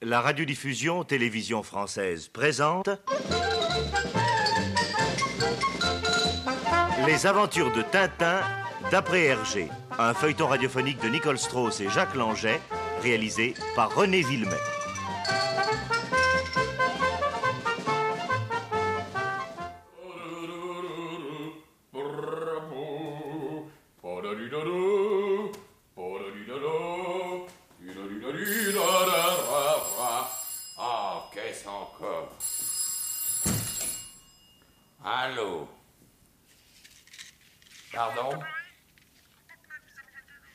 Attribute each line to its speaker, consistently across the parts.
Speaker 1: La radiodiffusion télévision française présente Les aventures de Tintin d'après Hergé, un feuilleton radiophonique de Nicole Strauss et Jacques Langet, réalisé par René Villemet.
Speaker 2: Ah, qu'est-ce encore Allô Pardon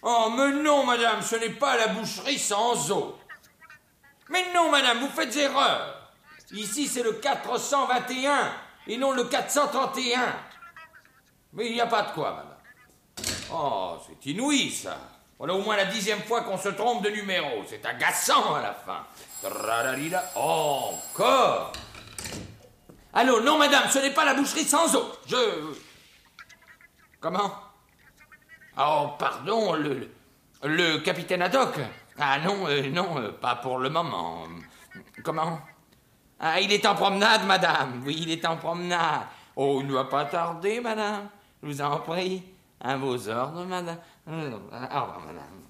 Speaker 2: Oh, mais non, madame, ce n'est pas la boucherie sans eau. Mais non, madame, vous faites erreur. Ici, c'est le 421 et non le 431. Mais il n'y a pas de quoi, madame. Oh, c'est inouï, ça. Voilà au moins la dixième fois qu'on se trompe de numéro. C'est agaçant à la fin. Tralalila. Encore. Allô, non, madame, ce n'est pas la boucherie sans eau. Je. Comment Oh, pardon, le. Le capitaine Haddock. Ah non, euh, non, euh, pas pour le moment. Comment Ah, il est en promenade, madame. Oui, il est en promenade. Oh, il ne va pas tarder, madame. Je vous en prie. À vos ordres, madame. Au revoir, madame.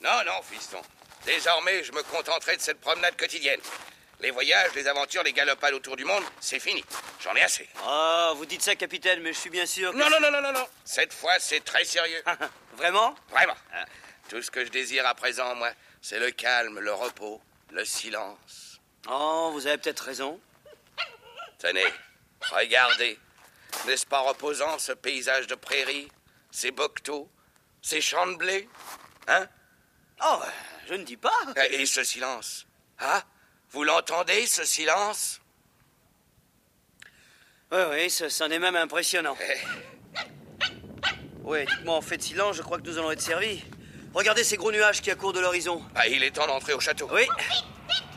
Speaker 3: Non, non, fiston. Désormais, je me contenterai de cette promenade quotidienne. Les voyages, les aventures, les galopades autour du monde, c'est fini. J'en ai assez.
Speaker 4: Oh, vous dites ça, capitaine, mais je suis bien sûr. que-
Speaker 3: Non,
Speaker 4: Ah,
Speaker 3: non, non, non, non, non. Cette fois, c'est très sérieux.
Speaker 4: Vraiment Ah.
Speaker 3: Vraiment. Tout ce que je désire à présent, moi, c'est le calme, le repos, le silence.
Speaker 4: Oh, vous avez peut-être raison.
Speaker 3: Tenez, regardez. N'est-ce pas reposant ce paysage de prairies, ces bocteaux, ces champs de blé Hein
Speaker 4: Oh, bah, je ne dis pas.
Speaker 3: Et ce silence Ah Vous l'entendez, ce silence
Speaker 4: Oui, oui, ça, c'en est même impressionnant.
Speaker 3: Eh.
Speaker 4: Ouais, dites-moi, en fait silence, je crois que nous allons être servis. Regardez ces gros nuages qui accourent de l'horizon.
Speaker 3: Ah, il est temps d'entrer au château.
Speaker 4: Oui.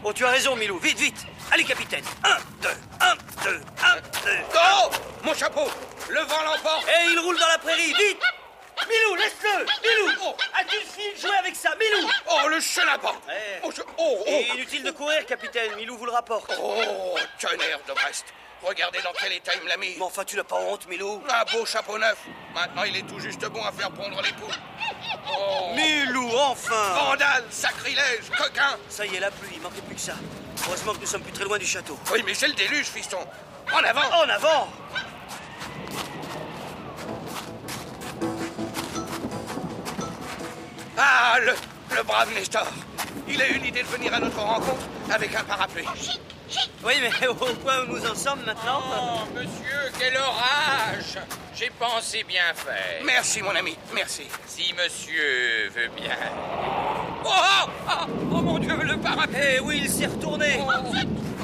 Speaker 4: Oh, tu as raison, Milou. Vite, vite. Allez, capitaine. Un, deux, un, deux, un, deux.
Speaker 3: Oh Mon chapeau Le vent l'emporte
Speaker 4: Et il roule dans la prairie. Vite. Milou, laisse-le. Milou. As-tu fini de jouer avec ça, Milou
Speaker 3: Oh, le chenapan
Speaker 4: Eh.
Speaker 3: oh, je- oh, oh.
Speaker 4: Et inutile de courir, capitaine. Milou vous le rapporte.
Speaker 3: Oh, tonnerre de Brest Regardez dans quel état il me l'a mis
Speaker 4: Mais enfin, tu n'as pas honte, Milou
Speaker 3: Un beau chapeau neuf Maintenant, il est tout juste bon à faire pondre les poules Oh
Speaker 4: Milou, enfin
Speaker 3: Vandale, sacrilège, coquin
Speaker 4: Ça y est, la pluie, il manquait plus que ça. Heureusement que nous sommes plus très loin du château.
Speaker 3: Oh, Oui, mais c'est le déluge, fiston En avant
Speaker 4: En avant
Speaker 3: Ah, le, le brave Nestor Il a eu l'idée de venir à notre rencontre avec un parapluie
Speaker 4: Oui, mais au point où nous en sommes maintenant...
Speaker 2: Oh, monsieur, quel orage J'ai pensé bien faire.
Speaker 3: Merci, mon ami, merci
Speaker 2: Si monsieur veut bien. Oh, oh, oh, oh, mon Dieu, le parapluie
Speaker 4: Eh oui, il s'est retourné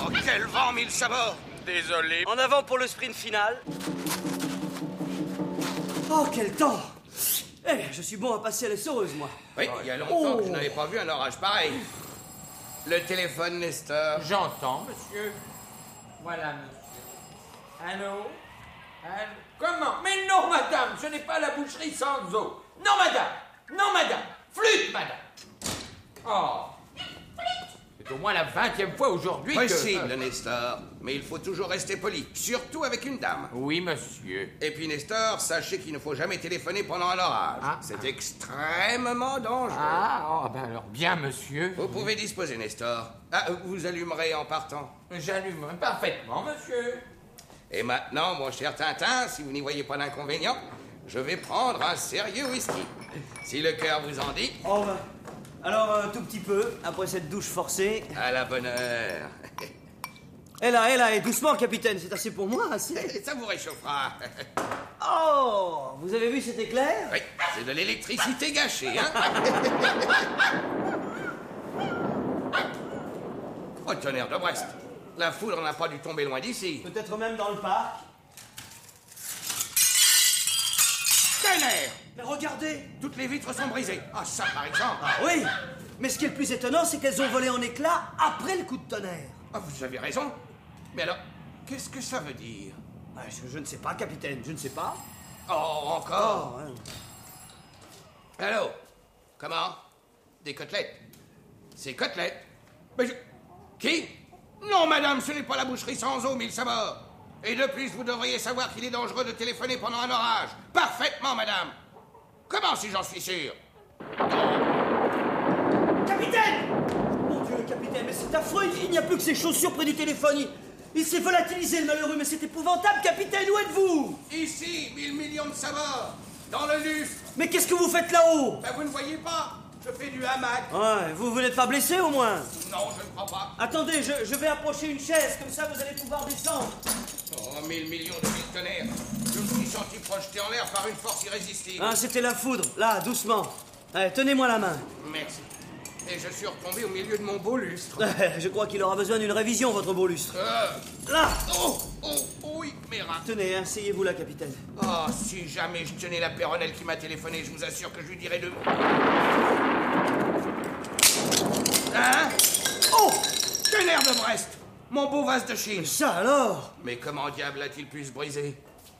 Speaker 3: Oh, quel vent, mille sabords
Speaker 2: Désolé.
Speaker 4: En avant pour le sprint final. Oh, quel temps Eh, je suis bon à passer à la saureuse, moi.
Speaker 3: Oui, il y a longtemps que je n'avais pas vu un orage pareil. Le téléphone, Nestor.
Speaker 2: J'entends, monsieur. Voilà, monsieur. Allô Allô Comment Mais non, madame, ce n'est pas la boucherie sans eau. Non, madame Non, madame Flûte, madame
Speaker 3: Ah.
Speaker 2: Oh C'est au moins la vingtième fois aujourd'hui que...
Speaker 3: Possible, Nestor. Mais il faut toujours rester poli, surtout avec une dame.
Speaker 2: Oui, monsieur.
Speaker 3: Et puis, Nestor, sachez qu'il ne faut jamais téléphoner pendant un orage.
Speaker 2: Ah.
Speaker 3: C'est extrêmement dangereux.
Speaker 2: Ah, oh, ben alors bien, monsieur.
Speaker 3: Vous pouvez disposer, Nestor. Ah, vous allumerez en partant.
Speaker 2: J'allume parfaitement, monsieur.
Speaker 3: Et maintenant, mon cher Tintin, si vous n'y voyez pas d'inconvénient, je vais prendre un sérieux whisky. Si le cœur vous en dit,
Speaker 4: Oh, bah. Alors, un tout petit peu, après cette douche forcée.
Speaker 3: à la bonne heure.
Speaker 4: Eh là, eh là, et doucement, capitaine, c'est assez pour moi, assez.
Speaker 3: Eh, Ça vous réchauffera.
Speaker 4: Oh Vous avez vu cet éclair
Speaker 3: Oui, c'est de l'électricité gâchée, hein Oh, tonnerre de Brest La foudre n'a pas dû tomber loin d'ici.
Speaker 4: Peut-être même dans le parc.
Speaker 3: Tonnerre
Speaker 4: Mais regardez
Speaker 3: Toutes les vitres sont brisées. Ah, ça, par exemple
Speaker 4: Ah oui Mais ce qui est le plus étonnant, c'est qu'elles ont volé en éclats après le coup de tonnerre.
Speaker 3: Ah, Vous avez raison. Mais alors, qu'est-ce que ça veut dire
Speaker 4: Ah, je, je ne sais pas, capitaine, je ne sais pas.
Speaker 3: Oh, encore
Speaker 4: hein.
Speaker 3: Allô Comment Des côtelettes. Ces côtelettes Mais je... Qui Non, madame, ce n'est pas la boucherie sans eau, mille sabords. Et de plus, vous devriez savoir qu'il est dangereux de téléphoner pendant un orage. Parfaitement, madame. Comment si j'en suis sûr
Speaker 4: Capitaine Mon Dieu, capitaine, mais c'est affreux, il- il n'y a plus que ses chaussures près du téléphone. Il, il s'est volatilisé, le malheureux, mais c'est épouvantable, capitaine, où êtes-vous
Speaker 3: Ici, mille millions de sabords. Dans le lustre.
Speaker 4: Mais qu'est-ce que vous faites là-haut
Speaker 3: Ben, vous ne voyez pas Je fais du hamac.
Speaker 4: Ouais, vous, vous n'êtes pas blessé au moins
Speaker 3: Non, je ne crois pas.
Speaker 4: Attendez, je, je vais approcher une chaise, comme ça vous allez pouvoir descendre.
Speaker 3: Oh, mille millions de mille tonnerres. Je me suis senti projeté en l'air par une force irrésistible.
Speaker 4: Ah, c'était la foudre, là, doucement. Allez, tenez-moi la main.
Speaker 3: Merci. Et je suis retombé au milieu de mon beau lustre.
Speaker 4: Je crois qu'il aura besoin d'une révision, votre beau lustre.
Speaker 3: Euh,
Speaker 4: Là
Speaker 3: oh, oh, oui, mes rats.
Speaker 4: Tenez, hein, asseyez-vous là, capitaine.
Speaker 3: Oh, si jamais je tenais la péronnelle qui m'a téléphoné, je vous assure que je lui dirais de... Hein Oh Tonnerre de Brest Mon beau vase de Chine
Speaker 4: Ça alors
Speaker 3: Mais comment diable a-t-il pu se briser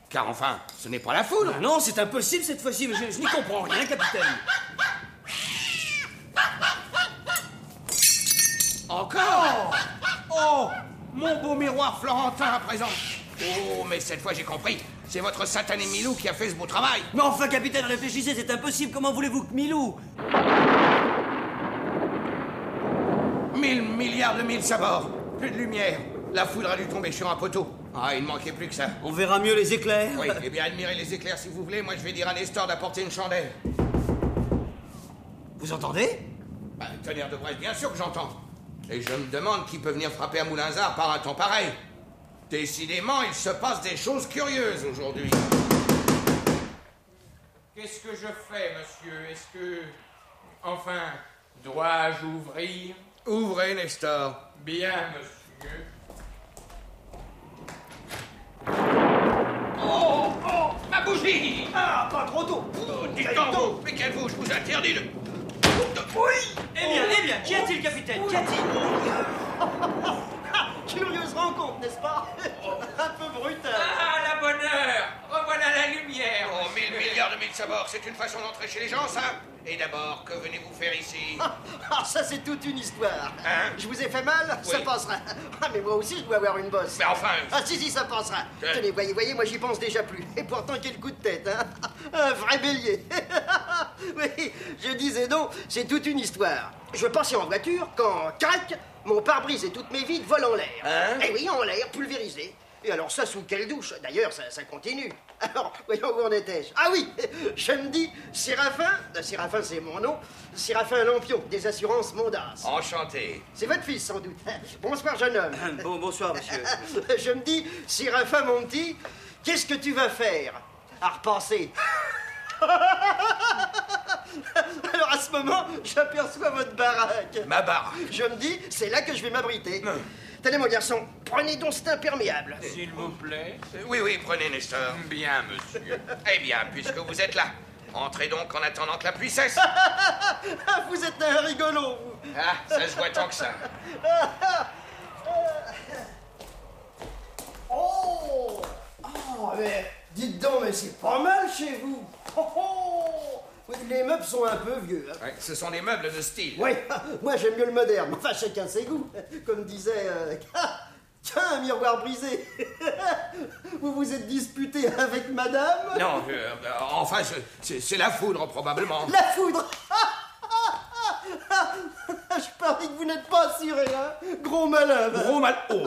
Speaker 3: Car enfin, ce n'est pas la foudre
Speaker 4: Ah non, c'est impossible cette fois-ci, mais je, je n'y comprends rien, capitaine.
Speaker 3: Encore Oh Mon beau miroir florentin à présent Oh, mais cette fois j'ai compris C'est votre satané Milou qui a fait ce beau travail
Speaker 4: Mais enfin, capitaine, réfléchissez, c'est impossible. Comment voulez-vous que Milou
Speaker 3: Mille milliards de mille sabords Plus de lumière La foudre a dû tomber sur un poteau Ah, il ne manquait plus que ça
Speaker 4: On verra mieux les éclairs.
Speaker 3: Oui, eh bien admirez les éclairs si vous voulez, moi je vais dire à Nestor d'apporter une chandelle.
Speaker 4: Vous entendez
Speaker 3: Bah, tonnerre de Brest, bien sûr que j'entends. Et je me demande qui peut venir frapper à Moulinsard par un temps pareil. Décidément, il se passe des choses curieuses aujourd'hui. Qu'est-ce que je fais, monsieur Est-ce que. Enfin, dois-je ouvrir Ouvrez, Nestor. Bien, monsieur. Oh, oh, ma bougie
Speaker 4: Ah, pas trop tôt.
Speaker 3: Oh, dites donc, vous, mais quelle vous, je vous interdis de... Oui
Speaker 4: Eh bien,
Speaker 5: Oh.
Speaker 4: eh bien, qu'y a-t-il, capitaine Qu'y a-t-il Ah, Curieuse rencontre, n'est-ce pas Un peu brutale.
Speaker 3: Ah, la bonne heure Revoilà la lumière Oh, mille milliards de mille sabords, c'est une façon d'entrer chez les gens, ça Et d'abord, que venez-vous faire ici
Speaker 5: Ah, ça c'est toute une histoire.
Speaker 3: Hein
Speaker 5: Je vous ai fait mal Ça
Speaker 3: Oui.
Speaker 5: passera. Ah, mais moi aussi je dois avoir une bosse.
Speaker 3: Mais enfin
Speaker 5: Ah si, si, ça passera.
Speaker 3: Que-
Speaker 5: Tenez, voyez, voyez, moi j'y pense déjà plus. Et pourtant, quel coup de tête, hein Un vrai bélier. oui, je disais donc, c'est toute une histoire. Je passais en voiture quand, crac, mon pare-brise et toutes mes vides volent en l'air.
Speaker 3: Hein
Speaker 5: Eh oui, en l'air, pulvérisé. Et alors ça, sous quelle douche D'ailleurs, ça, ça continue. Alors, voyons où en étais-je Ah oui, je me dis, Séraphin, euh, Séraphin c'est mon nom, Séraphin Lampion, des assurances Mondas.
Speaker 3: Oh, Enchanté
Speaker 5: C'est votre fils, sans doute. Bonsoir, jeune homme.
Speaker 4: Bon, bonsoir, monsieur.
Speaker 5: Je me dis, Séraphin, mon petit, qu'est-ce que tu vas faire À repenser. Alors à ce moment, j'aperçois votre baraque.
Speaker 3: Ma barre
Speaker 5: Je me dis, c'est là que je vais m'abriter. Tenez, mon garçon, prenez donc cet imperméable.
Speaker 3: S'il vous plaît Euh, Oui, oui, prenez, Nestor. Bien, monsieur. eh bien, puisque vous êtes là, entrez donc en attendant que la pluie cesse
Speaker 5: Ah, vous êtes un rigolo, vous.
Speaker 3: Ah, ça se voit tant que ça
Speaker 5: Oh Oh, mais dites donc, mais c'est pas mal chez vous. Oh, oh. Oui, Les meubles sont un peu vieux, hein.
Speaker 3: Ouais, Ce sont des meubles de style
Speaker 5: Oui, moi j'aime mieux le moderne. Enfin, chacun ses goûts. Comme disait. euh, Tiens, un miroir brisé. Vous vous êtes disputé avec madame
Speaker 3: Non, euh, euh, enfin, c'est- c'est c'est la foudre, probablement
Speaker 5: La foudre Je parie que vous n'êtes pas assuré, hein Gros malin va.
Speaker 3: Gros mal... Oh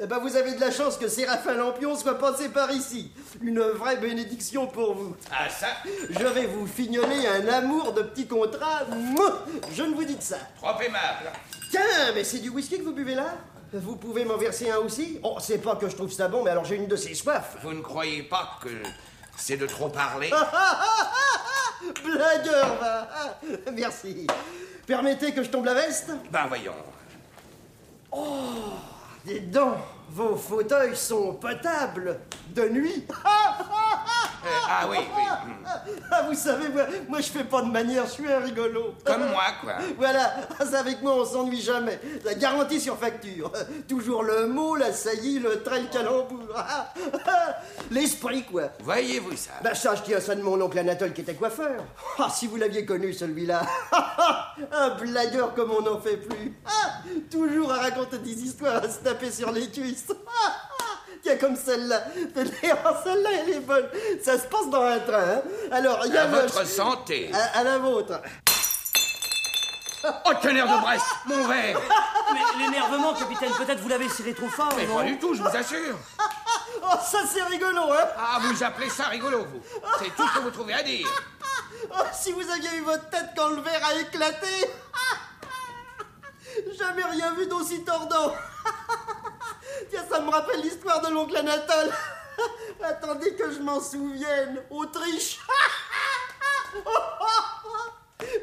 Speaker 5: Eh ben, vous avez de la chance que Séraphin Lampion soit passé par ici. Une vraie bénédiction pour vous.
Speaker 3: Ah, ça
Speaker 5: Je vais vous fignonner un amour de petits contrats. Mouah Je ne vous dis que ça.
Speaker 3: Trop aimable
Speaker 5: Tiens, mais c'est du whisky que vous buvez là Vous pouvez m'en verser un aussi Oh, c'est pas que je trouve ça bon, mais alors j'ai une de ces soifs.
Speaker 3: Vous ne croyez pas que c'est de trop parler
Speaker 5: Blagueur, va Ah, Merci. Permettez que je tombe la veste
Speaker 3: Ben voyons.
Speaker 5: Oh, Dites donc, vos fauteuils sont potables de nuit. Ah, ah, ah
Speaker 3: Eh, ah oui, oui.
Speaker 5: Ah, vous savez, moi, moi, je fais pas de manière, je suis un rigolo.
Speaker 3: Comme moi, quoi.
Speaker 5: Voilà, Ah, ça, avec moi on s'ennuie jamais. La garantie sur facture. Toujours le mot, la saillie, le trait, le calembour. Ah, ah, L'esprit, quoi.
Speaker 3: Voyez-vous ça
Speaker 5: Bah ça, je tiens ça de mon oncle Anatole qui était coiffeur. Ah, si vous l'aviez connu, celui-là. Un blagueur comme on n'en fait plus. Ah, toujours à raconter des histoires, à se taper sur les cuisses. Ah, ah, Tiens, comme celle-là. D'ailleurs, celle-là, elle est bonne. Ça se passe dans un train. hein. Alors, il y a
Speaker 3: À
Speaker 5: le-
Speaker 3: votre santé.
Speaker 5: À, à la vôtre.
Speaker 3: Oh, tonnerre de Brest, mon verre
Speaker 2: Mais l'énervement, capitaine, peut-être vous l'avez serré trop fort,
Speaker 3: Mais
Speaker 2: non
Speaker 3: pas du tout, je vous assure.
Speaker 5: Oh, hein. ça, c'est rigolo, hein
Speaker 3: Ah, vous appelez ça rigolo, vous. C'est tout ce que vous trouvez à dire.
Speaker 5: Oh, si vous aviez eu votre tête quand le verre a éclaté Jamais rien vu d'aussi tordant Tiens, ça me rappelle l'histoire de l'oncle Anatole Attendez que je m'en souvienne Autriche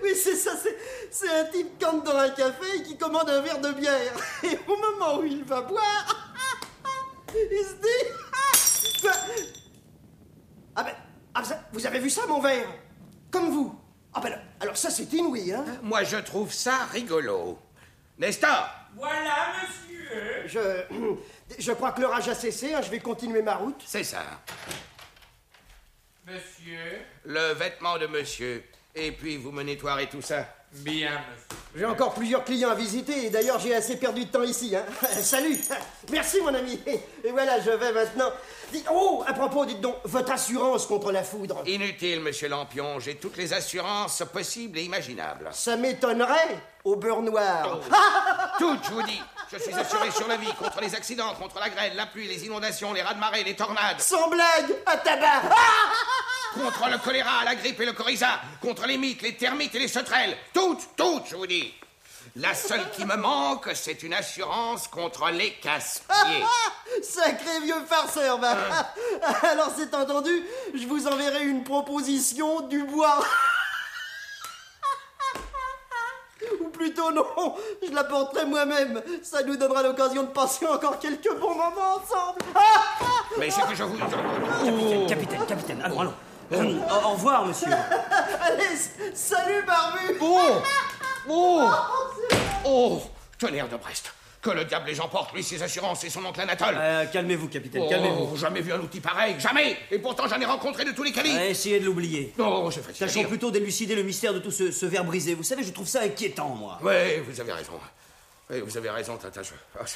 Speaker 5: Oui, c'est ça, c'est- c'est un type qui entre dans un café et qui commande un verre de bière. Et au moment où il va boire, il se dit... Ah ben, ah, vous a- vous avez vu ça, mon verre Comme vous. Ah ben, alors ça, c'est inouï, hein
Speaker 3: Moi, je trouve ça rigolo. Nestor
Speaker 6: Voilà, monsieur.
Speaker 5: Je, je crois que l'orage a cessé, hein, je vais continuer ma route.
Speaker 3: C'est ça.
Speaker 6: Monsieur.
Speaker 3: Le vêtement de monsieur. Et puis, vous me nettoierez tout ça.
Speaker 6: Bien, monsieur.
Speaker 5: J'ai encore plusieurs clients à visiter et d'ailleurs j'ai assez perdu de temps ici. Hein. Salut Merci mon ami Et voilà, je vais maintenant... Dis- Oh, à propos, dites donc, votre assurance contre la foudre,
Speaker 3: Inutile, monsieur Lampion. J'ai toutes les assurances possibles et imaginables.
Speaker 5: ça m'étonnerait au beurre noir.
Speaker 3: Toutes, Oh. je vous dis. Je suis assuré sur la vie, contre les accidents, contre la grêle, la pluie, les inondations, les rats de marée, les tornades,
Speaker 5: Sans blague, à tabac
Speaker 2: Ah
Speaker 3: contre le choléra, la grippe et le coryza, contre les mythes, les termites et les sauterelles. Toutes, toutes, je vous dis. La seule qui me manque, c'est une assurance contre les casse-pieds.
Speaker 5: Sacré vieux farceur, va
Speaker 4: Ah.
Speaker 5: Alors c'est entendu, je vous enverrai une proposition du bois. Ou plutôt non, je la porterai moi-même. Ça nous donnera l'occasion de passer encore quelques bons moments ensemble. Ah.
Speaker 3: Mais c'est que je vous...
Speaker 2: Capitaine, capitaine, capitaine, allons, allons. Hum, au- au revoir, monsieur.
Speaker 5: Allez, s- salut Barbu
Speaker 3: Oh Oh Oh Tonnerre de Brest Que le diable les emporte, lui, ses assurances et son oncle Anatole
Speaker 2: Euh, calmez-vous, capitaine,
Speaker 3: Oh,
Speaker 2: calmez-vous.
Speaker 3: jamais vu un outil pareil, jamais Et pourtant, j'en ai rencontré de tous les calibres
Speaker 2: Ouais, Ah, essayez de l'oublier.
Speaker 3: Non, j'ai fait
Speaker 2: Tâchons plutôt d'élucider le mystère de tout ce, ce verre brisé. Vous savez, je trouve ça inquiétant, moi.
Speaker 3: Oui, vous avez raison. Oui, vous avez raison, Tata. Je... Ah, je-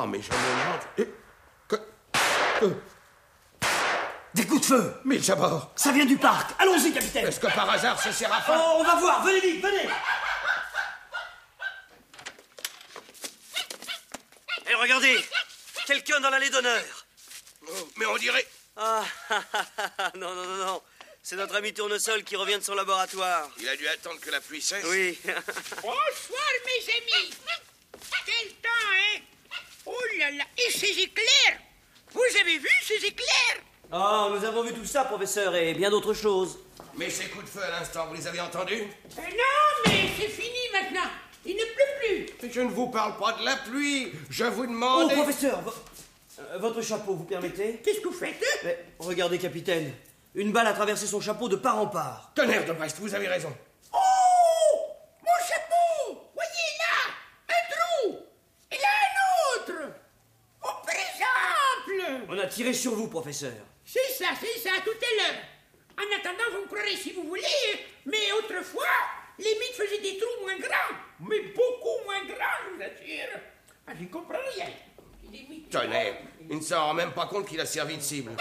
Speaker 3: oh, mais je me demande... Eh, que- euh,
Speaker 2: Des coups de feu
Speaker 3: mais d'abord,
Speaker 2: Ça vient du parc Allons-y, capitaine
Speaker 3: est-ce que par hasard ce séraphin...
Speaker 2: Oh, on va voir Venez vite, venez Et Eh, regardez Quelqu'un dans l'allée d'honneur
Speaker 3: Oh, Mais on dirait...
Speaker 4: Ah, non, non, non, non. C'est notre ami Tournesol qui revient de son laboratoire.
Speaker 7: Il a dû attendre que la pluie cesse.
Speaker 4: Oui.
Speaker 8: Bonsoir, mes amis. Quel temps, hein Oh là là, et ces éclairs Vous avez vu ces éclairs
Speaker 2: Oh, nous avons vu tout ça, professeur, et bien d'autres choses.
Speaker 3: Mais ces coups de feu à l'instant, vous les avez entendus
Speaker 8: Euh, Non, mais c'est fini maintenant. Il ne pleut plus.
Speaker 3: Je ne vous parle pas de la pluie Je vous
Speaker 2: Oh,
Speaker 3: demande...
Speaker 2: professeur vo- euh, Votre chapeau, vous permettez
Speaker 8: Qu'est-ce que vous faites hein
Speaker 2: Mais Regardez, capitaine. Une balle a traversé son chapeau de part en part.
Speaker 3: Tonnerre de Brest, vous avez raison.
Speaker 8: Oh Mon chapeau Voyez là Un trou Et là un autre Oh, par exemple
Speaker 2: On a tiré sur vous, professeur.
Speaker 8: C'est ça, c'est ça, tout à l'heure. En attendant, vous me croirez si vous voulez, hein, mais autrefois, les mythes faisaient des trous moins grands, mais beaucoup moins grands, je vous assure. Ah, j'y comprends rien. Les mythes.
Speaker 3: Tonnerre, il ne se rend même pas compte qu'il a servi de cible.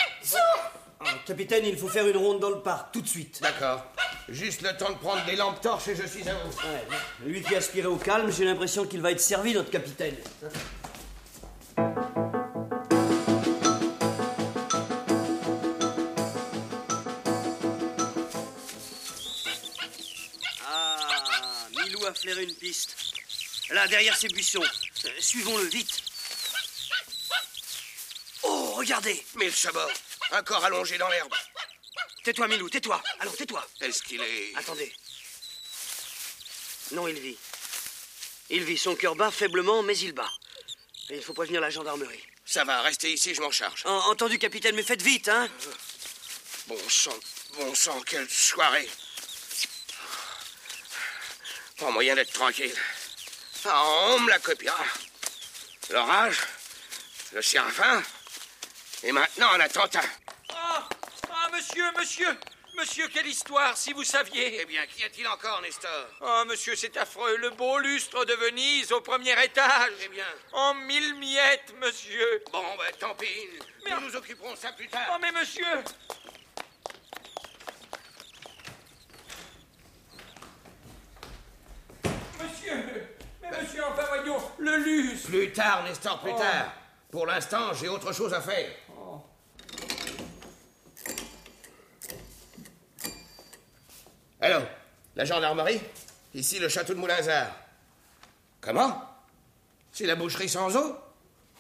Speaker 2: Ah, capitaine, il faut faire une ronde dans le parc, tout de suite.
Speaker 3: D'accord. Juste le temps de prendre des lampes torches et je suis à vous.
Speaker 2: Ouais, lui qui aspirait au calme, j'ai l'impression qu'il va être servi, notre capitaine.
Speaker 4: Ah, Ah, Milou a flairé une piste. Là, derrière ces buissons. Euh, Suivons-le vite. Oh, regardez
Speaker 3: Mille chabords, un corps allongé dans l'herbe.
Speaker 4: Tais-toi, Milou, tais-toi. Alors, tais-toi.
Speaker 3: Est-ce qu'il est...
Speaker 4: Attendez. Non, il vit. Il vit. Son cœur bat faiblement, mais il bat. Et il faut prévenir la gendarmerie.
Speaker 3: Ça va, restez ici, je m'en charge.
Speaker 4: En- entendu, capitaine, mais faites vite, hein
Speaker 3: Bon sang, bon sang, quelle soirée. Pas moyen d'être tranquille. Ah, on me la copiera. L'orage, le séraphin, et maintenant un attentat.
Speaker 2: Ah, ah, monsieur, monsieur, monsieur, quelle histoire, si vous saviez.
Speaker 3: Eh bien, qu'y a-t-il encore, Nestor
Speaker 2: Oh, monsieur, c'est affreux, le beau lustre de Venise au premier étage.
Speaker 3: Eh bien.
Speaker 2: En mille miettes, monsieur.
Speaker 3: Bon, bah, tant pis.
Speaker 2: Mais-
Speaker 3: Nous nous occuperons de ça plus tard.
Speaker 2: Oh, mais monsieur. Monsieur, mais monsieur, enfin voyons, le lustre. Oh.
Speaker 3: Plus tard, Nestor, plus tard. Pour l'instant, j'ai autre chose à faire. Allô La gendarmerie Ici, le château de Moulinzard. Comment C'est la boucherie sans eau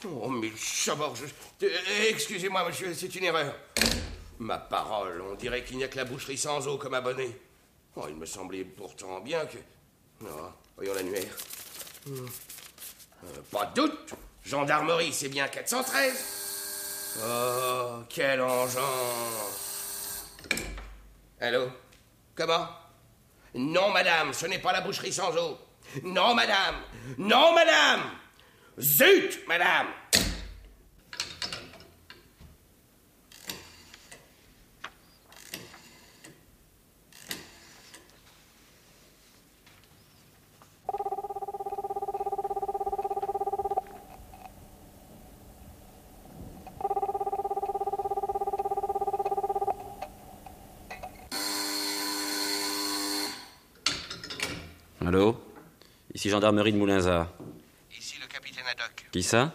Speaker 3: Oh, mille sabords, je- Euh, Excusez-moi, monsieur, c'est une erreur. Ma parole, on dirait qu'il n'y a que la boucherie sans eau comme abonné. Oh, il me semblait pourtant bien que... Non, voyons l'annuaire.
Speaker 9: Euh.
Speaker 3: Euh, Pas de doute. Gendarmerie, c'est bien 413. Oh, quel engeance. Allô Comment Non, madame, ce n'est pas la boucherie sans eau. Non, madame. Non, madame. Zut, madame.
Speaker 10: Allô Ici gendarmerie de Moulinzard.
Speaker 3: Ici le capitaine Haddock.
Speaker 10: Qui ça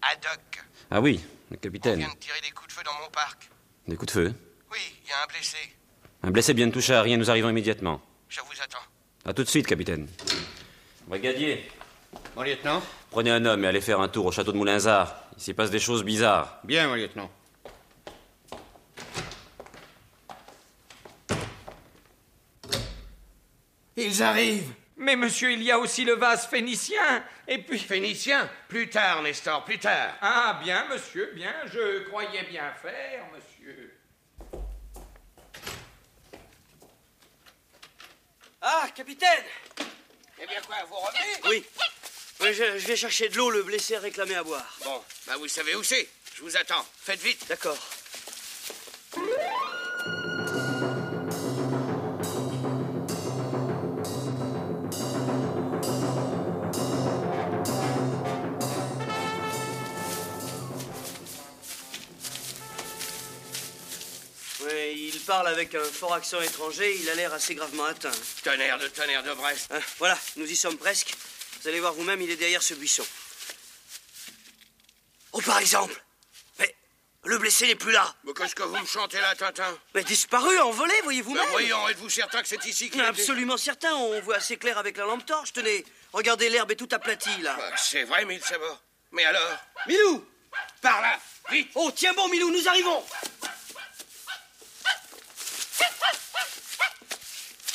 Speaker 3: Haddock,
Speaker 10: Ah oui, le
Speaker 3: on
Speaker 10: capitaine.
Speaker 3: vient de tirer des coups de feu dans mon parc.
Speaker 10: Des coups de feu.
Speaker 3: Oui, il y a un blessé.
Speaker 10: Un blessé bien touché à rien, nous arrivons immédiatement.
Speaker 3: Je vous attends.
Speaker 10: À tout de suite, capitaine. Brigadier,
Speaker 4: Mon lieutenant
Speaker 10: prenez un homme et allez faire un tour au château de Moulinzard. Il s'y passe des choses bizarres.
Speaker 4: Bien, mon lieutenant.
Speaker 3: Ils arrivent.
Speaker 2: Mais monsieur, il y a aussi le vase phénicien, et puis...
Speaker 3: Phéniciens, plus tard, Nestor, plus tard.
Speaker 2: Ah, bien, monsieur, bien, je croyais bien faire, monsieur.
Speaker 4: Ah, capitaine
Speaker 3: Eh bien quoi, vous revenez
Speaker 4: Oui. Oui, je, je vais chercher de l'eau, le blessé a réclamé à boire.
Speaker 3: Bon, bah vous savez où c'est. Je vous attends. Faites vite.
Speaker 4: D'accord. Oui, il parle avec un fort accent étranger, il a l'air assez gravement atteint.
Speaker 3: Tonnerre de tonnerre de Brest.
Speaker 4: Hein, voilà, nous y sommes presque. Vous allez voir vous-même, il est derrière ce buisson. Oh, par exemple Mais le blessé n'est plus là
Speaker 3: Mais qu'est-ce que vous me chantez là, Tintin
Speaker 4: Mais disparu, envolé,
Speaker 3: Mais
Speaker 4: voyez-vous-même
Speaker 3: Ben, voyons, êtes-vous certain que c'est ici qu'il
Speaker 4: On est
Speaker 3: a été-
Speaker 4: Absolument certain, on voit assez clair avec la lampe torche, tenez. Regardez, l'herbe est tout aplatie, là.
Speaker 3: Ah, C'est vrai, mille sabords. Mais alors
Speaker 4: Milou
Speaker 3: Par là Vite
Speaker 4: Oh, tiens bon, Milou, nous arrivons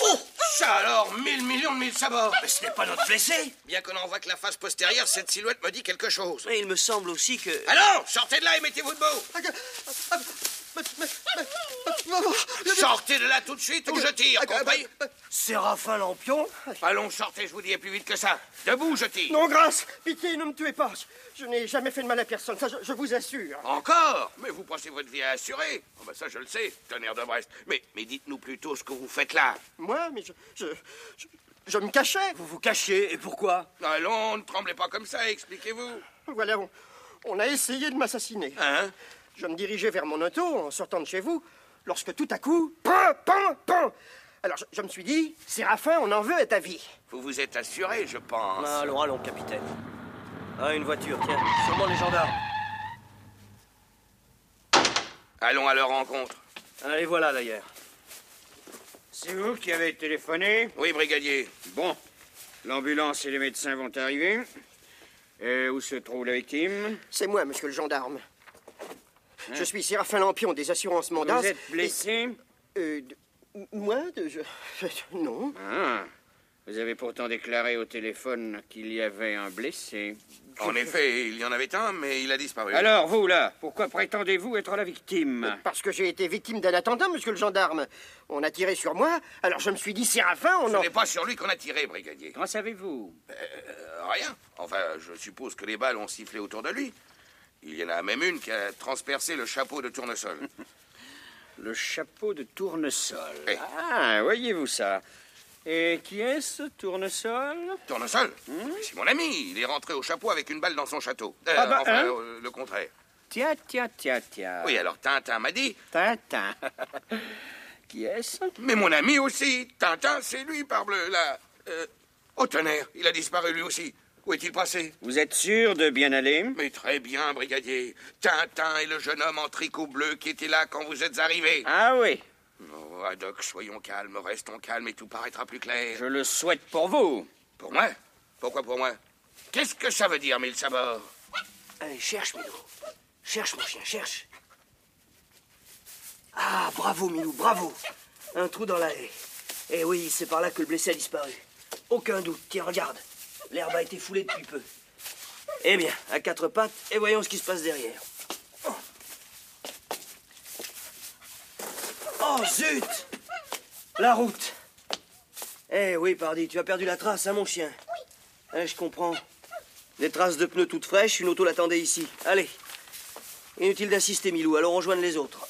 Speaker 3: Oh Ça alors, mille millions de mille sabords
Speaker 4: Mais ce n'est pas notre blessé
Speaker 3: Bien qu'on en voit que la face postérieure, cette silhouette me dit quelque chose.
Speaker 4: Mais il me semble aussi que...
Speaker 3: Allons, sortez de là et mettez-vous debout
Speaker 5: Ah,
Speaker 3: Sortez de là tout de
Speaker 5: Ah,
Speaker 3: suite ou je tire, compris
Speaker 4: Séraphin Lampion
Speaker 3: Allons, sortez, je vous dis, et plus vite que ça. Debout, je tire
Speaker 5: Non, grâce Pitié, ne me tuez pas Je n'ai jamais fait de mal à personne, ça, je, je vous assure.
Speaker 3: Encore Mais vous passez votre vie à assurer Ah bah Ça, je le sais, tonnerre de Brest. Mais, mais dites-nous plutôt ce que vous faites là.
Speaker 5: Moi, mais je... Je, je, je me cachais.
Speaker 4: Vous vous cachez, et pourquoi
Speaker 3: Allons, ne tremblez pas comme ça, expliquez-vous.
Speaker 5: Voilà, on, on a essayé de m'assassiner.
Speaker 3: Hein
Speaker 5: Je me dirigeais vers mon auto en sortant de chez vous, lorsque tout à coup, pan, pan, pan Alors, je, je me suis dit, Séraphin, on en veut à ta vie.
Speaker 3: Vous vous êtes assuré, je pense.
Speaker 4: Ah, allons, allons, capitaine. Ah, une voiture, tiens. Sûrement les gendarmes.
Speaker 3: Allons à leur rencontre.
Speaker 4: Ah, les voilà, d'ailleurs.
Speaker 11: C'est vous qui avez téléphoné
Speaker 3: Oui,
Speaker 2: Eh,
Speaker 3: brigadier.
Speaker 11: Bon, l'ambulance et les médecins vont arriver. Et où se trouve la victime
Speaker 5: C'est moi, monsieur le gendarme. Je suis Séraphin Lampion des assurances
Speaker 11: Vous
Speaker 5: Mandas.
Speaker 11: êtes blessé
Speaker 5: et- euh, de- moi de, je, je- Non.
Speaker 11: Ah,
Speaker 2: Vous avez pourtant déclaré au téléphone qu'il y avait un blessé.
Speaker 3: En effet, il y en avait un, mais il a disparu.
Speaker 2: Alors, vous, là, pourquoi prétendez-vous être la victime
Speaker 4: Parce que j'ai été victime d'un attentat, monsieur le gendarme. On a tiré sur moi, alors je me suis dit, Séraphin,
Speaker 5: Oh,
Speaker 4: on
Speaker 3: Ce
Speaker 4: en...
Speaker 3: n'est pas sur lui qu'on a tiré, brigadier.
Speaker 2: Qu'en savez-vous
Speaker 3: Euh, rien. Enfin, je suppose que les balles ont sifflé autour de lui. Il y en a même une qui a transpercé le chapeau de tournesol.
Speaker 2: Le chapeau de tournesol.
Speaker 3: Eh.
Speaker 2: Ah, voyez-vous ça Et qui est ce tournesol
Speaker 3: tournesol C'est mon ami. Il est rentré au chapeau avec une balle dans son château. Euh,
Speaker 2: Hmm. Ah bah,
Speaker 3: enfin,
Speaker 2: hein
Speaker 3: euh, le contraire.
Speaker 2: Tiens, tiens, tiens, tiens.
Speaker 3: Oui, alors Tintin m'a dit.
Speaker 2: Tintin. qui est-ce
Speaker 3: Mais mon ami aussi. Tintin, c'est lui, parbleu, là. Euh, oh, tonnerre, il a disparu lui aussi. Où est-il passé
Speaker 2: Vous êtes sûr de bien aller
Speaker 3: Mais très bien, brigadier. Tintin et le jeune homme en tricot bleu qui était là quand vous êtes arrivé.
Speaker 2: Ah oui,
Speaker 3: Oh, Haddock, soyons calmes, restons calmes et tout paraîtra plus clair.
Speaker 2: je le souhaite pour vous.
Speaker 3: Pour moi Pourquoi pour moi Qu'est-ce que ça veut dire, mille sabords
Speaker 4: Allez, cherche, Milou. Cherche, mon chien, cherche. Ah, bravo, Milou, bravo. Un trou dans la haie. Eh oui, c'est par là que le blessé a disparu. Aucun doute. Tiens, regarde. L'herbe a été foulée depuis peu. Eh bien, à quatre pattes, et voyons ce qui se passe derrière. Oh, zut La route. Eh oui, pardi, tu as perdu la trace, hein, mon chien Oui. je comprends. Des traces de pneus toutes fraîches, une auto l'attendait ici. Allez. Inutile d'assister, Milou, allons rejoindre les autres.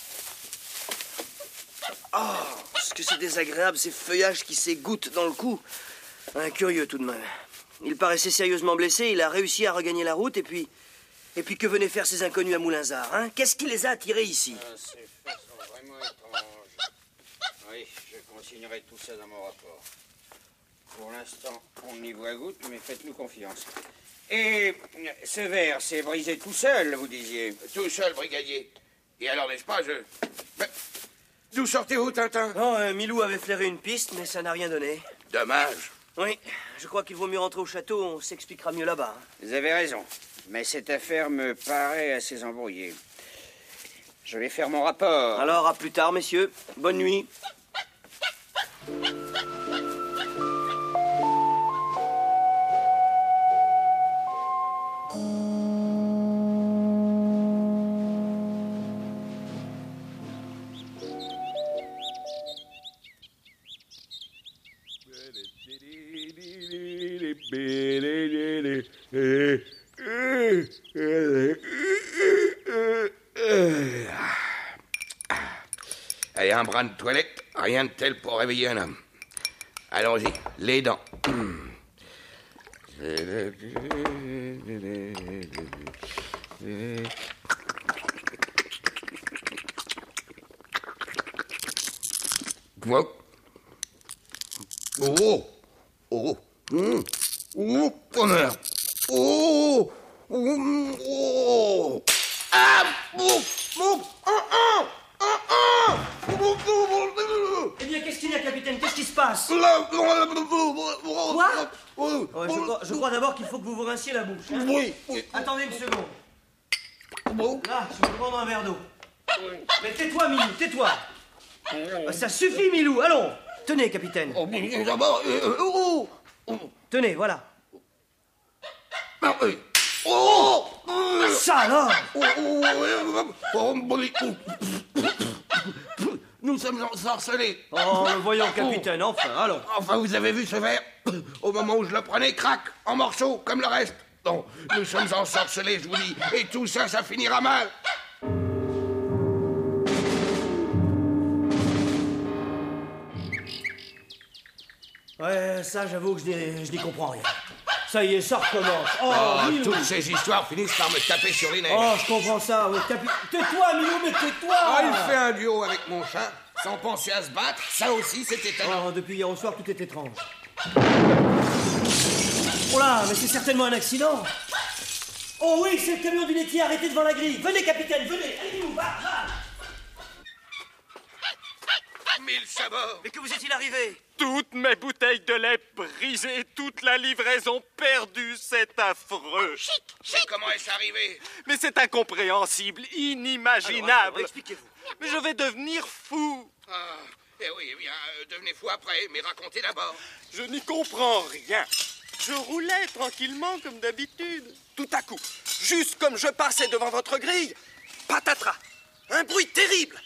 Speaker 4: Oh, ce que c'est désagréable, ces feuillages qui s'égouttent dans le cou. Un curieux tout de même. Il paraissait sérieusement blessé, il a réussi à regagner la route et puis. Et puis que venaient faire ces inconnus à Moulinsard, hein Qu'est-ce qui les a attirés ici
Speaker 2: Ces faits sont vraiment étranges. Oui, je consignerai tout ça dans mon rapport. Pour l'instant, on n'y voit goutte, mais faites-nous confiance. Et euh, ce verre s'est brisé tout seul, vous disiez.
Speaker 3: Tout seul, brigadier. Et alors, n'est-ce pas, je... Ben, D'où sortez-vous, Tintin
Speaker 4: Non, euh, Milou avait flairé une piste, mais ça n'a rien donné.
Speaker 3: Dommage.
Speaker 4: Oui, je crois qu'il vaut mieux rentrer au château, on s'expliquera mieux là-bas. hein.
Speaker 2: Vous avez raison, mais cette affaire me paraît assez embrouillée. Je vais faire mon rapport.
Speaker 4: Alors, à plus tard, messieurs. Bonne nuit.
Speaker 3: Allez, un brin de toilette, rien de tel pour réveiller un homme. Allons-y, les dents. Wow. Oh Oh Mmh. Oh, tonnerre Oh Oh, mmh. Oh Ah Oh Oh Ah Ah Ah Ah Oh, oh, oh, oh.
Speaker 10: Eh bien, qu'est-ce qu'il y a, capitaine Qu'est-ce qui se passe
Speaker 3: Là, oh, oh, oh, oh,
Speaker 10: Quoi
Speaker 3: oh,
Speaker 10: Ouais, Je crois, je crois d'abord qu'il faut que vous vous rinciez la bouche. hein.
Speaker 3: Oui, oui.
Speaker 10: Attendez une seconde.
Speaker 3: Bon.
Speaker 10: Là, je vais prendre un verre d'eau. Mais tais-toi, Milou, tais-toi. Ah, Ça suffit, Milou, allons. Tenez, capitaine.
Speaker 3: Oh, mais d'abord, euh, euh, oh, oh,
Speaker 10: Tenez, voilà.
Speaker 3: ah, oui. Oh, euh,
Speaker 10: Ça alors
Speaker 3: oh, oh, euh, oh, bon, oh. Nous sommes ensorcelés.
Speaker 10: Oh, voyons, capitaine, enfin, allons.
Speaker 3: Enfin, vous avez vu ce verre Au moment où je le prenais, crac, en morceaux, comme le reste. Non, nous sommes ensorcelés, je vous dis. Et tout ça, ça finira mal.
Speaker 10: Ouais, ça, j'avoue que je n'y- je n'y comprends rien. Ça y est, ça recommence. Oh,
Speaker 3: Oh,
Speaker 10: Milou.
Speaker 3: toutes ces histoires finissent par me taper sur les nerfs.
Speaker 10: Oh, je comprends ça, oui, capi- Tais-toi, Milou, mais tais-toi
Speaker 3: Ah, il fait un duo avec mon chat, sans penser à se battre. Ça aussi, c'est étonnant.
Speaker 10: Oh, depuis hier au soir, tout est étrange. Oh là, mais c'est certainement un accident. Oh oui, c'est le camion du laitier arrêté devant la grille. Venez, capitaine, venez. Allez, Milou, va, va.
Speaker 3: Mille sabords.
Speaker 4: Mais que vous est-il arrivé
Speaker 12: Toutes mes bouteilles de lait brisées, toute la livraison perdue, c'est affreux.
Speaker 3: Mais comment est-ce arrivé
Speaker 12: Mais c'est incompréhensible,
Speaker 4: Alors, alors,
Speaker 12: inimaginable.
Speaker 4: Expliquez-vous.
Speaker 12: Mais je vais devenir fou.
Speaker 3: Ah, Eh oui, eh bien, euh, devenez fou après, mais racontez d'abord.
Speaker 9: Je n'y comprends rien. Je roulais tranquillement comme d'habitude. Tout à coup, juste comme je passais devant votre grille, patatras, un bruit terrible.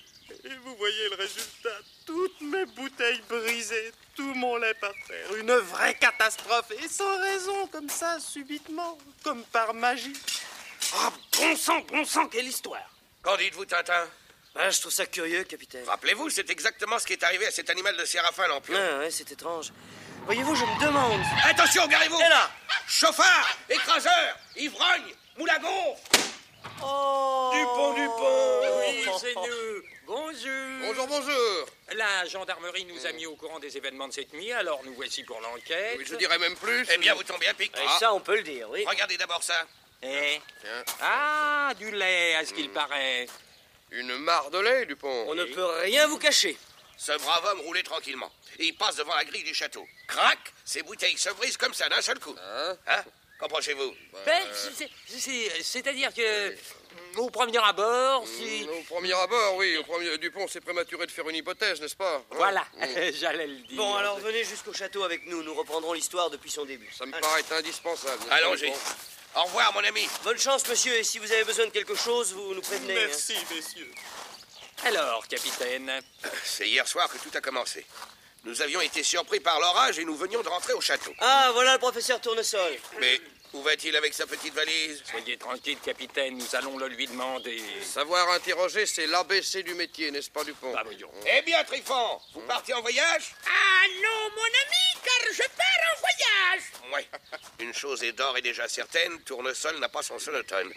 Speaker 9: Et vous voyez le résultat. Toutes mes bouteilles brisées, tout mon lait par terre. Une vraie catastrophe. Et sans raison, comme ça,
Speaker 12: Oh,
Speaker 9: subitement, comme par magie. Ah, bon sang, bon sang, quelle histoire.
Speaker 3: Qu'en dites-vous, Tintin
Speaker 4: Ah, je trouve ça curieux, capitaine.
Speaker 3: Rappelez-vous, c'est exactement ce qui est arrivé à cet animal de Séraphin, l'ampion.
Speaker 4: Ah, ouais, c'est étrange. Voyez-vous, je me demande.
Speaker 3: Attention, garez-vous
Speaker 4: Et là
Speaker 3: Chauffard Écraseur Ivrogne Moulagon
Speaker 4: Oh
Speaker 3: Dupont, Dupont
Speaker 2: Oui, c'est nous. Bonjour.
Speaker 3: Oh. Bonjour, bonjour
Speaker 2: La gendarmerie nous a mis au courant des événements de cette nuit, alors nous voici pour l'enquête.
Speaker 3: Oui, je dirais même plus. Eh bien, vous tombez à pic.
Speaker 4: Et
Speaker 3: Ah.
Speaker 4: ça, on peut le dire, oui.
Speaker 3: Regardez d'abord ça.
Speaker 2: Eh.
Speaker 3: Tiens. Hmm.
Speaker 2: Ah, du lait, à ce qu'il paraît.
Speaker 3: Une mare de lait, Dupont.
Speaker 4: On ne peut rien vous cacher.
Speaker 3: Ce brave homme roulait tranquillement. Et il passe devant la grille du château. Crac Ses bouteilles se brisent comme ça d'un seul coup. Hein, Qu'en pensez-vous
Speaker 2: Ben, c'est- c'est- C'est-à-dire que, au premier
Speaker 3: Hmm.
Speaker 2: abord, si...
Speaker 12: Au premier abord, oui. Au premier... Dupont, c'est prématuré de faire une hypothèse, n'est-ce pas hein
Speaker 2: Voilà,
Speaker 12: Mm.
Speaker 2: j'allais le dire.
Speaker 4: Bon, alors venez jusqu'au château avec nous. Nous reprendrons l'histoire depuis son début.
Speaker 12: Ça me paraît indispensable. n'est-ce pas,
Speaker 3: Allons-y.
Speaker 12: Dupont
Speaker 3: Au revoir, mon ami.
Speaker 4: Bonne chance, monsieur. Et si vous avez besoin de quelque chose, vous nous prévenez. hein.
Speaker 9: Merci, messieurs.
Speaker 2: Alors, capitaine,
Speaker 3: C'est hier soir que tout a commencé. Nous avions été surpris par l'orage et nous venions de rentrer au château.
Speaker 4: Ah, voilà le professeur Tournesol.
Speaker 3: Mais où va-t-il avec sa petite valise
Speaker 2: soyez tranquille, capitaine, nous allons le lui demander.
Speaker 12: Savoir interroger, c'est l'ABC du métier, n'est-ce pas, Dupont
Speaker 2: Bah, voyons.
Speaker 3: Eh bien, Trifon, vous partez en voyage
Speaker 8: Ah non, mon ami, car je pars en voyage.
Speaker 3: Ouais. Une chose est d'or et déjà certaine, Tournesol n'a pas son sonotone.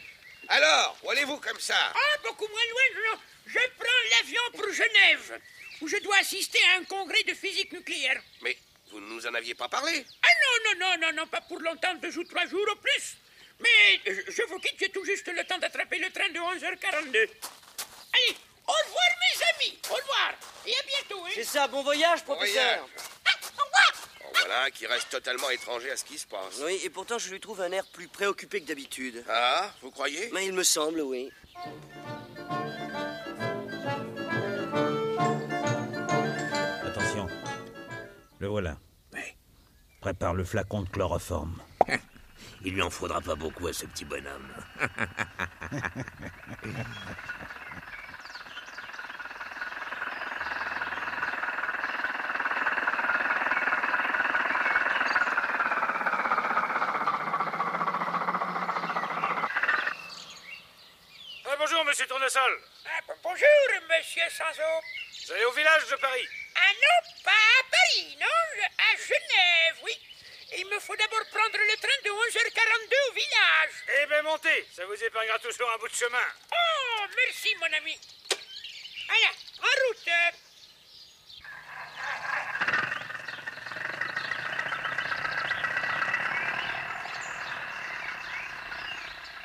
Speaker 3: Alors, où allez-vous comme ça
Speaker 8: Ah, beaucoup moins loin. Je, je prends l'avion pour Genève, où je dois assister à un congrès de physique nucléaire.
Speaker 3: Mais vous ne nous en aviez pas parlé
Speaker 8: Ah non, non, non, non, non, pas pour longtemps, deux ou trois jours au plus. Mais euh, je, je vous quitte, j'ai tout juste le temps d'attraper le train de 11h42. Allez, au revoir mes amis, au revoir, et à bientôt. Hein.
Speaker 4: C'est ça, bon voyage, professeur.
Speaker 3: Oh, Voilà un qui reste totalement étranger à ce qui se passe.
Speaker 4: Oui, et pourtant, je lui trouve un air plus préoccupé que d'habitude.
Speaker 3: Ah, vous croyez
Speaker 4: Mais il me semble, oui.
Speaker 13: Attention. Le voilà. Prépare le flacon de chloroforme.
Speaker 14: Il lui en faudra pas beaucoup à ce petit bonhomme.
Speaker 15: Euh, bonjour, monsieur Tournesol.
Speaker 8: Ah, b- bonjour, monsieur Sanzo.
Speaker 15: Vous allez au village de Paris.
Speaker 8: Ah non, pas à Paris, non, je- à Genève, oui. Il me faut d'abord prendre le train de 11h42 au village.
Speaker 15: Eh ben, montez. Ça vous épargnera toujours un bout de chemin.
Speaker 8: Oh, merci, mon ami. Allez, en route.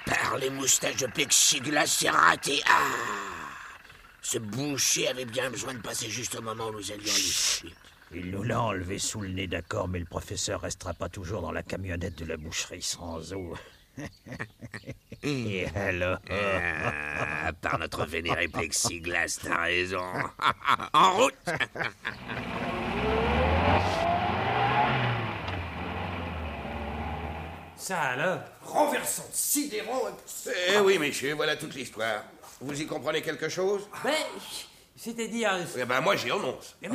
Speaker 14: Par les moustaches de plexiglas, c'est raté. Ah Ce boucher avait bien besoin de passer juste au moment où nous allions lui.
Speaker 13: Il nous l'a enlevé sous le nez, d'accord, mais le professeur restera pas toujours dans la camionnette de la boucherie sans eau. Et alors
Speaker 14: Ah, par notre vénéré plexiglas, t'as raison. en route
Speaker 3: Ça alors Renversant, sidérant. Eh oui, messieurs, voilà toute l'histoire. Vous y comprenez quelque chose
Speaker 2: Ben, c'est-à-dire...
Speaker 3: Eh ben, moi, j'y renonce.
Speaker 2: Euh,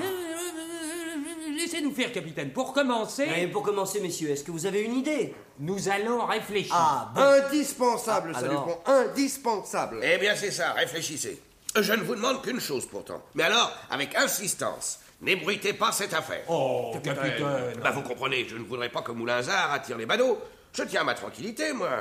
Speaker 2: Laissez-nous faire, capitaine. Pour commencer...
Speaker 4: Et pour commencer, messieurs, est-ce que vous avez une idée
Speaker 2: Nous allons réfléchir.
Speaker 4: Ah, bon.
Speaker 12: Indispensable,
Speaker 4: Ah,
Speaker 12: ça,
Speaker 4: alors.
Speaker 12: Dupont. Indispensable.
Speaker 3: Eh bien, c'est ça, réfléchissez. Je ne vous demande qu'une chose pourtant. Mais alors, avec insistance, n'ébruitez pas cette affaire. Oh,
Speaker 16: capitaine.
Speaker 3: Bah, vous comprenez, je ne voudrais pas que Moulinzard attire les badauds. Je tiens à ma tranquillité, moi.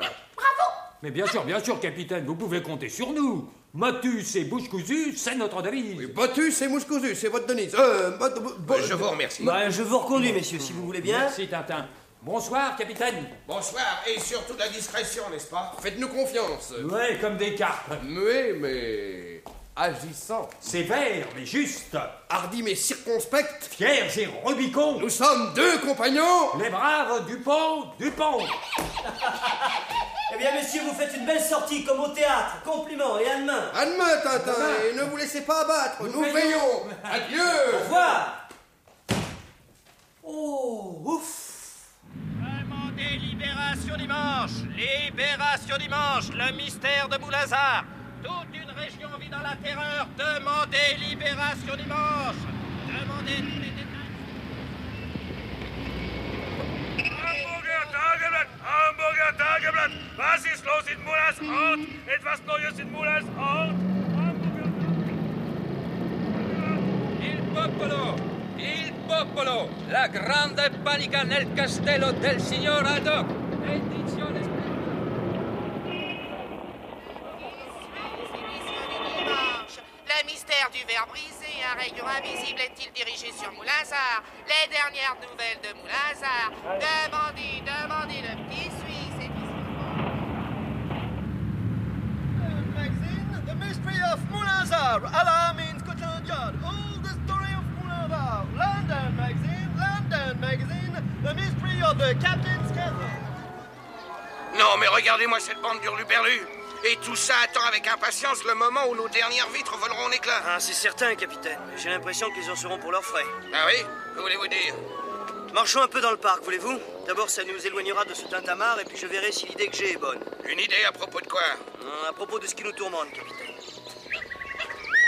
Speaker 16: Mais bien sûr, bien sûr, capitaine, vous pouvez compter sur nous. Motus et bouche cousue, c'est notre devise.
Speaker 12: Botus et Mouscousu, c'est votre Denise. Euh, bot- bo- bo-
Speaker 3: je vous remercie.
Speaker 4: Bah, je vous reconduis, messieurs, si vous voulez bien.
Speaker 2: Merci, Tintin. Bonsoir, capitaine.
Speaker 3: Bonsoir, et surtout de la discrétion, n'est-ce pas
Speaker 12: Faites-nous confiance.
Speaker 2: Ouais, comme des carpes.
Speaker 12: Muet, mais agissant.
Speaker 2: Sévère, mais juste.
Speaker 12: Hardi, mais circonspect.
Speaker 2: Fier et Rubicon.
Speaker 12: Nous sommes deux compagnons.
Speaker 2: Les braves Dupont, Dupont.
Speaker 12: Eh bien, messieurs, vous faites une belle sortie, comme au théâtre. Compliments et à demain.
Speaker 3: À demain, Tintin, et ne vous laissez pas abattre. Nous veillons. Adieu.
Speaker 12: Au revoir. Oh, ouf.
Speaker 2: Demandez libération dimanche Libération dimanche Le mystère de Boulazar Toute une région vit dans la terreur Demandez libération dimanche Demandez tous les
Speaker 16: Hamburger, Tageblatt! Hamburger, Tageblatt! Was ist los in Mullers Ort? Etwas Neues in Mullers Ort?
Speaker 2: Il popolo Il popolo La grande panica nel castello del signor Haddock Edizione
Speaker 8: Le mystère du verre brisé, un rayon invisible est-il dirigé sur Moulazar Les dernières nouvelles de Moulazar Demandez, demandez le petit Suisse et
Speaker 17: magazine, The Mystery of Moulazar, Alarm in Scotland Yard, All the Story of Moulazar, London Magazine, London Magazine, The Mystery of the Captain's Castle.
Speaker 3: Non, mais regardez-moi cette bande d'hurluberlus. Et tout ça attend avec impatience le moment où nos dernières vitres voleront en éclats.
Speaker 4: Ah, c'est certain, capitaine. J'ai l'impression qu'ils en seront pour leurs frais.
Speaker 3: Ah oui Que voulez-vous dire
Speaker 4: Marchons un peu dans le parc, voulez-vous D'abord, ça nous éloignera de ce tintamarre, et puis je verrai si l'idée que j'ai est bonne.
Speaker 3: Une idée à propos de quoi
Speaker 4: Euh, À propos de ce qui nous tourmente, capitaine.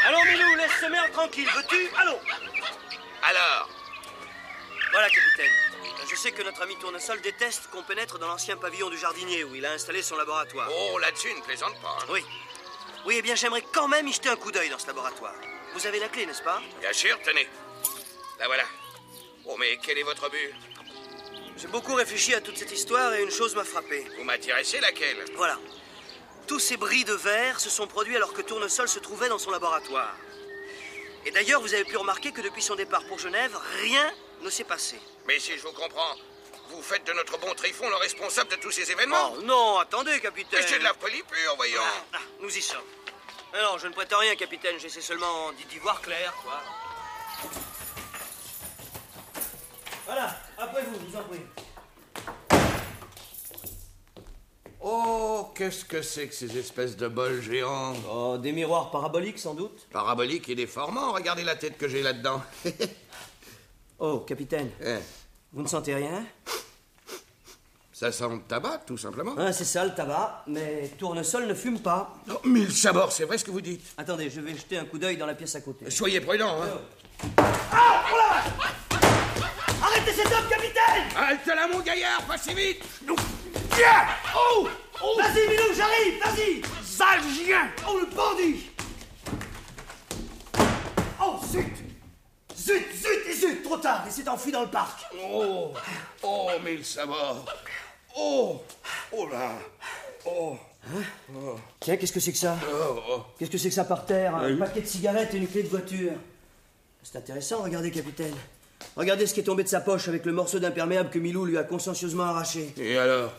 Speaker 4: Allons, Milou, laisse ce maire tranquille, veux-tu Allons
Speaker 3: Alors
Speaker 4: Voilà, capitaine. Je sais que notre ami Tournesol déteste qu'on pénètre dans l'ancien pavillon du jardinier où il a installé son laboratoire.
Speaker 3: Oh, là-dessus, ne plaisante pas. hein.
Speaker 4: Ah Oui. Oui, eh bien, j'aimerais quand même y jeter un coup d'œil dans ce laboratoire. Vous avez la clé, n'est-ce pas
Speaker 3: Bien sûr, tenez. La voilà. Oh, mais quel est votre but
Speaker 4: J'ai beaucoup réfléchi à toute cette histoire et une chose m'a frappé.
Speaker 3: Vous m'intéressez laquelle
Speaker 4: Voilà. Tous ces bris de verre se sont produits alors que Tournesol se trouvait dans son laboratoire. Et d'ailleurs, vous avez pu remarquer que depuis son départ pour Genève, rien ne s'est passé.
Speaker 3: Mais si je vous comprends, vous faites de notre bon Trifon le responsable de tous ces événements
Speaker 4: Oh non, attendez, capitaine.
Speaker 3: Mais c'est de la folie pure, voyons.
Speaker 4: Ah, nous y sommes. Alors, je ne prétends rien, capitaine, j'essaie seulement d'y d'y voir clair, quoi.
Speaker 12: Voilà, après vous, je vous en prie.
Speaker 3: Oh, qu'est-ce que c'est que ces espèces de bols géants
Speaker 12: Oh, des miroirs paraboliques, sans doute.
Speaker 3: Paraboliques et déformants, regardez la tête que j'ai là-dedans.
Speaker 12: Oh, capitaine,
Speaker 3: Eh,
Speaker 12: vous ne sentez rien
Speaker 3: ça sent le tabac, tout simplement.
Speaker 12: Hein, C'est ça, le tabac, mais Tournesol ne fume pas.
Speaker 3: Oh, mille sabords, c'est vrai ce que vous dites.
Speaker 12: Attendez, je vais jeter un coup d'œil dans la pièce à côté.
Speaker 3: Soyez prudents, hein.
Speaker 12: Ah, oh là Arrêtez cet homme, capitaine
Speaker 3: Halte là, mon gaillard, pas si vite Nous...
Speaker 12: Tiens Oh, oh Vas-y, Milou, j'arrive, vas-y Sale chien Oh, le bandit Oh, zut Zut, zut et zut Trop tard, il s'est enfui dans le parc
Speaker 3: Oh, oh, mille sabords. Oh, oh là. Oh, oh.
Speaker 12: Tiens, qu'est-ce que c'est que ça
Speaker 3: oh, oh.
Speaker 12: Qu'est-ce que c'est que ça par terre Un paquet de cigarettes et une clé de voiture. C'est intéressant, regardez, capitaine. Regardez ce qui est tombé de sa poche avec le morceau d'imperméable que Milou lui a consciencieusement arraché.
Speaker 3: Et alors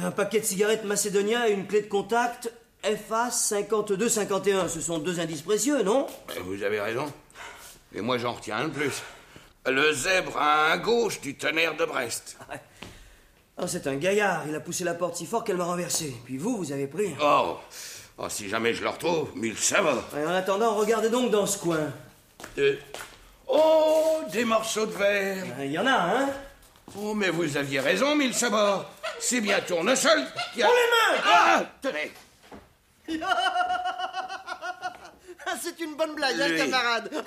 Speaker 12: Un paquet de cigarettes macédoniens et une clé de contact FA 5251. Ce sont deux indices précieux, non
Speaker 3: Euh, Vous avez raison. Et moi, j'en retiens un de plus. Le zèbre à un gauche du tonnerre de Brest.
Speaker 12: Ah, C'est un gaillard. Il a poussé la porte si fort qu'elle m'a renversé. Puis vous, vous avez pris.
Speaker 3: Oh, oh si jamais je le retrouve, mille sabords.
Speaker 12: Et en attendant, regardez donc dans ce coin.
Speaker 3: Euh, Oh, des morceaux de verre.
Speaker 12: Il y en a, hein
Speaker 3: Oh, mais vous aviez raison, mille sabords. C'est bien Tournesol qui a...
Speaker 12: Oh, les mains
Speaker 3: Ah, tenez.
Speaker 5: C'est une bonne blague, hein,
Speaker 3: Lui.
Speaker 5: camarade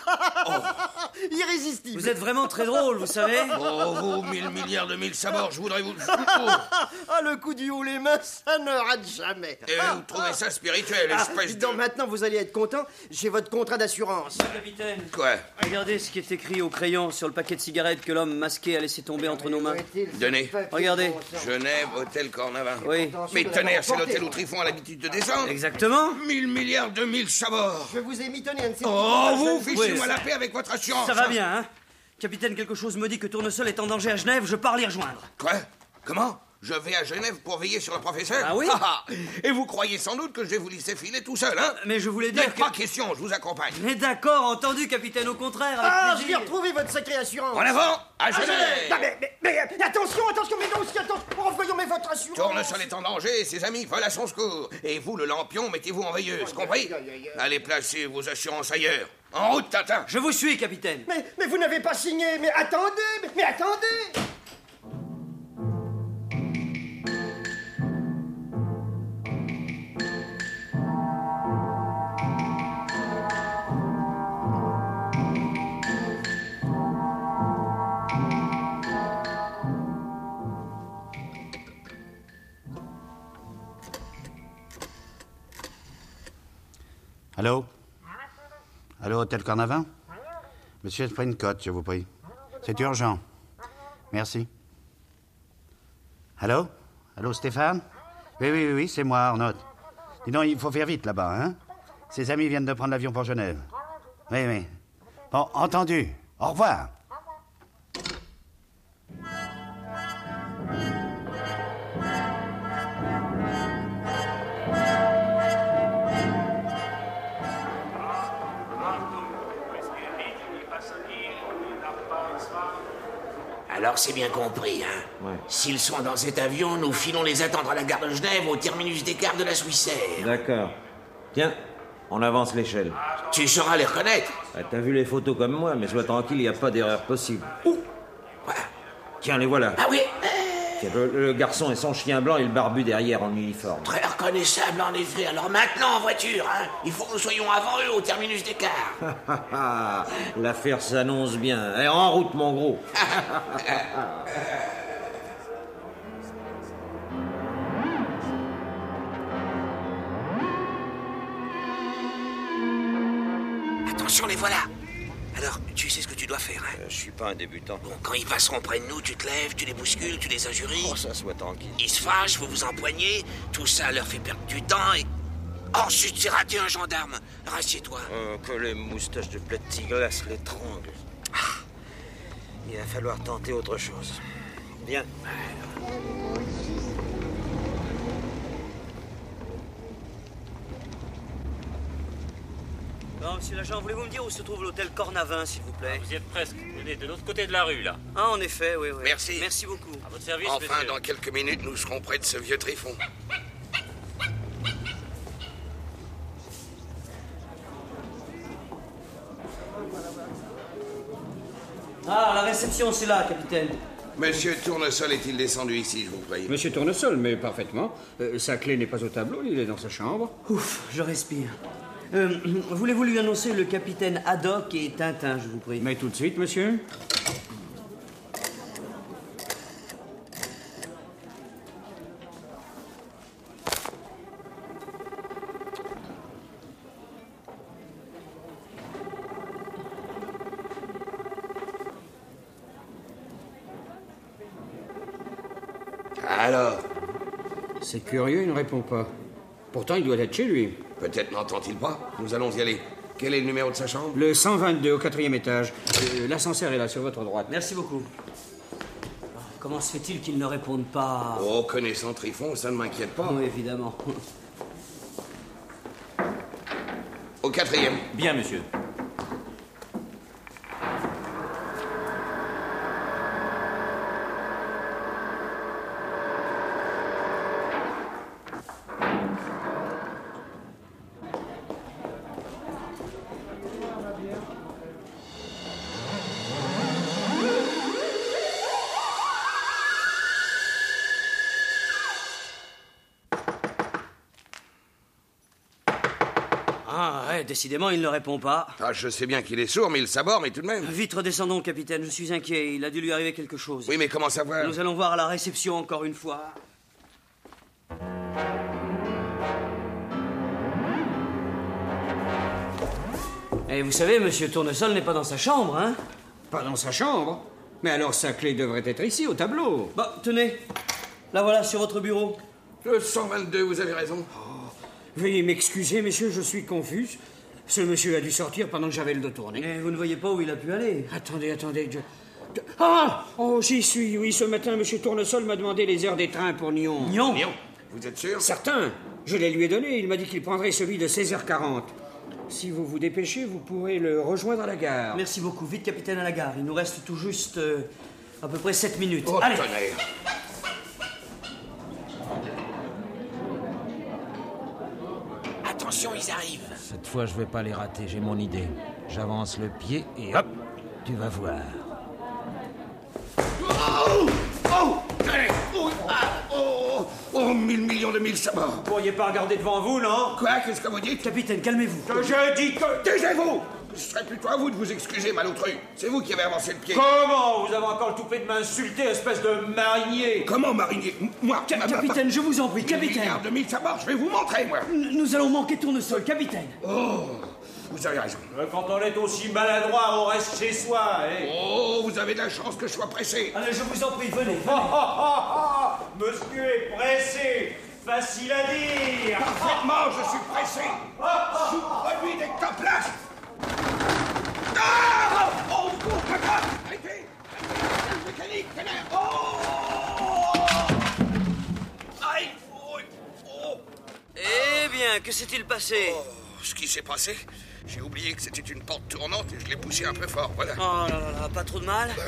Speaker 5: Irrésistible
Speaker 12: Vous êtes vraiment très drôle, vous savez
Speaker 3: Oh, vous, mille milliards de mille sabords, je voudrais vous... Oh.
Speaker 5: Ah, le coup du haut les mains, ça ne rate jamais
Speaker 3: Et vous trouvez ça spirituel,
Speaker 5: Ah,
Speaker 3: espèce
Speaker 5: dis
Speaker 3: de...
Speaker 5: donc, maintenant, vous allez être content, j'ai votre contrat d'assurance.
Speaker 12: Capitaine,
Speaker 3: Quoi
Speaker 4: Regardez ce qui est écrit au crayon sur le paquet de cigarettes que l'homme masqué a laissé tomber entre nos mains.
Speaker 3: Donnez.
Speaker 4: Regardez.
Speaker 3: Genève, hôtel Cornavin.
Speaker 4: Oui,
Speaker 3: Mais tonnerre, c'est l'hôtel où Trifon a l'habitude de descendre.
Speaker 4: exactement.
Speaker 3: Hein? Mille milliards de mille sabords.
Speaker 5: Je vous ai mitonné un de ces
Speaker 3: Oh,
Speaker 5: petits-
Speaker 3: vous,
Speaker 4: Oui,
Speaker 3: fichez-moi
Speaker 4: ça-
Speaker 3: la paix avec votre assurance.
Speaker 4: Ça va bien, hein Capitaine, quelque chose me dit que Tournesol est en danger à Genève, je pars l'y rejoindre.
Speaker 3: Quoi Comment Je vais à Genève pour veiller sur le professeur
Speaker 4: Ah oui
Speaker 3: Et vous croyez sans doute que je vais vous laisser filer tout seul, hein
Speaker 4: Mais je voulais
Speaker 3: Mais
Speaker 4: dire que...
Speaker 3: pas question, je vous accompagne.
Speaker 4: Mais d'accord, entendu, capitaine, au contraire, avec
Speaker 5: Ah, je vais
Speaker 4: plaisir.
Speaker 5: retrouver votre sacrée assurance
Speaker 3: En avant, à
Speaker 5: Ah, je l'ai. Non,
Speaker 3: Genève
Speaker 5: mais, mais- mais, euh, attention, attention, mais non, si, attention Oh, voyons, mais votre assurance
Speaker 3: Tournesol elle est en danger, ses amis veulent à son secours. Et vous, le lampion, mettez-vous en veilleuse, compris Allez placer vos assurances ailleurs. En route, Tintin
Speaker 4: Je vous suis, capitaine
Speaker 5: Mais, mais vous n'avez pas signé Mais attendez Mais, mais attendez
Speaker 18: Allô Allô, Hôtel Cornavin Monsieur, je prends une cote, je vous prie. C'est urgent. Merci. Allô Allô, Stéphane Oui, oui, oui, oui, c'est moi, Arnaud. Dis donc, il faut faire vite là-bas, hein Ses amis viennent de prendre l'avion pour Genève. Oui, oui. Bon, entendu. Au revoir.
Speaker 14: Alors c'est bien compris, hein S'ils sont dans cet avion, nous filons les attendre à la gare de Genève au terminus des gares de la Suisse.
Speaker 13: D'accord. Tiens, on avance l'échelle.
Speaker 14: Tu sauras les reconnaître.
Speaker 13: Ah, T'as vu les photos comme moi, mais sois tranquille, il n'y a pas d'erreur possible. Tiens, les voilà.
Speaker 14: Ah oui,
Speaker 13: Tiens, le, le garçon et son chien blanc et le barbu derrière en uniforme.
Speaker 14: très reconnaissable en effet. Alors maintenant en voiture, hein Il faut que nous soyons avant eux au terminus des gares.
Speaker 13: L'affaire s'annonce bien. Eh, en route, mon gros.
Speaker 14: Attention, les voilà. Alors, tu sais ce que tu dois faire, hein
Speaker 13: Euh, Je suis pas un débutant.
Speaker 14: Quand ils passeront près de nous, tu te lèves, tu les bouscules, tu les injuries.
Speaker 13: Oh, ça soit tranquille.
Speaker 14: Ils se fâchent, vous vous empoignez, tout ça leur fait perdre du temps et. Ensuite, c'est raté un gendarme. Rassieds-toi.
Speaker 13: Oh, que les moustaches de petit glace l'étranglent.
Speaker 14: Ah.
Speaker 13: Il va falloir tenter autre chose. Bien.
Speaker 19: Bon, monsieur l'agent, voulez-vous me dire où se trouve l'hôtel Cornavin, s'il vous
Speaker 20: Ah,
Speaker 19: plaît Vous y êtes presque.
Speaker 20: On est de l'autre côté de la rue, là.
Speaker 19: Ah, en effet, oui, oui.
Speaker 3: Merci.
Speaker 19: Merci beaucoup. À votre service,
Speaker 3: Enfin, dans quelques minutes, nous serons près de ce vieux trifon.
Speaker 4: Ah, la réception, c'est là, capitaine.
Speaker 3: Monsieur Tournesol est-il descendu ici, je vous prie
Speaker 2: Monsieur Tournesol, mais parfaitement. Euh, sa clé n'est pas au tableau, il est dans sa chambre.
Speaker 4: Ouf, je respire. Euh, Voulez-vous lui annoncer le capitaine Haddock et Tintin, je vous prie
Speaker 2: Mais tout de suite, monsieur.
Speaker 3: Alors
Speaker 2: C'est curieux, il ne répond pas. Pourtant, il doit être chez lui.
Speaker 3: Peut-être n'entend-il pas Nous allons y aller. Quel est le numéro de sa chambre
Speaker 2: Le 122 au quatrième étage. Euh, L'ascenseur est là, sur votre droite.
Speaker 4: Merci beaucoup. Comment se fait-il qu'ils ne répondent pas
Speaker 3: Oh, connaissant Trifon, ça ne m'inquiète pas.
Speaker 4: Oui, évidemment.
Speaker 3: Au quatrième. Oh,
Speaker 13: Bien, monsieur.
Speaker 4: Ah, ouais, décidément, il ne répond pas.
Speaker 3: Ah, je sais bien qu'il est sourd, mais il s'aborde, mais tout de même.
Speaker 4: Vite, redescendons, capitaine. Je suis inquiet. Il a dû lui arriver quelque chose.
Speaker 3: Oui, mais comment savoir
Speaker 4: Nous allons voir à la réception encore une fois. Et Eh, vous savez, monsieur Tournesol n'est pas dans sa chambre, hein
Speaker 2: Pas dans sa chambre Mais alors sa clé devrait être ici, au tableau.
Speaker 4: Bah, tenez. La voilà sur votre bureau.
Speaker 3: Le 122, vous avez raison.
Speaker 2: Oh. Veuillez m'excuser, messieurs, je suis confuse. Ce monsieur a dû sortir pendant que j'avais le dos tourné.
Speaker 4: Mais Eh, vous ne voyez pas où il a pu aller
Speaker 2: Attendez, attendez, je... je- Ah Oh, j'y suis, oui, ce matin, monsieur Tournesol m'a demandé les heures des trains pour Nyon.
Speaker 4: Nyon
Speaker 3: Vous êtes sûr
Speaker 2: Certain Je les lui ai données, il m'a dit qu'il prendrait celui de 16h40. Si vous vous dépêchez, vous pourrez le rejoindre à la gare.
Speaker 4: Ah. Merci beaucoup. Vite, capitaine, à la gare. Il nous reste tout juste euh, à peu près 7 minutes.
Speaker 3: Oh,
Speaker 4: Allez
Speaker 3: tonnerre
Speaker 8: Attention, ils arrivent.
Speaker 13: Cette fois, je vais pas les rater, j'ai mon idée. J'avance le pied et hop, tu vas voir.
Speaker 3: Oh Oh Allez Oh ah, Oh Oh Oh Mille millions de mille sabords Vous
Speaker 2: pourriez pas regarder devant vous, non
Speaker 3: Quoi Qu'est-ce que vous dites
Speaker 4: Capitaine, calmez-vous.
Speaker 2: Que je dis que...
Speaker 3: Taisez-vous Ce serait plutôt à vous de vous excuser, malotru. C'est vous qui avez avancé le pied.
Speaker 2: Comment Vous avez encore le toupet de m'insulter, espèce de marinier
Speaker 3: Comment, marinier M- Moi ma- ma-
Speaker 4: Capitaine, je vous en prie,
Speaker 3: Mille
Speaker 4: capitaine.
Speaker 3: milliards de mille sabords, je vais vous montrer, moi
Speaker 4: N- Nous allons manquer tournesol, capitaine.
Speaker 3: Oh Vous avez raison.
Speaker 2: Euh, Quand on est aussi maladroit, on reste chez soi, eh
Speaker 3: Oh, vous avez de la chance que je sois pressé.
Speaker 4: Allez, je vous en prie, venez.
Speaker 2: Ah, ah, ah, ah Monsieur est pressé Facile à dire
Speaker 3: Parfaitement, je suis pressé. Sous produit des toplastes. Ah Oh, au secours, ma grappe Arrêtez Arrêtez Mécanique, tonnerre Oh Aïe Oh, oh.
Speaker 21: Eh bien, que s'est-il passé
Speaker 3: Oh, Ce qui s'est passé, j'ai oublié que c'était une porte tournante et je l'ai poussée un peu fort, voilà. Euh,
Speaker 21: Oh là là là, pas trop de mal Ah,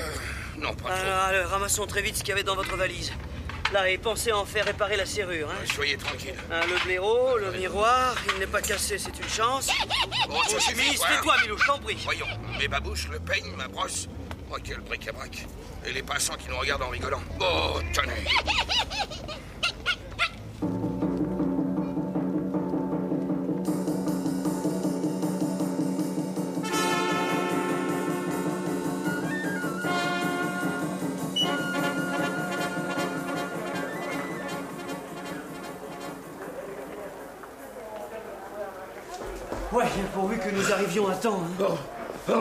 Speaker 3: Non, pas trop.
Speaker 21: Alors, alors, ramassons très vite ce qu'il y avait dans votre valise. Là, et pensez à en faire réparer la serrure. Hein.
Speaker 3: Soyez tranquille.
Speaker 21: Hein, le blaireau, le miroir, il n'est pas cassé, c'est une chance. Oh,
Speaker 3: Bon, Oh, ça suffit,
Speaker 21: Miss,
Speaker 3: voilà.
Speaker 21: tais-toi, Milou, je t'en prie.
Speaker 3: Voyons, mes babouches, le peigne, ma brosse. Oh, quel bric-à-brac. Et les passants qui nous regardent en rigolant. Oh, tenez
Speaker 4: Ouais, pourvu que nous arrivions à temps. hein.
Speaker 3: Oh, oh,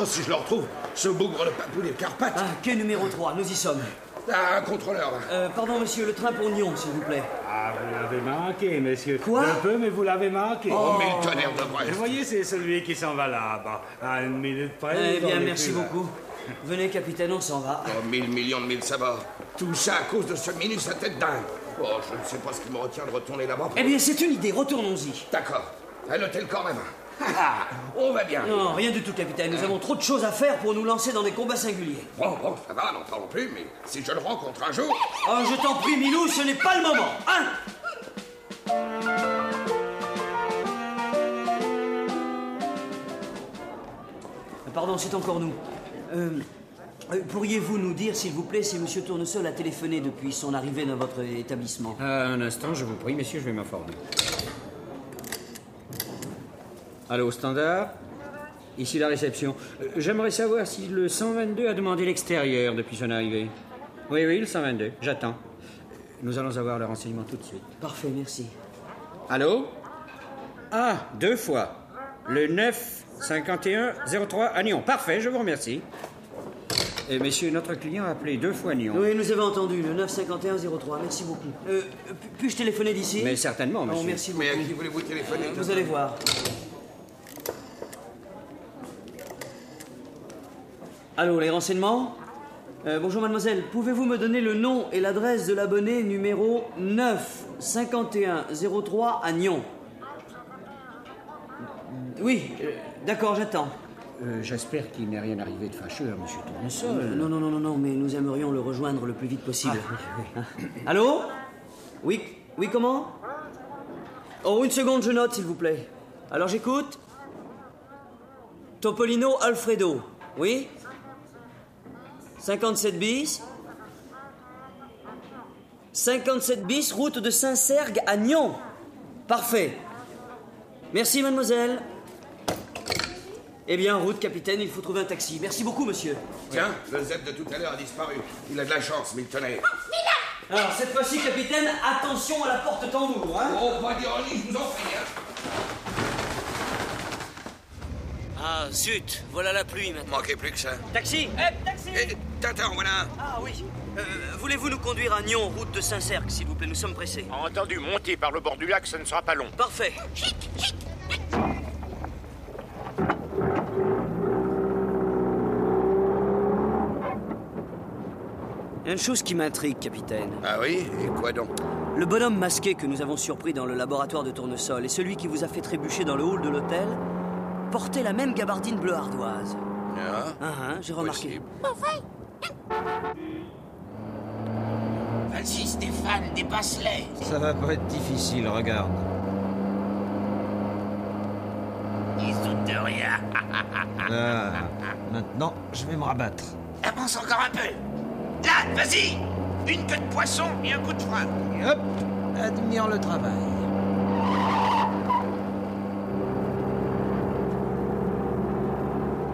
Speaker 3: oh, si je le retrouve, ce bougre de papou des Carpates.
Speaker 4: Ah, quai numéro 3, nous y sommes.
Speaker 3: Ah, un contrôleur, là.
Speaker 4: Euh, pardon, monsieur, le train pour Nyon, s'il vous plaît.
Speaker 22: Ah, vous l'avez manqué, monsieur.
Speaker 4: Quoi
Speaker 22: Un peu, mais vous l'avez manqué.
Speaker 3: Oh, mais le tonnerre de
Speaker 22: Vous
Speaker 3: Brest.
Speaker 22: voyez, c'est celui qui s'en va là-bas. À une minute près.
Speaker 4: Eh
Speaker 22: vous en
Speaker 4: bien,
Speaker 22: êtes
Speaker 4: merci
Speaker 22: plus là.
Speaker 4: beaucoup. Venez, capitaine, on s'en va.
Speaker 3: Oh, mille millions de mille sabords. Tout ça à cause de ce minus à tête dingue. Oh, je ne sais pas ce qui me retient de retourner là-bas.
Speaker 4: Eh bien, c'est une idée, retournons-y.
Speaker 3: D'accord. À l'hôtel Cornavin. Ah, ah, On va bien.
Speaker 4: Non, rien du tout, capitaine.
Speaker 3: Hein
Speaker 4: Nous avons trop de choses à faire pour nous lancer dans des combats singuliers.
Speaker 3: Bon, bon, ça va, n'en parlons plus, mais si je le rencontre un jour...
Speaker 4: Oh, je t'en prie, Milou, ce n'est pas le moment, hein Euh, Pardon, c'est encore nous. Euh, euh, Pourriez-vous nous dire, s'il vous plaît, si Monsieur Tournesol a téléphoné depuis son arrivée dans votre établissement
Speaker 2: Euh, Un instant, je vous prie, messieurs, je vais m'informer. Allô, standard Ici la réception. Euh, J'aimerais savoir si le 122 a demandé l'extérieur depuis son arrivée. Oui, oui, le 122. J'attends. Nous allons avoir le renseignement tout de suite.
Speaker 4: Parfait, merci.
Speaker 2: Allô Ah, deux fois. Le 9 51 03 à Nyon. Parfait, je vous remercie. Et messieurs, notre client a appelé deux fois Nyon.
Speaker 4: Oui, nous avons entendu, le 951-03, merci beaucoup. Euh, pu- Puis-je téléphoner d'ici
Speaker 2: Mais certainement,
Speaker 4: Oh,
Speaker 2: monsieur.
Speaker 4: merci beaucoup.
Speaker 3: Mais à qui voulez-vous téléphoner
Speaker 4: Vous allez voir. Allô, les renseignements Euh, Bonjour mademoiselle, pouvez-vous me donner le nom et l'adresse de l'abonné numéro 9 51 03 à Nyon Oui, euh, d'accord, j'attends.
Speaker 2: Euh, J'espère qu'il n'est rien arrivé de fâcheux à monsieur Tournesol.
Speaker 4: Non, non, non, non, non, mais nous aimerions le rejoindre le plus vite possible. Allô Oui, oui, comment Oh, une seconde, je note, s'il vous plaît. Alors j'écoute. Topolino Alfredo, oui 57 bis 57 bis, route de Saint-Sergue à Nyon. Parfait. Merci, mademoiselle. Eh bien, en route, capitaine, il faut trouver un taxi. Merci beaucoup, monsieur.
Speaker 3: Tiens, le Z de tout à l'heure a disparu. Il a de la chance, mille tonnerres.
Speaker 4: Alors cette fois-ci, capitaine, attention à la porte tambour, hein
Speaker 3: Oh, pas d'ironie, je vous en prie, hein.
Speaker 21: Ah, zut, voilà la pluie maintenant.
Speaker 3: Manquez plus que ça.
Speaker 21: Taxi
Speaker 23: taxi
Speaker 3: Eh, Tintin, voilà un.
Speaker 21: Ah oui. Euh, Voulez-vous nous conduire à Nyon, route de Saint-Cergue, s'il vous plaît Nous sommes pressés.
Speaker 24: Entendu, montez par le bord du lac, ce ne sera pas long.
Speaker 21: Parfait.
Speaker 4: Une chose qui m'intrigue, capitaine.
Speaker 3: Ah oui Et quoi donc
Speaker 4: Le bonhomme masqué que nous avons surpris dans le laboratoire de tournesol et celui qui vous a fait trébucher dans le hall de l'hôtel portaient la même gabardine bleu ardoise.
Speaker 3: Ah,
Speaker 4: Ah, hein, j'ai remarqué.
Speaker 8: Vas-y, Stéphane, dépasse-les.
Speaker 24: Ça va pas être difficile, regarde.
Speaker 8: de rien.
Speaker 13: Ah, maintenant, je vais me rabattre.
Speaker 8: Avance encore un peu. Là, vas-y Une queue de poisson et un coup de frein.
Speaker 13: Et hop, admire le travail.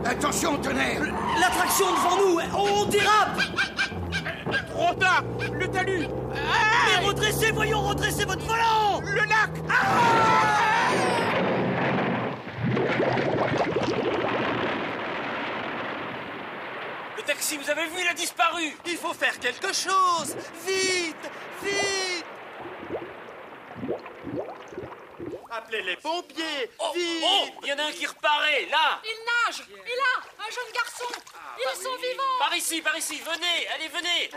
Speaker 3: Attention, tonnerre
Speaker 4: L'attraction devant nous, on dérape
Speaker 25: Trop tard Le talus
Speaker 4: Mais redressez, voyons, redressez votre volant
Speaker 25: Le lac
Speaker 8: Ah
Speaker 26: Le taxi, vous avez vu, il a disparu
Speaker 2: Il faut faire quelque chose Vite Vite Appelez les pompiers
Speaker 26: Oh,
Speaker 2: Vite
Speaker 26: oh, il y en a un qui reparaît, là
Speaker 5: Ah. Il nage Et là, un jeune garçon
Speaker 8: Ah,
Speaker 5: Ils sont vivants
Speaker 26: Par ici, par ici, venez, allez, venez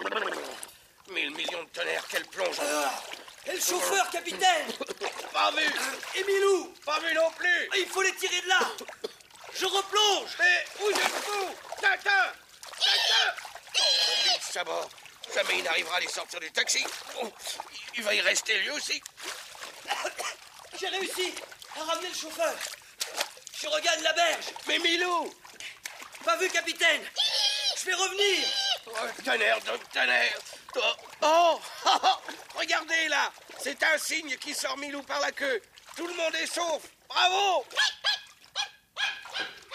Speaker 3: Mille millions de tonnerres, quelle plonge
Speaker 4: Ah. Et le chauffeur, capitaine
Speaker 3: Pas vu
Speaker 4: Et Milou
Speaker 3: Pas vu non plus
Speaker 4: Ah, Il faut les tirer de là Je replonge
Speaker 3: Mais où êtes-vous Tintin Tintin Oh, vite, ça mort Jamais il n'arrivera à les sortir du taxi. Oh, il va y rester lui aussi.
Speaker 4: J'ai réussi à ramener le chauffeur Je regagne la berge
Speaker 3: Mais Milou
Speaker 4: Pas vu, capitaine Je vais revenir
Speaker 3: Oh, tonnerre, donc tonnerre Oh, oh, oh, oh. Regardez là C'est un signe qui sort Milou par la queue. Tout le monde est sauf Bravo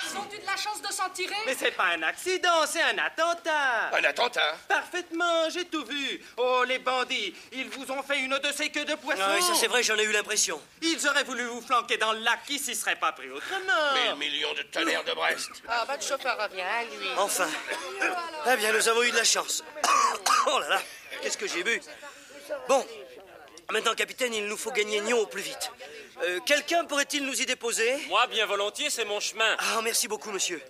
Speaker 5: Ils ont eu de la chance de s'en tirer
Speaker 2: Mais c'est pas un accident, c'est un attentat
Speaker 3: Un attentat
Speaker 2: Parfaitement, j'ai tout vu Oh, les bandits, ils vous ont fait une de ces queues de poisson
Speaker 4: Ah oui, ça c'est vrai, j'en ai eu l'impression.
Speaker 2: Ils auraient voulu vous flanquer dans le lac, ils s'y seraient pas pris autrement
Speaker 3: Mille millions de tonnerres de Brest
Speaker 27: Ah, votre chauffeur revient
Speaker 5: hein,
Speaker 27: à lui.
Speaker 4: Enfin. Eh bien, nous avons eu de la chance. Oh là là, qu'est-ce que j'ai bu Bon, maintenant, capitaine, il nous faut gagner Nyon au plus vite. Euh, Quelqu'un pourrait-il nous y déposer
Speaker 26: Moi, bien volontiers, c'est mon chemin.
Speaker 4: Ah, merci beaucoup, monsieur.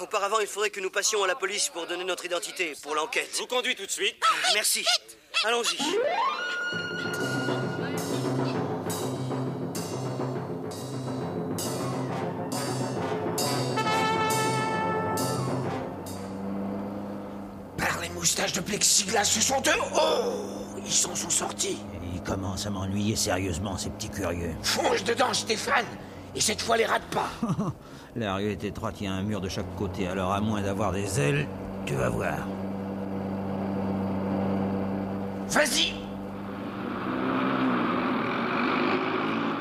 Speaker 4: Auparavant, il faudrait que nous passions à la police pour donner notre identité, pour l'enquête.
Speaker 26: Je vous conduis tout de suite.
Speaker 4: Merci. Allons-y.
Speaker 8: Par les moustaches de plexiglas, ce sont eux Oh Ils s'en sont sortis
Speaker 28: Ils commencent à m'ennuyer sérieusement, ces petits curieux.
Speaker 8: Fonge dedans, Stéphane Et cette fois, les rate pas
Speaker 28: La rue est étroite, il y a un mur de chaque côté, alors à moins d'avoir des ailes, tu vas voir.
Speaker 8: Vas-y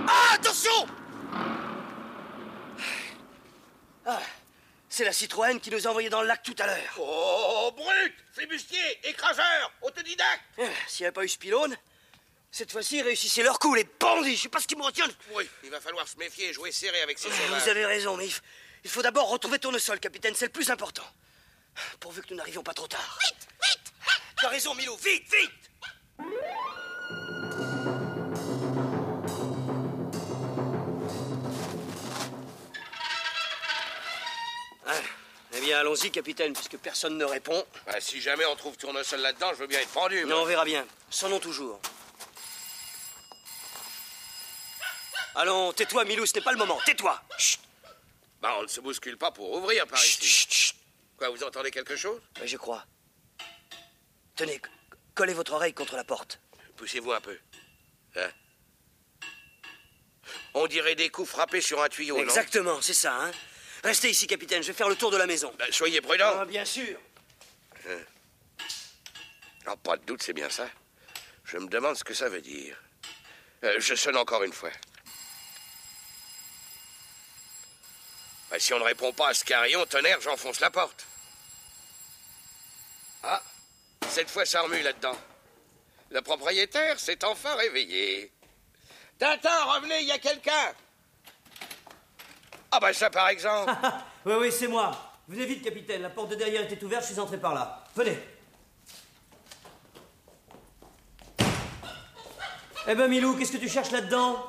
Speaker 4: Ah, attention Ah, c'est la Citroën qui nous a envoyés dans le lac tout à l'heure.
Speaker 3: Oh, brut Flibustier Écraseur Autodidacte
Speaker 4: Ah, S'il n'y avait pas eu ce pylône, cette fois-ci, réussissez leur coup, les bandits Je sais pas ce qui me retient
Speaker 3: Oui, il va falloir se méfier et jouer serré avec ces
Speaker 4: Vous
Speaker 3: sauvages.
Speaker 4: avez raison, mais il f- il faut d'abord retrouver Tournesol, capitaine, c'est le plus important. Pourvu que nous n'arrivions pas trop tard. Vite, vite Tu as raison, Milou, vite, vite Ah, Eh bien, allons-y, capitaine, puisque personne ne répond.
Speaker 3: Bah, si jamais on trouve Tournesol là-dedans, je veux bien être pendu.
Speaker 4: Non,
Speaker 3: moi.
Speaker 4: on verra bien. Son nom toujours. Allons, tais-toi, Milou, ce n'est pas le moment. Tais-toi Chut
Speaker 3: Bah, on ne se bouscule pas pour ouvrir par ici. Quoi, vous entendez quelque chose
Speaker 4: Oui, je crois. Tenez, c- collez votre oreille contre la porte.
Speaker 3: Poussez-vous un peu. Hein On dirait des coups frappés sur un tuyau, non
Speaker 4: Exactement, c'est ça, hein Restez ici, capitaine, je vais faire le tour de la maison.
Speaker 3: Bah, soyez prudents.
Speaker 4: Ah, bien sûr
Speaker 3: Non, Euh. Oh, pas de doute, c'est bien ça. Je me demande ce que ça veut dire. Euh, je sonne encore une fois. Bah, si on ne répond pas à ce carillon, tonnerre, j'enfonce la porte. Ah, cette fois, ça remue là-dedans. Le propriétaire s'est enfin réveillé. Tintin, revenez, il y a quelqu'un Ah, bah ça, par exemple
Speaker 29: Oui, oui, c'est moi.
Speaker 4: Venez vite, capitaine, la porte de derrière était ouverte, je suis entré par là. Venez Eh ben, Milou, qu'est-ce que tu cherches là-dedans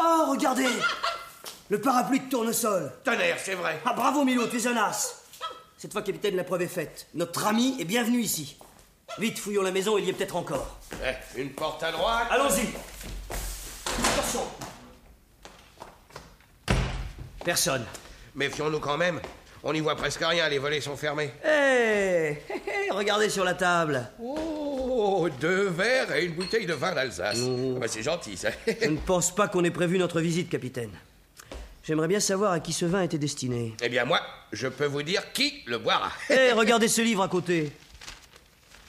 Speaker 4: Oh, regardez Le parapluie de tournesol
Speaker 3: Tonnerre, c'est vrai
Speaker 4: Ah, bravo, Milou, tu es un as Cette fois, capitaine, la preuve est faite. Notre ami est bienvenu ici. Vite, fouillons la maison, il y est peut-être encore.
Speaker 3: Eh, Une porte à droite
Speaker 4: Allons-y Attention
Speaker 29: Personne.
Speaker 3: Méfions-nous quand même. On n'y voit presque rien, les volets sont fermés.
Speaker 4: Eh,
Speaker 29: Hé hé, hé, Regardez sur la table.
Speaker 3: Oh, deux verres et une bouteille de vin d'Alsace. Ah bah, c'est gentil, ça.
Speaker 4: Je ne pense pas qu'on ait prévu notre visite, capitaine. J'aimerais bien savoir à qui ce vin était destiné.
Speaker 3: Eh bien, moi, je peux vous dire qui le boira.
Speaker 4: Hé, regardez ce livre à côté.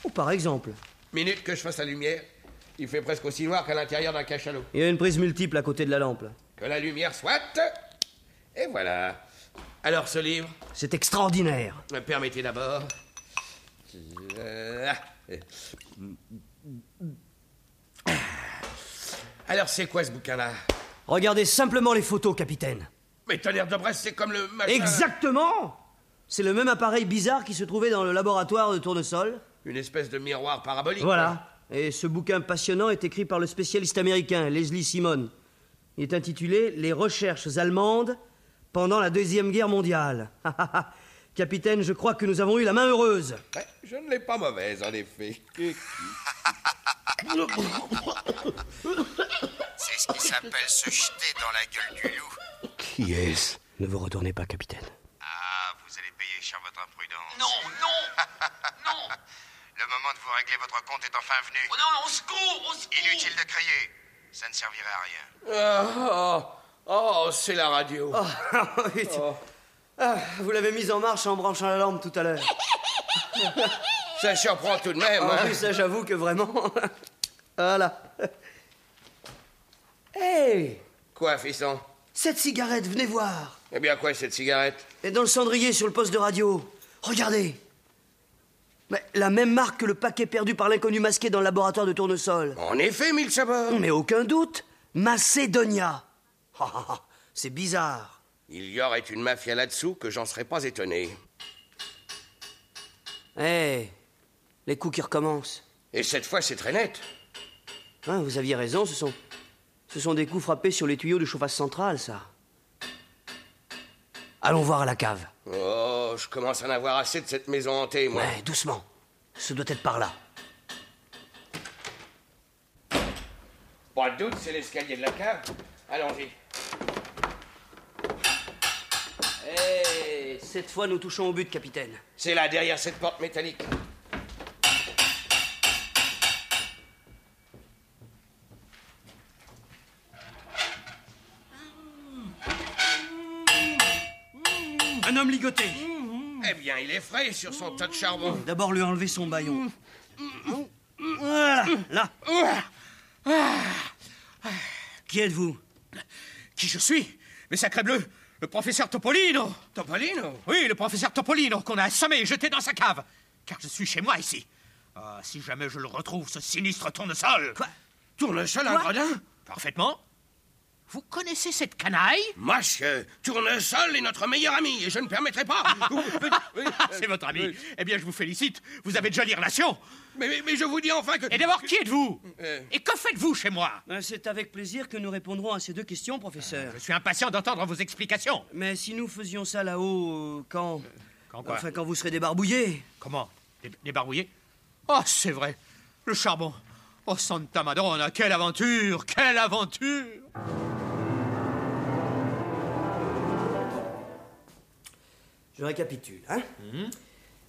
Speaker 4: Ou par exemple,
Speaker 3: Minute que je fasse la lumière, il fait presque aussi noir qu'à l'intérieur d'un cachalot.
Speaker 4: il y a une prise multiple à côté de la lampe. là.
Speaker 3: Que la lumière soit. Et voilà. Alors, ce livre,
Speaker 4: C'est extraordinaire.
Speaker 3: me permettez d'abord. Euh, Alors, c'est quoi ce bouquin-là
Speaker 4: Regardez simplement les photos, capitaine.
Speaker 3: Mais tonnerre de Brest, c'est comme le machin.
Speaker 4: Exactement C'est le même appareil bizarre qui se trouvait dans le laboratoire de Tournesol.
Speaker 3: Une espèce de miroir parabolique. quoi.
Speaker 4: Voilà. Et ce bouquin passionnant est écrit par le spécialiste américain Leslie Simon. Il est intitulé Les recherches allemandes pendant la Deuxième Guerre mondiale. Capitaine, je crois que nous avons eu la main heureuse.
Speaker 3: Ouais, je ne l'ai pas mauvaise, en effet.
Speaker 30: C'est ce qui s'appelle se jeter dans la gueule du loup.
Speaker 4: Qui est-ce Ne vous retournez pas, capitaine.
Speaker 30: Ah, vous allez payer cher votre imprudence. Non, non Non Le moment de vous régler votre compte est enfin venu. Oh non, on se court, on se Inutile de crier. Ça ne servira à rien.
Speaker 3: Oh, oh, c'est la radio.
Speaker 4: Oh, Ah, vous l'avez mise en marche en branchant la lampe tout à l'heure.
Speaker 3: Ça surprend tout de même.
Speaker 4: Ah
Speaker 3: hein.
Speaker 4: oui, ça j'avoue que vraiment. voilà. Hey
Speaker 3: Quoi, fisson
Speaker 4: Cette cigarette, venez voir.
Speaker 3: Eh bien, quoi, cette cigarette
Speaker 4: Elle est dans le cendrier sur le poste de radio. Regardez. Mais la même marque que le paquet perdu par l'inconnu masqué dans le laboratoire de tournesol.
Speaker 3: En effet, mille sabords.
Speaker 4: Mais aucun doute, Macédonia. Ah, ah, ah, C'est bizarre.
Speaker 3: Il y aurait une mafia là-dessous que j'en serais pas étonné.
Speaker 4: Eh, les coups qui recommencent.
Speaker 3: Et cette fois, c'est très net.
Speaker 4: Hein, vous aviez raison, ce sont, ce sont des coups frappés sur les tuyaux du chauffage central, ça. Allons voir à la cave.
Speaker 3: Oh, je commence à en avoir assez de cette maison hantée, moi.
Speaker 4: Ouais, doucement. Ce doit être par là.
Speaker 3: Pas de doute, c'est l'escalier de la cave. Allons-y.
Speaker 4: Eh, cette fois, nous touchons au but, capitaine.
Speaker 3: C'est là, derrière cette porte métallique.
Speaker 4: Un homme ligoté.
Speaker 3: Eh bien, il est frais sur son tas de charbon.
Speaker 4: D'abord, lui enlever son baillon. mm,
Speaker 3: Mm.
Speaker 4: Voilà, là.
Speaker 3: Ah.
Speaker 4: Qui êtes-vous
Speaker 31: Qui je suis Mais sacré bleu Le professeur Topolino
Speaker 3: Topolino
Speaker 31: Oui, le professeur Topolino qu'on a assommé et jeté dans sa cave Car je suis chez moi ici Ah, si jamais je le retrouve, ce sinistre tournesol Quoi
Speaker 3: Tournesol, un gredin
Speaker 31: Parfaitement Vous connaissez cette canaille
Speaker 3: Monsieur, Tournesol est notre meilleur ami et je ne permettrai pas.
Speaker 31: Ah.
Speaker 3: euh,
Speaker 31: C'est votre ami Eh bien, je vous félicite Vous avez de jolies relations
Speaker 3: mais, mais- mais je vous dis enfin que.
Speaker 31: Et d'abord, qui êtes-vous
Speaker 3: Euh.
Speaker 31: Et que faites-vous chez moi Euh,
Speaker 4: Euh, C'est avec plaisir que nous répondrons à ces deux questions, professeur.
Speaker 31: Je suis impatient d'entendre vos explications
Speaker 4: Mais si nous faisions ça là-haut, euh, quand
Speaker 31: Quand quoi
Speaker 4: Enfin, quand vous serez débarbouillé.
Speaker 31: Comment Des, des barbouillés Oh, c'est vrai. Le charbon. Oh, Santa Madonna, quelle aventure Quelle aventure
Speaker 4: Je récapitule, hein
Speaker 31: Mm-hmm.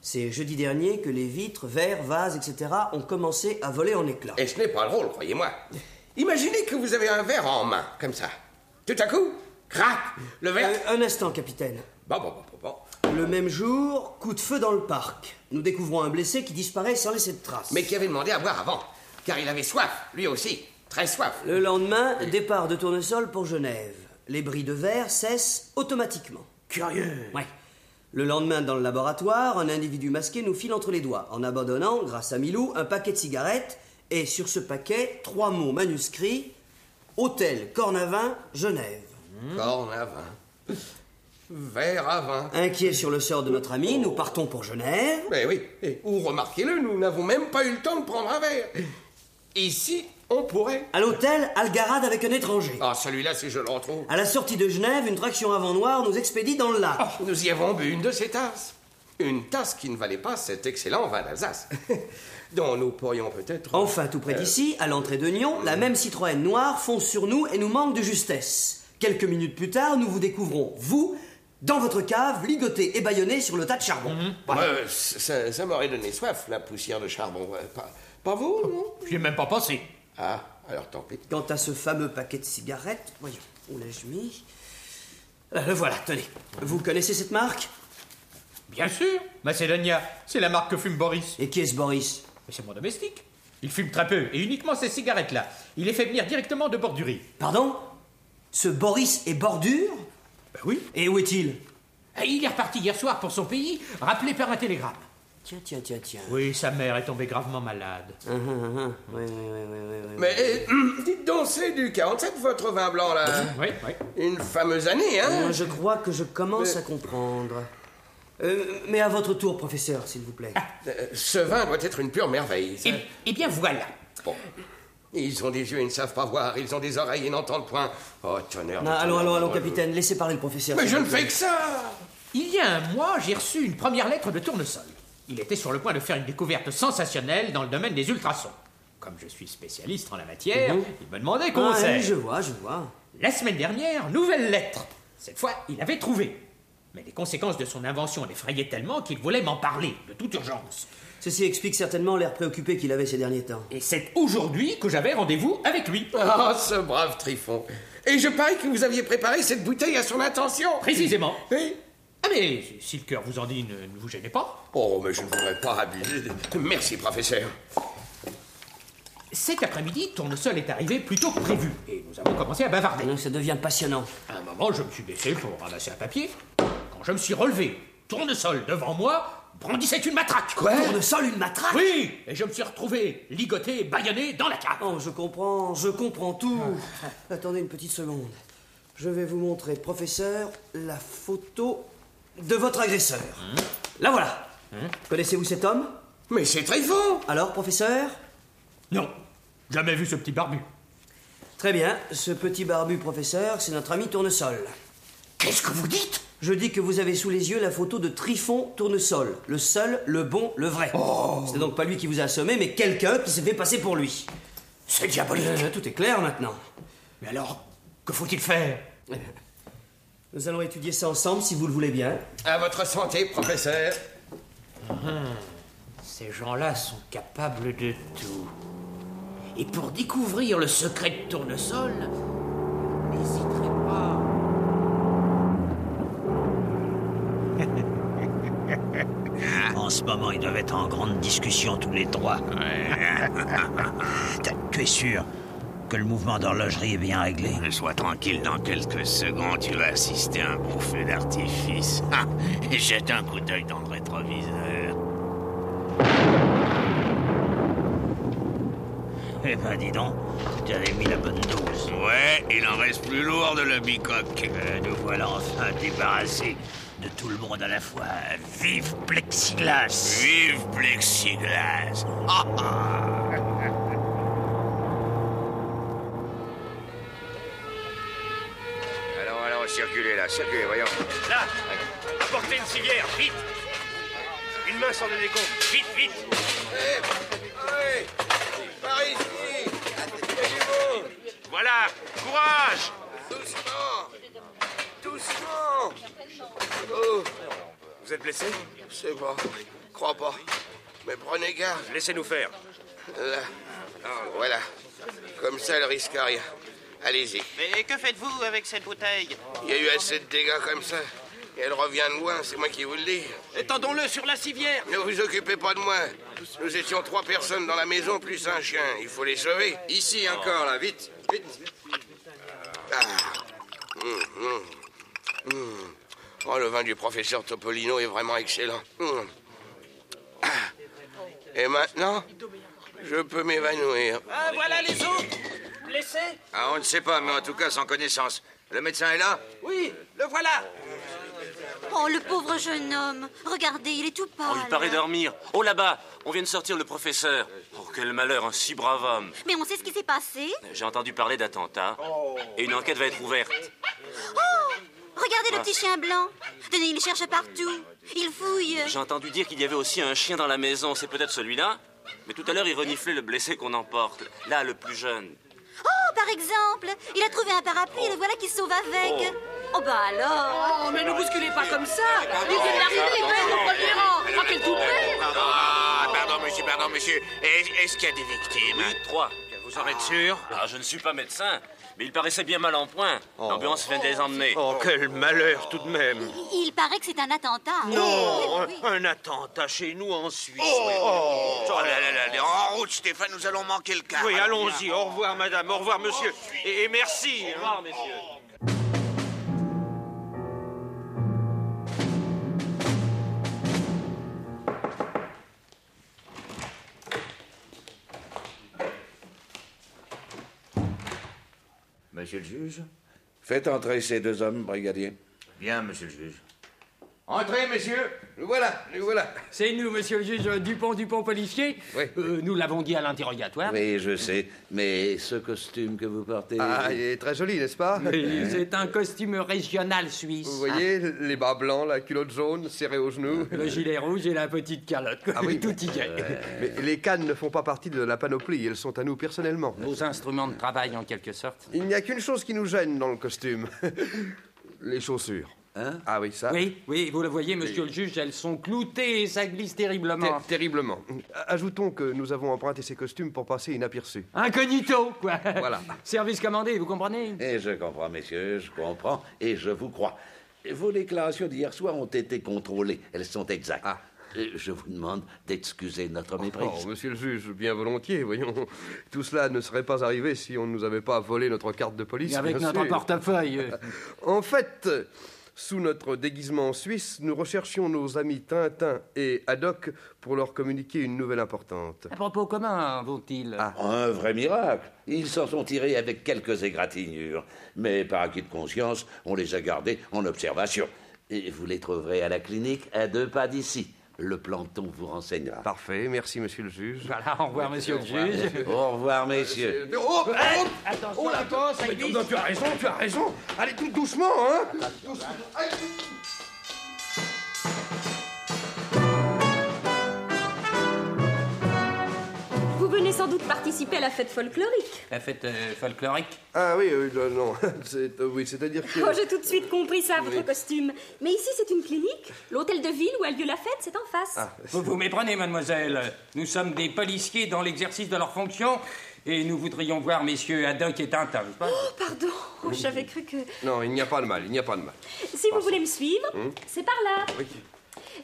Speaker 4: C'est jeudi dernier que les vitres, verres, vases, etc. ont commencé à voler en éclats.
Speaker 3: Et ce n'est pas drôle, croyez-moi. Imaginez que vous avez un verre en main, comme ça. Tout à coup, crac, le verre.
Speaker 4: Euh, un instant, capitaine.
Speaker 3: Bon, bon, bon, bon, bon.
Speaker 4: Le même jour, coup de feu dans le parc. Nous découvrons un blessé qui disparaît sans laisser de traces.
Speaker 3: Mais qui avait demandé à boire avant, car il avait soif, lui aussi. Très soif.
Speaker 4: Le lendemain, départ de tournesol pour Genève. Les bris de verre cessent automatiquement.
Speaker 3: Curieux.
Speaker 4: Ouais. Le lendemain, dans le laboratoire, un individu masqué nous file entre les doigts en abandonnant, grâce à Milou, un paquet de cigarettes et sur ce paquet, trois mots manuscrits Hôtel Cornavin, Genève.
Speaker 3: Corne à vin. Verre à vin.
Speaker 4: Inquiets sur le sort de notre ami, nous partons pour Genève.
Speaker 3: Mais oui, et où remarquez-le, nous n'avons même pas eu le temps de prendre un verre. Ici, on pourrait.
Speaker 4: À l'hôtel Algarade avec un étranger.
Speaker 3: Ah, celui-là, si je le retrouve.
Speaker 4: À la sortie de Genève, une traction avant noire nous expédie dans le lac.
Speaker 3: Oh, Nous y avons bu une de ces tasses. Une tasse qui ne valait pas cet excellent vin d'Alsace, dont nous pourrions peut-être. Euh,
Speaker 4: Enfin, tout près d'ici, à l'entrée de Nyon, la même Citroën noire fonce sur nous et nous manque de justesse. Quelques minutes plus tard, nous vous découvrons, vous, dans votre cave, ligoté et bâillonné sur le tas de charbon.
Speaker 3: Euh, ça ça m'aurait donné soif, la poussière de charbon. Euh, Pas, pas vous, non
Speaker 31: J'y ai même pas pensé.
Speaker 3: Ah, alors tant pis.
Speaker 4: Quant à ce fameux paquet de cigarettes, voyons, où l'ai-je mis Euh, Le voilà, tenez. Vous connaissez cette marque
Speaker 2: Bien sûr, Macedonia, c'est la marque que fume Boris.
Speaker 4: Et qui est ce Boris
Speaker 2: Mais c'est mon domestique. Il fume très peu, et uniquement ces cigarettes-là. Il les fait venir directement de Bordurie.
Speaker 4: Pardon Ce Boris est bordure
Speaker 2: Ben oui.
Speaker 4: Et où est-il
Speaker 2: Et Il est reparti hier soir pour son pays, rappelé par un télégramme.
Speaker 4: Tiens, tiens, tiens, tiens. Hein,
Speaker 2: Oui, sa mère est tombée gravement malade.
Speaker 4: Oui, oui, oui, oui, oui, oui.
Speaker 3: Mais euh, dites donc, c'est du 47, votre vin blanc, là.
Speaker 2: Oui, oui.
Speaker 3: Une fameuse année, hein
Speaker 4: Euh, je crois que je commence à comprendre. Euh, mais à votre tour, professeur, s'il vous plaît.
Speaker 3: Euh, Ce vin doit être une pure merveille. ça.
Speaker 2: Eh eh bien voilà.
Speaker 3: Bon. Ils ont des yeux et ne savent pas voir. Ils ont des oreilles et n'entendent point. Oh, tonnerre.
Speaker 4: Non,
Speaker 3: de
Speaker 4: allons,
Speaker 3: tonnerre.
Speaker 4: allons, allons, capitaine, laissez parler le professeur.
Speaker 3: Mais
Speaker 4: s'il
Speaker 3: je
Speaker 4: vous
Speaker 3: ne
Speaker 4: plaît.
Speaker 3: fais que ça
Speaker 2: Il y a un mois, j'ai reçu une première lettre de Tournesol. Il était sur le point de faire une découverte sensationnelle dans le domaine des ultrasons. Comme je suis spécialiste en la matière,
Speaker 4: Mhm.
Speaker 2: il me demandait
Speaker 4: Ah,
Speaker 2: conseil.
Speaker 4: oui, je vois, je vois.
Speaker 2: La semaine dernière, nouvelle lettre. Cette fois, il avait trouvé. Mais les conséquences de son invention l'effrayaient tellement qu'il voulait m'en parler, de toute urgence.
Speaker 4: Ceci explique certainement l'air préoccupé qu'il avait ces derniers temps.
Speaker 2: Et c'est aujourd'hui que j'avais rendez-vous avec lui.
Speaker 3: Ah, ce brave Trifon. Et je parie que vous aviez préparé cette bouteille à son intention.
Speaker 2: Précisément.
Speaker 3: Oui.
Speaker 2: Ah mais, si le cœur vous en dit, ne, ne vous gênez pas.
Speaker 3: Oh, mais je ne voudrais pas abuser. Merci, professeur.
Speaker 2: Cet après-midi, Tournesol est arrivé plus tôt que prévu. Et nous avons commencé à bavarder.
Speaker 4: Non, Ah, ça devient passionnant.
Speaker 2: À un moment, je me suis baissé pour ramasser un papier. Quand je me suis relevé, Tournesol devant moi brandissait une matraque.
Speaker 4: Tournesol, une matraque
Speaker 2: Oui Et je me suis retrouvé ligoté et bâillonné dans la cave.
Speaker 4: Oh, je comprends, je comprends tout. Attendez une petite seconde. Je vais vous montrer, professeur, la photo de votre agresseur.
Speaker 2: Hum,
Speaker 4: La voilà. Connaissez-vous cet homme
Speaker 3: Mais c'est Trifon
Speaker 4: Alors, professeur
Speaker 2: Non, jamais vu ce petit barbu.
Speaker 4: Très bien, ce petit barbu professeur, c'est notre ami Tournesol.
Speaker 2: Qu'est-ce que vous dites
Speaker 4: Je dis que vous avez sous les yeux la photo de Trifon Tournesol, le seul, le bon, le vrai.
Speaker 2: Oh.
Speaker 4: Ce n'est donc pas lui qui vous a assommé, mais quelqu'un qui s'est fait passer pour lui.
Speaker 2: C'est diabolique.
Speaker 4: Euh, tout est clair maintenant.
Speaker 2: Mais alors, que faut-il faire
Speaker 4: Nous allons étudier ça ensemble si vous le voulez bien.
Speaker 3: À votre santé, professeur.
Speaker 2: hum, Ces gens-là sont capables de tout. Et pour découvrir le secret de Tournesol, n'hésiterai pas.
Speaker 13: En ce moment, ils doivent être en grande discussion tous les trois. T'as- tu es sûr que le mouvement d'horlogerie est bien réglé
Speaker 14: Sois tranquille, dans quelques secondes, tu vas assister à un bon feu d'artifice. Ah, Jette un coup d'œil dans le rétroviseur.
Speaker 13: Eh ben, dis donc, tu avais mis la bonne dose.
Speaker 14: Ouais, il en reste plus lourd de la bicoque.
Speaker 13: Euh, nous voilà enfin débarrassés de tout le monde à la fois. Vive Plexiglas
Speaker 14: Vive Plexiglas Ah, ah.
Speaker 32: Allons, allons, circulez là, circulez, voyons.
Speaker 33: Là, apportez une civière, vite Une main sur le décompte, vite, vite
Speaker 3: Par ici
Speaker 33: Voilà, courage
Speaker 3: Doucement Doucement Oh
Speaker 33: Vous êtes blessé
Speaker 3: C'est bon, crois pas. Mais prenez garde.
Speaker 33: Laissez-nous faire.
Speaker 3: Là. Voilà. Comme ça, elle risque rien. Allez-y.
Speaker 34: Mais que faites-vous avec cette bouteille
Speaker 3: Il y a eu assez de dégâts comme ça. Et elle revient de loin, c'est moi qui vous le dis.
Speaker 34: Étendons-le sur la civière
Speaker 3: Ne vous occupez pas de moi. Nous étions trois personnes dans la maison, plus un chien. Il faut les sauver. Ici encore, là, vite. Vite. Ah. Mmh, mmh. Mmh. Oh, le vin du professeur Topolino est vraiment excellent. Mmh. Ah. Et maintenant, je peux m'évanouir.
Speaker 34: Ah, voilà les autres Blessés
Speaker 32: Ah, on ne sait pas, mais en tout cas, sans connaissance. Le médecin est là
Speaker 34: Oui, le voilà
Speaker 35: Oh, le pauvre jeune homme. Regardez, il est tout pâle.
Speaker 10: Oh, il paraît dormir. Oh, là-bas, on vient de sortir le professeur. Oh, quel malheur, un si brave homme.
Speaker 35: Mais on sait ce qui s'est passé.
Speaker 10: J'ai entendu parler d'attentats. Et une enquête va être ouverte.
Speaker 35: Oh Regardez le
Speaker 10: Ah.
Speaker 35: petit chien blanc. Tenez, il cherche partout. Il fouille.
Speaker 10: J'ai entendu dire qu'il y avait aussi un chien dans la maison. C'est peut-être celui-là. Mais tout à l'heure, il reniflait le blessé qu'on emporte. Là, le plus jeune.
Speaker 35: Oh, par exemple, il a trouvé un parapluie et le voilà qui se sauve avec. Oh, bah alors
Speaker 8: Oh, mais ne bousculez pas comme ça Il vient d'arriver, il va être au premier rang Ah, quel toupet
Speaker 14: Pardon, ah, pardon, monsieur, pardon, monsieur. Est- Est-ce qu'il y a des victimes
Speaker 10: Trois.
Speaker 14: Vous en êtes sûr
Speaker 10: Ah, je ne suis pas médecin. Mais il paraissait bien mal en point.
Speaker 2: Oh.
Speaker 10: L'ambulance vient de les emmener.
Speaker 13: Oh, quel malheur tout de même.
Speaker 35: Il paraît que c'est un attentat.
Speaker 13: Non, un attentat chez nous en Suisse. oui.
Speaker 36: Oh là là là, allez, en route, Stéphane, nous allons manquer le car.
Speaker 13: Oui, allons-y. Au revoir, madame. Au revoir, monsieur. Et, et merci. hein. Au revoir, messieurs.
Speaker 37: Monsieur le juge
Speaker 36: Faites entrer ces deux hommes, brigadier.
Speaker 37: Bien, monsieur le juge.
Speaker 12: Entrez, messieurs. Le voilà, le voilà. C'est nous, monsieur le juge Dupont, Dupont, policier.
Speaker 2: Euh, nous l'avons dit à l'interrogatoire.
Speaker 37: Oui, je sais. Mais ce costume que vous portez.
Speaker 12: Ah, il est très joli, n'est-ce pas
Speaker 2: Mais C'est un costume régional suisse.
Speaker 12: Vous voyez, les bas blancs, la culotte jaune, serrée aux genoux.
Speaker 2: Le gilet rouge et la petite calotte. quoi.
Speaker 12: Ah oui, Euh.
Speaker 2: tout y est.
Speaker 12: Mais les cannes ne font pas partie de la panoplie, elles sont à nous personnellement.
Speaker 2: Nos instruments de travail, en quelque sorte.
Speaker 12: Il n'y a qu'une chose qui nous gêne dans le costume. Les chaussures.
Speaker 2: Hein
Speaker 12: ah oui, ça
Speaker 2: Oui, oui, vous le voyez, monsieur le juge, elles sont cloutées et ça glisse terriblement. Oh,
Speaker 12: Ter- terriblement. Ajoutons que nous avons emprunté ces costumes pour passer inaperçus.
Speaker 2: Incognito, quoi.
Speaker 12: Voilà.
Speaker 2: Service commandé, vous comprenez
Speaker 37: Et je comprends, messieurs, je comprends et je vous crois. Vos déclarations d'hier soir ont été contrôlées. Elles sont exactes. Euh, Je vous demande d'excuser notre méprise.
Speaker 12: Oh, monsieur le juge, bien volontiers, voyons. Tout cela ne serait pas arrivé si on ne nous avait pas volé notre carte de police.
Speaker 2: Et avec
Speaker 12: bien
Speaker 2: notre
Speaker 12: sûr.
Speaker 2: portefeuille, euh.
Speaker 12: en fait, euh, sous notre déguisement en Suisse, nous recherchions nos amis Tintin et Haddock pour leur communiquer une nouvelle importante.
Speaker 2: À propos commun, vont-ils
Speaker 37: Ah, Un vrai miracle. Ils s'en sont tirés avec quelques égratignures. Mais par acquis de conscience, on les a gardés en observation. Et vous les trouverez à la clinique à deux pas d'ici. Le planton vous renseignera.
Speaker 12: Parfait, merci monsieur le juge.
Speaker 2: Voilà, au revoir monsieur le juge.
Speaker 37: Au revoir messieurs.
Speaker 12: Oh, oh,
Speaker 2: Attention,
Speaker 12: oh, la
Speaker 2: attends, ça
Speaker 12: Mais
Speaker 2: glisse.
Speaker 12: non, Tu as raison, tu as raison. Allez, tout doucement, hein Doucement. Aïe.
Speaker 38: Vous venez sans doute participer à la fête folklorique.
Speaker 2: La fête euh, folklorique.
Speaker 12: Ah oui, oui, euh, non, c'est, euh, oui, c'est-à-dire que...
Speaker 38: Oh, j'ai tout de suite compris ça, votre
Speaker 12: Oui.
Speaker 38: costume. Mais ici, c'est une clinique. L'hôtel de ville où a lieu la fête, c'est en face.
Speaker 12: Ah.
Speaker 2: Ah, Vous vous méprenez, mademoiselle. Nous sommes des policiers dans l'exercice de leurs fonctions et nous voudrions voir messieurs Haddock et Tintin. n'est-ce pas
Speaker 38: Oh, pardon. Oh, j'avais cru que.
Speaker 12: Non, il n'y a pas de mal, il n'y a pas de mal.
Speaker 38: Si vous voulez me suivre,
Speaker 12: Hmm.
Speaker 38: c'est par là.
Speaker 12: Oui.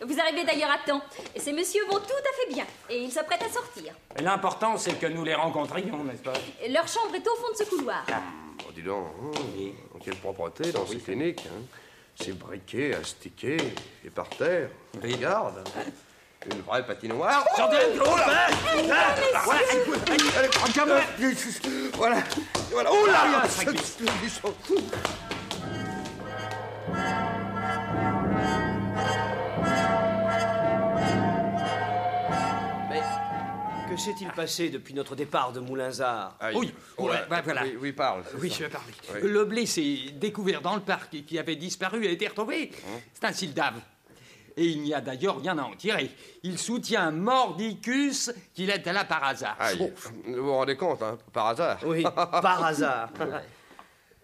Speaker 38: Vous arrivez d'ailleurs à temps. Et ces messieurs vont tout à fait bien. Et ils s'apprêtent à sortir.
Speaker 2: Et L'important, c'est que nous les rencontrions, n'est-ce pas
Speaker 38: Et Leur chambre est au fond de ce couloir.
Speaker 12: Oh, dis donc, hein, quelle propreté dans ces cliniques. hein. C'est briqué, astiqué, et par terre. Regarde,
Speaker 4: Ah.
Speaker 12: une vraie patinoire.
Speaker 4: Oh,
Speaker 2: Sortez la grosse,
Speaker 12: oh, là
Speaker 2: hein
Speaker 12: là,
Speaker 2: Ah, messieurs
Speaker 12: Voilà, écoute, allez, allez, prends le câble. Voilà, voilà. Oh là là ça glisse, ça glisse.
Speaker 4: Mais que s'est-il passé depuis notre départ de Moulinsard
Speaker 12: Ah,
Speaker 2: Oui, ouais, bah, voilà.
Speaker 12: Oh Oui, parle.
Speaker 2: Oui, je vais parler.
Speaker 12: Oui.
Speaker 2: Le blessé découvert dans le parc et qui avait disparu a été retrouvé.
Speaker 12: Hein
Speaker 2: C'est un Sildave. Et il n'y a d'ailleurs rien à en tirer. Il soutient Mordicus qu'il était là par hasard.
Speaker 12: Aïe, Ah, vous vous rendez compte, hein, par hasard.
Speaker 4: Oui, par hasard.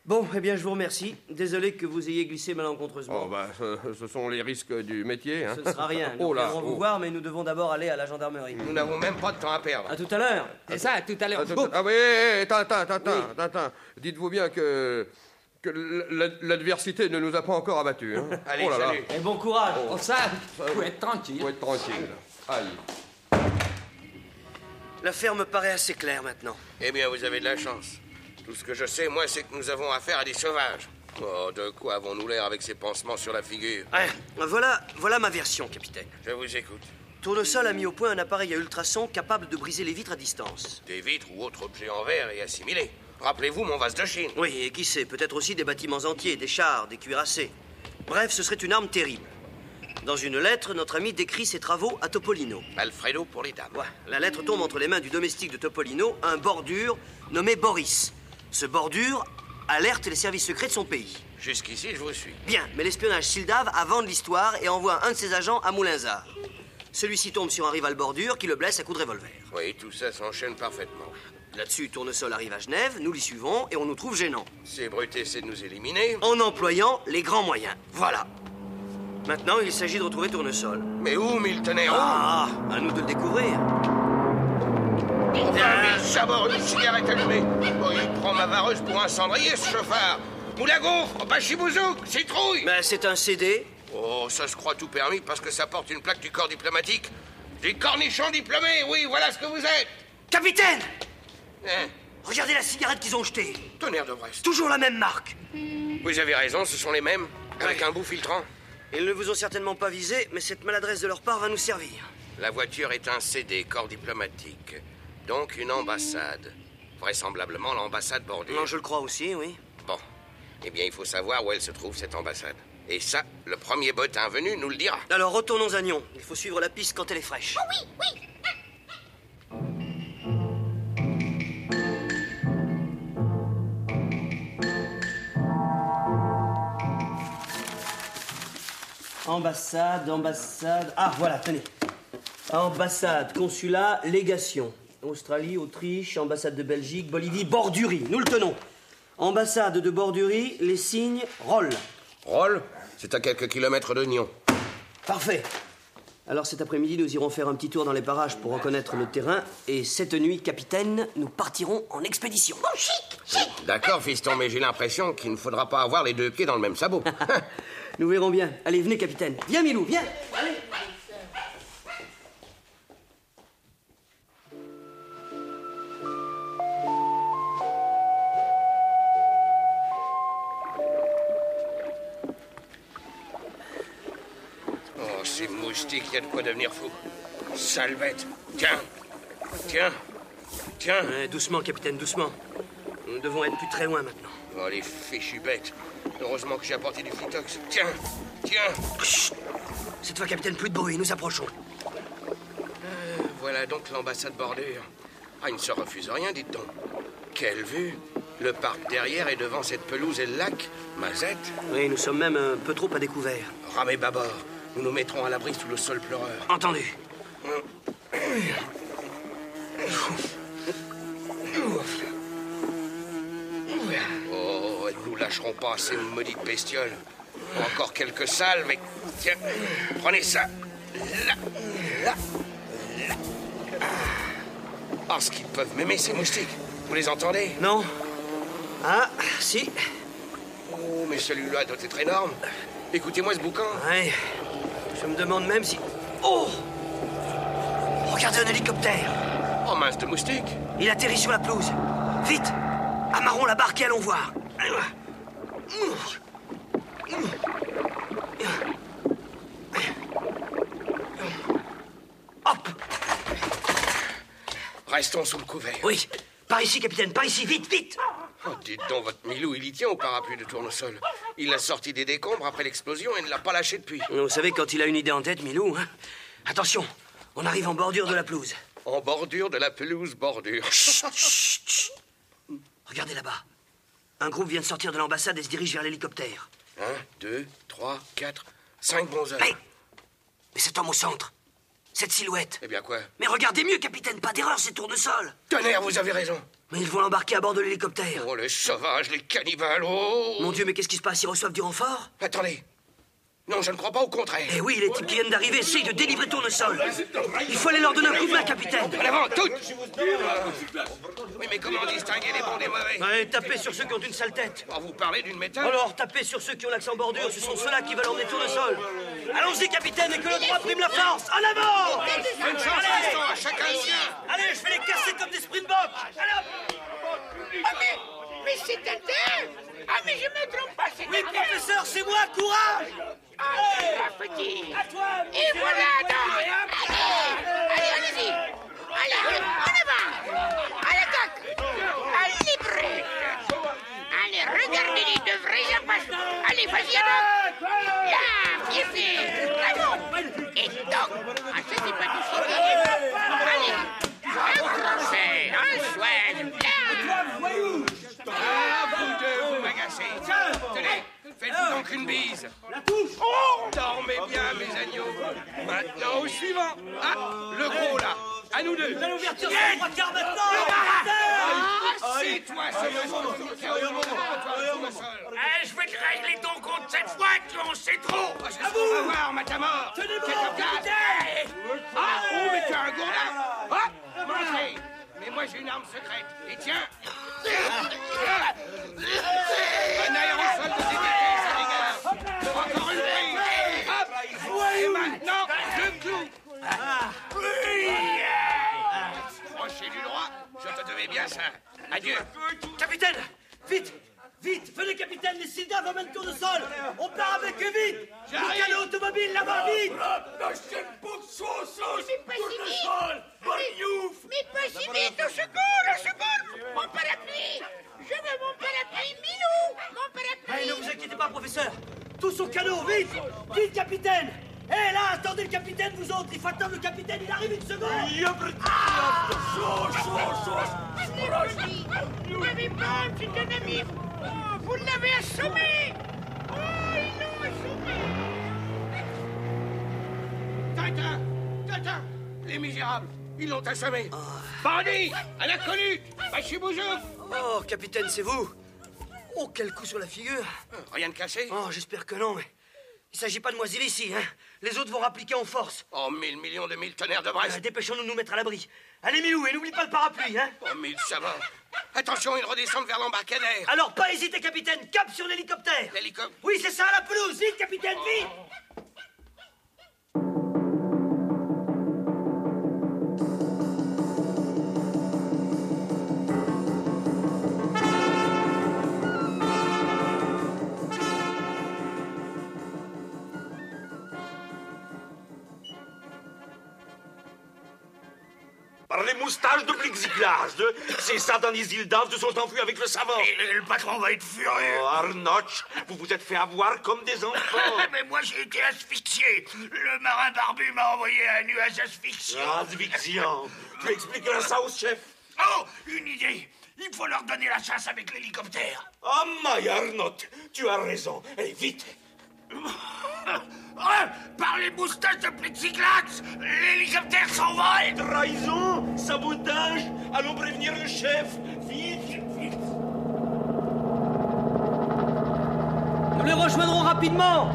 Speaker 4: Bon, eh bien, je vous remercie. Désolé que vous ayez glissé malencontreusement.
Speaker 12: Oh, bah, ce, ce sont les risques du métier. Hein.
Speaker 4: Ce ne sera rien. Nous
Speaker 12: Oh là,
Speaker 4: viendrons vous
Speaker 12: oh.
Speaker 4: voir, mais nous devons d'abord aller à la gendarmerie. Nous
Speaker 12: n'avons même pas de temps à perdre.
Speaker 4: À tout à l'heure.
Speaker 2: C'est ça, à tout à l'heure.
Speaker 12: Attends, attends, ah oui, hé, hé, Tintin, Tintin, Tintin. Dites-vous bien que, que l'ad- l'adversité ne nous a pas encore abattus. hein.
Speaker 2: Allez,
Speaker 12: Oh là là.
Speaker 2: salut.
Speaker 4: Et bon courage.
Speaker 2: Oh, ça, faut être tranquille.
Speaker 12: Faut être tranquille. Aïe.
Speaker 4: L'affaire me paraît assez claire maintenant.
Speaker 3: Eh bien, vous avez de la chance. Tout ce que je sais, moi, c'est que nous avons affaire à des sauvages. Oh, de quoi avons-nous l'air avec ces pansements sur la figure
Speaker 4: Voilà, voilà ma version, capitaine.
Speaker 3: Je vous écoute.
Speaker 4: Tournesol a mis au point un appareil à ultrasons capable de briser les vitres à distance.
Speaker 3: Des vitres ou autres objets en verre et assimilés. Rappelez-vous mon vase de Chine.
Speaker 4: Oui, et qui sait, peut-être aussi des bâtiments entiers, des chars, des cuirassés. Bref, ce serait une arme terrible. Dans une lettre, notre ami décrit ses travaux à Topolino.
Speaker 3: Alfredo pour les dames.
Speaker 4: La lettre tombe entre les mains du domestique de Topolino, un bordure nommé Boris. Ce bordure alerte les services secrets de son pays.
Speaker 3: Jusqu'ici, je vous suis.
Speaker 4: Bien, mais l'espionnage Sildave avance l'histoire et envoie un de ses agents à Moulinsard. Celui-ci tombe sur un rival bordure qui le blesse à coups de revolver.
Speaker 3: Oui, tout ça s'enchaîne parfaitement.
Speaker 4: Là-dessus, Tournesol arrive à Genève, nous l'y suivons et on nous trouve gênants.
Speaker 3: Ces brutes essaient de nous éliminer.
Speaker 4: En employant les grands moyens. Voilà. Maintenant, il s'agit de retrouver Tournesol.
Speaker 2: Ah,
Speaker 3: Mais où, mille tonnerres
Speaker 4: Ah, à nous de le découvrir.
Speaker 3: Putain, mais sabord, une cigarette allumée. Oh, il prend ma vareuse pour un cendrier, ce chauffard. Moule à gonfre, pas chibouzouk, citrouille.
Speaker 2: Mais Ben, c'est un CD
Speaker 3: Oh, ça se croit tout permis parce que ça porte une plaque du corps diplomatique. Des cornichons diplômés, oui, voilà ce que vous êtes. Hein
Speaker 2: Capitaine Regardez la cigarette qu'ils ont jetée.
Speaker 3: Tonnerre de Brest.
Speaker 2: Toujours la même marque.
Speaker 3: Vous avez raison, ce sont les mêmes, avec un bout filtrant.
Speaker 2: Ils ne vous ont certainement pas visé, mais cette maladresse de leur part va nous servir.
Speaker 3: La voiture est un CD, corps diplomatique. Donc une ambassade. Vraisemblablement l'ambassade bordée.
Speaker 2: Non, je le crois aussi, oui.
Speaker 3: Bon. Eh bien, il faut savoir où elle se trouve, cette ambassade. Et ça, le premier bottin venu nous le dira.
Speaker 2: Alors retournons à Nyon. Il faut suivre la piste quand elle est fraîche.
Speaker 8: Oh Oui, oui.
Speaker 4: Ambassade, ambassade. Ah, voilà, tenez. Ambassade, consulat, légation. Australie, Autriche, ambassade de Belgique, Bolivie, Bordurie. Nous le tenons. Ambassade de Bordurie, les signes Roll.
Speaker 3: Roll, c'est à quelques kilomètres de Nyon.
Speaker 4: Parfait. Alors cet après-midi, nous irons faire un petit tour dans les parages pour reconnaître le terrain. Et cette nuit, capitaine, nous partirons en expédition.
Speaker 2: Oh,
Speaker 3: D'accord, fiston, mais j'ai l'impression qu'il ne faudra pas avoir les deux pieds dans le même sabot.
Speaker 4: Nous verrons bien. Allez, venez, capitaine. Viens, Milou, viens. Allez.
Speaker 3: Oh, ces moustiques, il y a de quoi devenir fou. Sale bête. Tiens, tiens, tiens.
Speaker 2: Ouais, doucement, capitaine, doucement. Nous ne devons être plus très loin maintenant.
Speaker 3: Oh, les fichus bêtes. Heureusement que j'ai apporté du Fitox. Tiens, tiens.
Speaker 2: Chut. Cette fois, capitaine, plus de bruit, nous approchons.
Speaker 3: Euh, voilà donc l'ambassade bordure. Ah, il ne se refuse rien, dites donc. Quelle vue Le parc derrière et devant cette pelouse et le lac. Mazette.
Speaker 2: Oui, nous sommes même un peu trop à découvert.
Speaker 3: Ramez bâbord. Nous nous mettrons à l'abri sous le sol pleureur.
Speaker 2: Entendu.
Speaker 3: Oh, elles nous lâcheront pas, ces maudites bestioles. Encore quelques salves et... Tiens, prenez ça. Là,
Speaker 12: Euh,
Speaker 3: là, là. Ah, ce qu'ils peuvent m'aimer, ces moustiques. Vous les entendez
Speaker 2: Non Ah, si.
Speaker 3: Oh, mais celui-là doit être énorme. Écoutez-moi ce bouquin.
Speaker 2: Ouais. Je me demande même si. Oh Regardez un hélicoptère.
Speaker 3: Oh, mince de moustique.
Speaker 2: Il atterrit sur la pelouse. Vite Amarrons la barque et allons voir.
Speaker 3: Restons sous le couvert.
Speaker 2: Oui. Par ici, capitaine, par ici, vite, vite
Speaker 3: Oh, dites donc, votre Milou, il y tient au parapluie de tournesol. Il l'a sorti des décombres après l'explosion et ne l'a pas lâché depuis.
Speaker 2: Vous savez, quand il a une idée en tête, Milou. hein. Attention, on arrive en bordure de la pelouse.
Speaker 3: En bordure de la pelouse bordure.
Speaker 2: Regardez là-bas. Un groupe vient de sortir de l'ambassade et se dirige vers l'hélicoptère.
Speaker 3: Un, deux, trois, quatre, cinq bons hommes.
Speaker 2: Hey Mais cet homme au centre, cette silhouette.
Speaker 3: Eh bien quoi
Speaker 2: Mais regardez mieux, capitaine, pas d'erreur, c'est tournesol.
Speaker 3: Tonnerre, vous avez raison.
Speaker 2: Mais ils vont l'embarquer à bord de l'hélicoptère.
Speaker 3: Oh, les sauvages, les cannibales, oh
Speaker 2: Mon Dieu, mais qu'est-ce qui se passe Ils reçoivent du renfort
Speaker 3: Attendez. Non, je ne crois pas, au contraire.
Speaker 2: Eh oui, les types qui viennent d'arriver essayent de délivrer tournesol. Il faut aller leur donner un coup de main, capitaine.
Speaker 3: En avant, toutes Oui, mais comment distinguer les bons des mauvais
Speaker 2: Allez, tapez sur ceux qui ont une sale tête.
Speaker 3: Oh, Vous parlez d'une méthode
Speaker 2: Alors, tapez sur ceux qui ont l'accent bordure, ce sont ceux-là qui veulent emmener tournesol. Allons-y, capitaine, et que le droit prime la force En avant
Speaker 3: Bonne chance, Tristan, à chacun ici
Speaker 2: Allez, je vais les casser comme des springboks Allez, hop
Speaker 8: Ah, mais, mais c'est un terre Ah, mais je me trompe pas, c'est
Speaker 2: Oui,
Speaker 8: un terre
Speaker 2: professeur, c'est moi, courage
Speaker 8: Ah, c'est la fatigue Et voilà, donc Allez, allez, allez-y Allez, en avant À l'attaque À livrer Allez, regardez-les, de vrais impasses Allez, vas-y, Adam Là, bien fait Bravo Et donc, ah, ça, c'est pas du fini Allez, un crochet, un swing Là
Speaker 3: Ah, vous deux, vous m'agacez Tenez, faites-vous donc une bise Oh,
Speaker 2: La touche
Speaker 3: Dormez bien, mes agneaux Maintenant, au suivant Ah, le gros, là À nous deux
Speaker 2: À l'ouverture, c'est le trois quarts maintenant
Speaker 3: Ah, C'est toi, ce monsieur qui a au monde, toi, tout le sol.
Speaker 39: Eh, je vais te régler ton compte cette fois, tu en sais trop
Speaker 3: Ah, c'est ce qu'on va voir, Matamor Qu'est-ce que t'as Ah, oh, mais tu as un gourdin Ah, mangez Mais moi, j'ai une arme secrète. Et tiens
Speaker 8: Un aérosol de dégueulasse, les gars Encore une prise Hop Et maintenant, le clou
Speaker 3: Crochet du droit, je te devais bien ça. Adieu.
Speaker 4: Capitaine Vite Vite Venez, capitaine Les soldats vont mettre tour de sol On part avec eux, vite Le
Speaker 8: J'arrive.
Speaker 4: canot automobile, là-bas,
Speaker 3: Ah,
Speaker 4: vite
Speaker 8: Mais pas si vite Mais, mais pas si vite Au secours Au secours Mon parapluie Je veux mon parapluie Milou Mon parapluie
Speaker 4: Allez, ne vous inquiétez pas, professeur Tous au canot, vite Vite, capitaine Hé, là, attendez le capitaine, vous autres Il faut attendre le capitaine, il arrive une seconde Ah
Speaker 8: Je l'ai remis N'avez pas, c'est un ami Oh, Vous l'avez assommé Oh, ils l'ont assommé
Speaker 3: Tintin Tintin Les misérables, ils l'ont assommé. Bandit À l'inconnu Bachiboujouf
Speaker 4: Oh, capitaine, c'est vous Oh, quel coup sur la figure
Speaker 3: Euh, Rien de cassé
Speaker 4: Oh, j'espère que non, mais... Il s'agit pas de moisir ici, hein Les autres vont rappliquer en force
Speaker 3: Oh, mille millions de mille tonnerres de Brest
Speaker 4: Euh, Dépêchons-nous de nous mettre à l'abri Allez, Milou, et n'oublie pas le parapluie, hein
Speaker 3: Oh, mille sabots Attention, ils redescendent vers l'embarcadère
Speaker 4: Alors, pas hésiter, capitaine Cap sur l'hélicoptère
Speaker 3: L'hélicoptère
Speaker 4: Oui, c'est ça, la pelouse Vite, capitaine, vite
Speaker 16: Par les moustaches de Plexiglas, de- ces satanés îles d'Ave se sont enfuis avec le savant.
Speaker 14: Et le patron va être furieux.
Speaker 16: Oh, Arnotch, vous vous êtes fait avoir comme des enfants.
Speaker 14: Oh, Mais moi j'ai été asphyxié. Le marin barbu m'a envoyé à un nuage asphyxiant.
Speaker 16: Transvixian, tu expliqueras ça au chef.
Speaker 14: Oh, une idée. Il faut leur donner la chasse avec l'hélicoptère.
Speaker 16: Ah, my Arnott, tu as raison. Allez, vite.
Speaker 14: Ah, par les moustaches de plexiglas, l'hélicoptère s'envole.
Speaker 16: Trahison, sabotage, allons prévenir le chef. Vite, vite.
Speaker 2: Nous les rejoindrons rapidement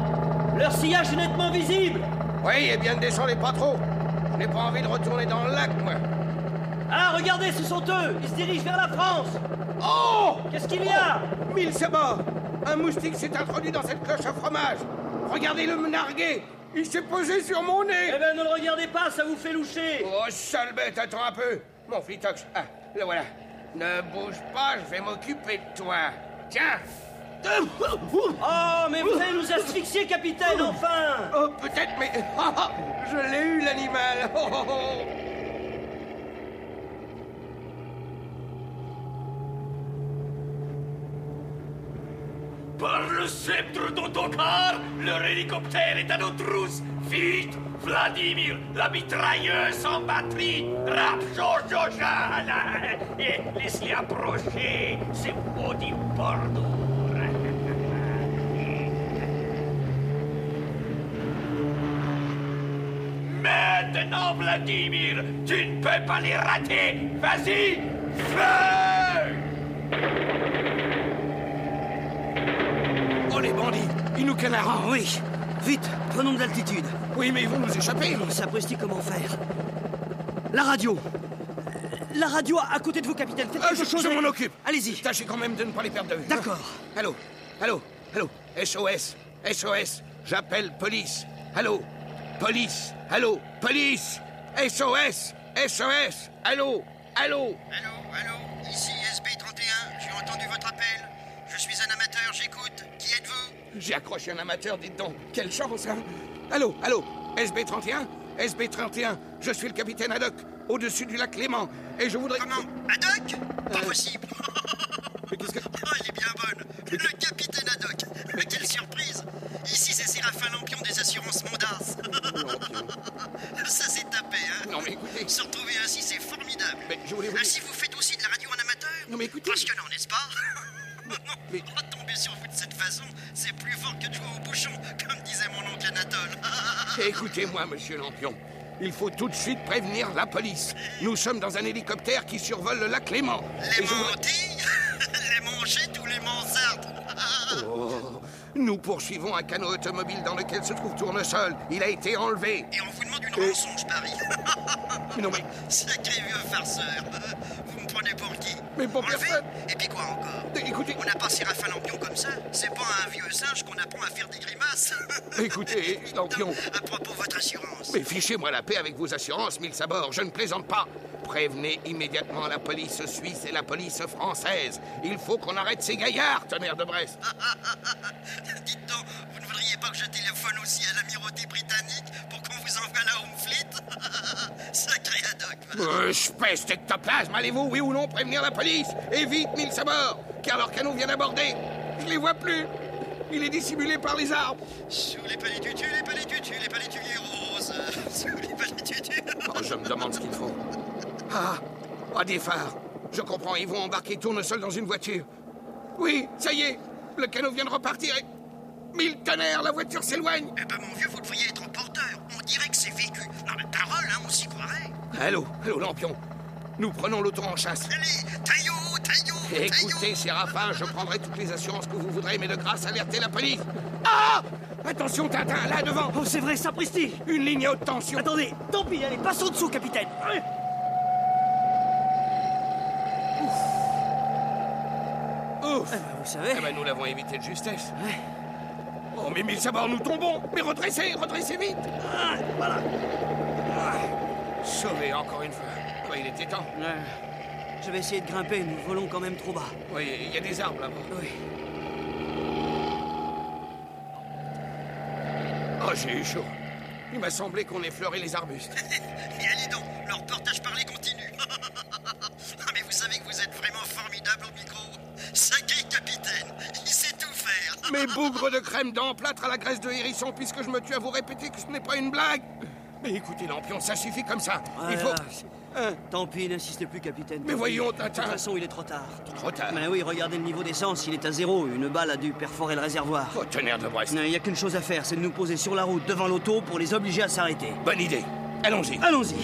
Speaker 2: Leur sillage est nettement visible
Speaker 3: Oui, eh bien, ne descendez pas trop Je n'ai pas envie de retourner dans le lac, moi
Speaker 2: Ah, regardez, ce sont eux Ils se dirigent vers la France
Speaker 3: Oh
Speaker 2: Qu'est-ce qu'il y a
Speaker 3: Mille sabots Un moustique s'est introduit dans cette cloche à fromage Regardez-le me narguer Il s'est posé sur mon nez Eh
Speaker 2: ben, ne le regardez pas, ça vous fait loucher
Speaker 3: Oh, sale bête, attends un peu Mon flitox, ah, le voilà Ne bouge pas, je vais m'occuper de toi Tiens
Speaker 2: Oh, mais vous allez nous asphyxier, capitaine, enfin
Speaker 3: Oh, peut-être, mais... Ah, ah, je l'ai eu, l'animal Oh, oh, oh.
Speaker 14: Par le sceptre d'Otokar, leur hélicoptère est à nos trousses. Vite, Vladimir, la mitrailleuse en batterie. Rap, Jojojan. Et laissez approcher ces maudits bordeaux. Maintenant, Vladimir, tu ne peux pas les rater. Vas-y, feu
Speaker 3: Oh, les bandits Ils nous
Speaker 2: Oh,
Speaker 3: canards
Speaker 4: Oui Vite Prenons de l'altitude
Speaker 3: Oui, mais ils vont nous échapper
Speaker 4: On s'aprestit comment faire La radio Euh, La radio à côté de vous, capitaine Faites
Speaker 3: Ah,
Speaker 4: quelque
Speaker 3: je,
Speaker 4: chose
Speaker 3: je
Speaker 4: avec-
Speaker 3: m'en occupe.
Speaker 4: Allez-y.
Speaker 3: Tâchez quand même de ne pas les perdre de vue. hein.
Speaker 4: D'accord.
Speaker 3: Allô Allô Allô SOS SOS J'appelle police. Allô Police Allô Police SOS SOS Allô Allô
Speaker 5: Ici SB31, j'ai entendu votre appel. Je suis un amateur, j'écoute. Qui êtes-vous
Speaker 3: J'ai accroché un amateur, dites donc. Quelle chance, hein Allô Allô SB31 SB31, je suis le capitaine Haddock, au-dessus du lac Léman, et je voudrais... Euh, Comment
Speaker 5: Haddock Pas possible Oh, il est bien bonne Le capitaine Haddock Quelle surprise Ici, c'est Séraphin Lampion des assurances Mondas. Ça, c'est tapé, hein
Speaker 3: Oh, Non, mais écoutez...
Speaker 5: Se retrouver ainsi, c'est formidable
Speaker 3: Mais je voulais vous...
Speaker 5: Ainsi, vous faites aussi de la radio en amateur
Speaker 3: Non, mais écoutez...
Speaker 5: Parce que non, n'est-ce pas On va tomber sur vous de cette façon, c'est plus fort que de jouer au bouchon, comme disait mon oncle Anatole.
Speaker 3: Écoutez-moi, monsieur Lampion. Il faut tout de suite prévenir la police. Nous sommes dans un hélicoptère qui survole le lac Léman. Et je voudrais-
Speaker 5: les manchettes ou les mansardes
Speaker 3: Oh. Nous poursuivons un canot automobile dans lequel se trouve Tournesol. Il a été enlevé.
Speaker 5: Et on vous demande une rançon, je parie.
Speaker 3: Non, mais...
Speaker 5: Sacré vieux farceur. prenez pour qui Mais pour personne Et puis quoi encore Écoutez... On n'a pas Séraphin Lampion comme ça. C'est pas un vieux singe qu'on apprend à faire des grimaces.
Speaker 3: Écoutez, Lampion.
Speaker 5: À propos de votre assurance.
Speaker 3: Mais fichez-moi la paix avec vos assurances, mille sabords, je ne plaisante pas. Prévenez immédiatement la police suisse et la police française. Il faut qu'on arrête ces gaillards, tonnerre de Brest.
Speaker 5: Dites donc, vous ne voudriez pas que je téléphone aussi à l'amirauté britannique pour qu'on vous envoie la Home Fleet Sacré Haddock. va.
Speaker 3: Euh, Espèce d'ectoplasme, allez-vous, oui ou non, prévenir la police Et vite, mille sabords, car leur canon vient d'aborder. Je les vois plus. Il est dissimulé par les arbres.
Speaker 5: Sous les palétutus, les palétutus, les palétutus roses. Sous les palétutus.
Speaker 3: Oh, je me demande ce qu'il faut. Ah, ah, des phares. Je comprends, ils vont embarquer Tournesol dans une voiture. Oui, ça y est, le canot vient de repartir et... Mille tonnerres, la voiture s'éloigne.
Speaker 5: Eh ben, mon vieux, vous devriez être porteur. On dirait que c'est vécu. Non, mais parole, hein, on s'y croirait.
Speaker 3: Allô, allô, Lampion. Nous prenons l'auto en chasse.
Speaker 5: Allez, taillot, taillot, taillot.
Speaker 3: Écoutez, Séraphin, je prendrai toutes les assurances que vous voudrez, mais de grâce, alertez la police. Ah Attention, Tintin, là devant
Speaker 2: Oh, c'est vrai, sapristi
Speaker 3: Une ligne haute tension
Speaker 2: Attendez, tant pis, allez, passons dessous, capitaine
Speaker 3: Ouf Vous savez Eh ben, nous l'avons évité de justesse. Oh, mais mille sabords, nous tombons Mais redressez, redressez vite Ah, Voilà Ah, Sauvé encore une fois. Ouais, il était temps.
Speaker 4: Je vais essayer de grimper, nous volons quand même trop bas.
Speaker 3: Oui, il y a des arbres là-bas.
Speaker 4: Oui.
Speaker 3: Oh, j'ai eu chaud. Il m'a semblé qu'on effleurait les arbustes.
Speaker 5: Et allez donc, leur portage parler continue. Ah, mais vous savez que vous êtes vraiment formidable au micro. Sacré capitaine, il sait tout faire.
Speaker 3: Mes bougres de crème d'emplâtre à la graisse de hérisson, puisque je me tue à vous répéter que ce n'est pas une blague. Mais écoutez, Lampion, ça suffit comme ça. Il
Speaker 4: Voilà.
Speaker 3: faut.
Speaker 4: Euh,
Speaker 3: Hein
Speaker 4: Tant pis, n'insistez plus, capitaine.
Speaker 3: Mais voyons, Tintin.
Speaker 4: De toute façon, il est trop tard.
Speaker 3: Trop tard.
Speaker 4: Mais oui, regardez le niveau d'essence, il est à zéro. Une balle a dû perforer le réservoir.
Speaker 3: Oh, tonnerre de Brest.
Speaker 4: Non, Il n'y a qu'une chose à faire, c'est de nous poser sur la route devant l'auto pour les obliger à s'arrêter.
Speaker 3: Bonne idée. Allons-y.
Speaker 4: Allons-y.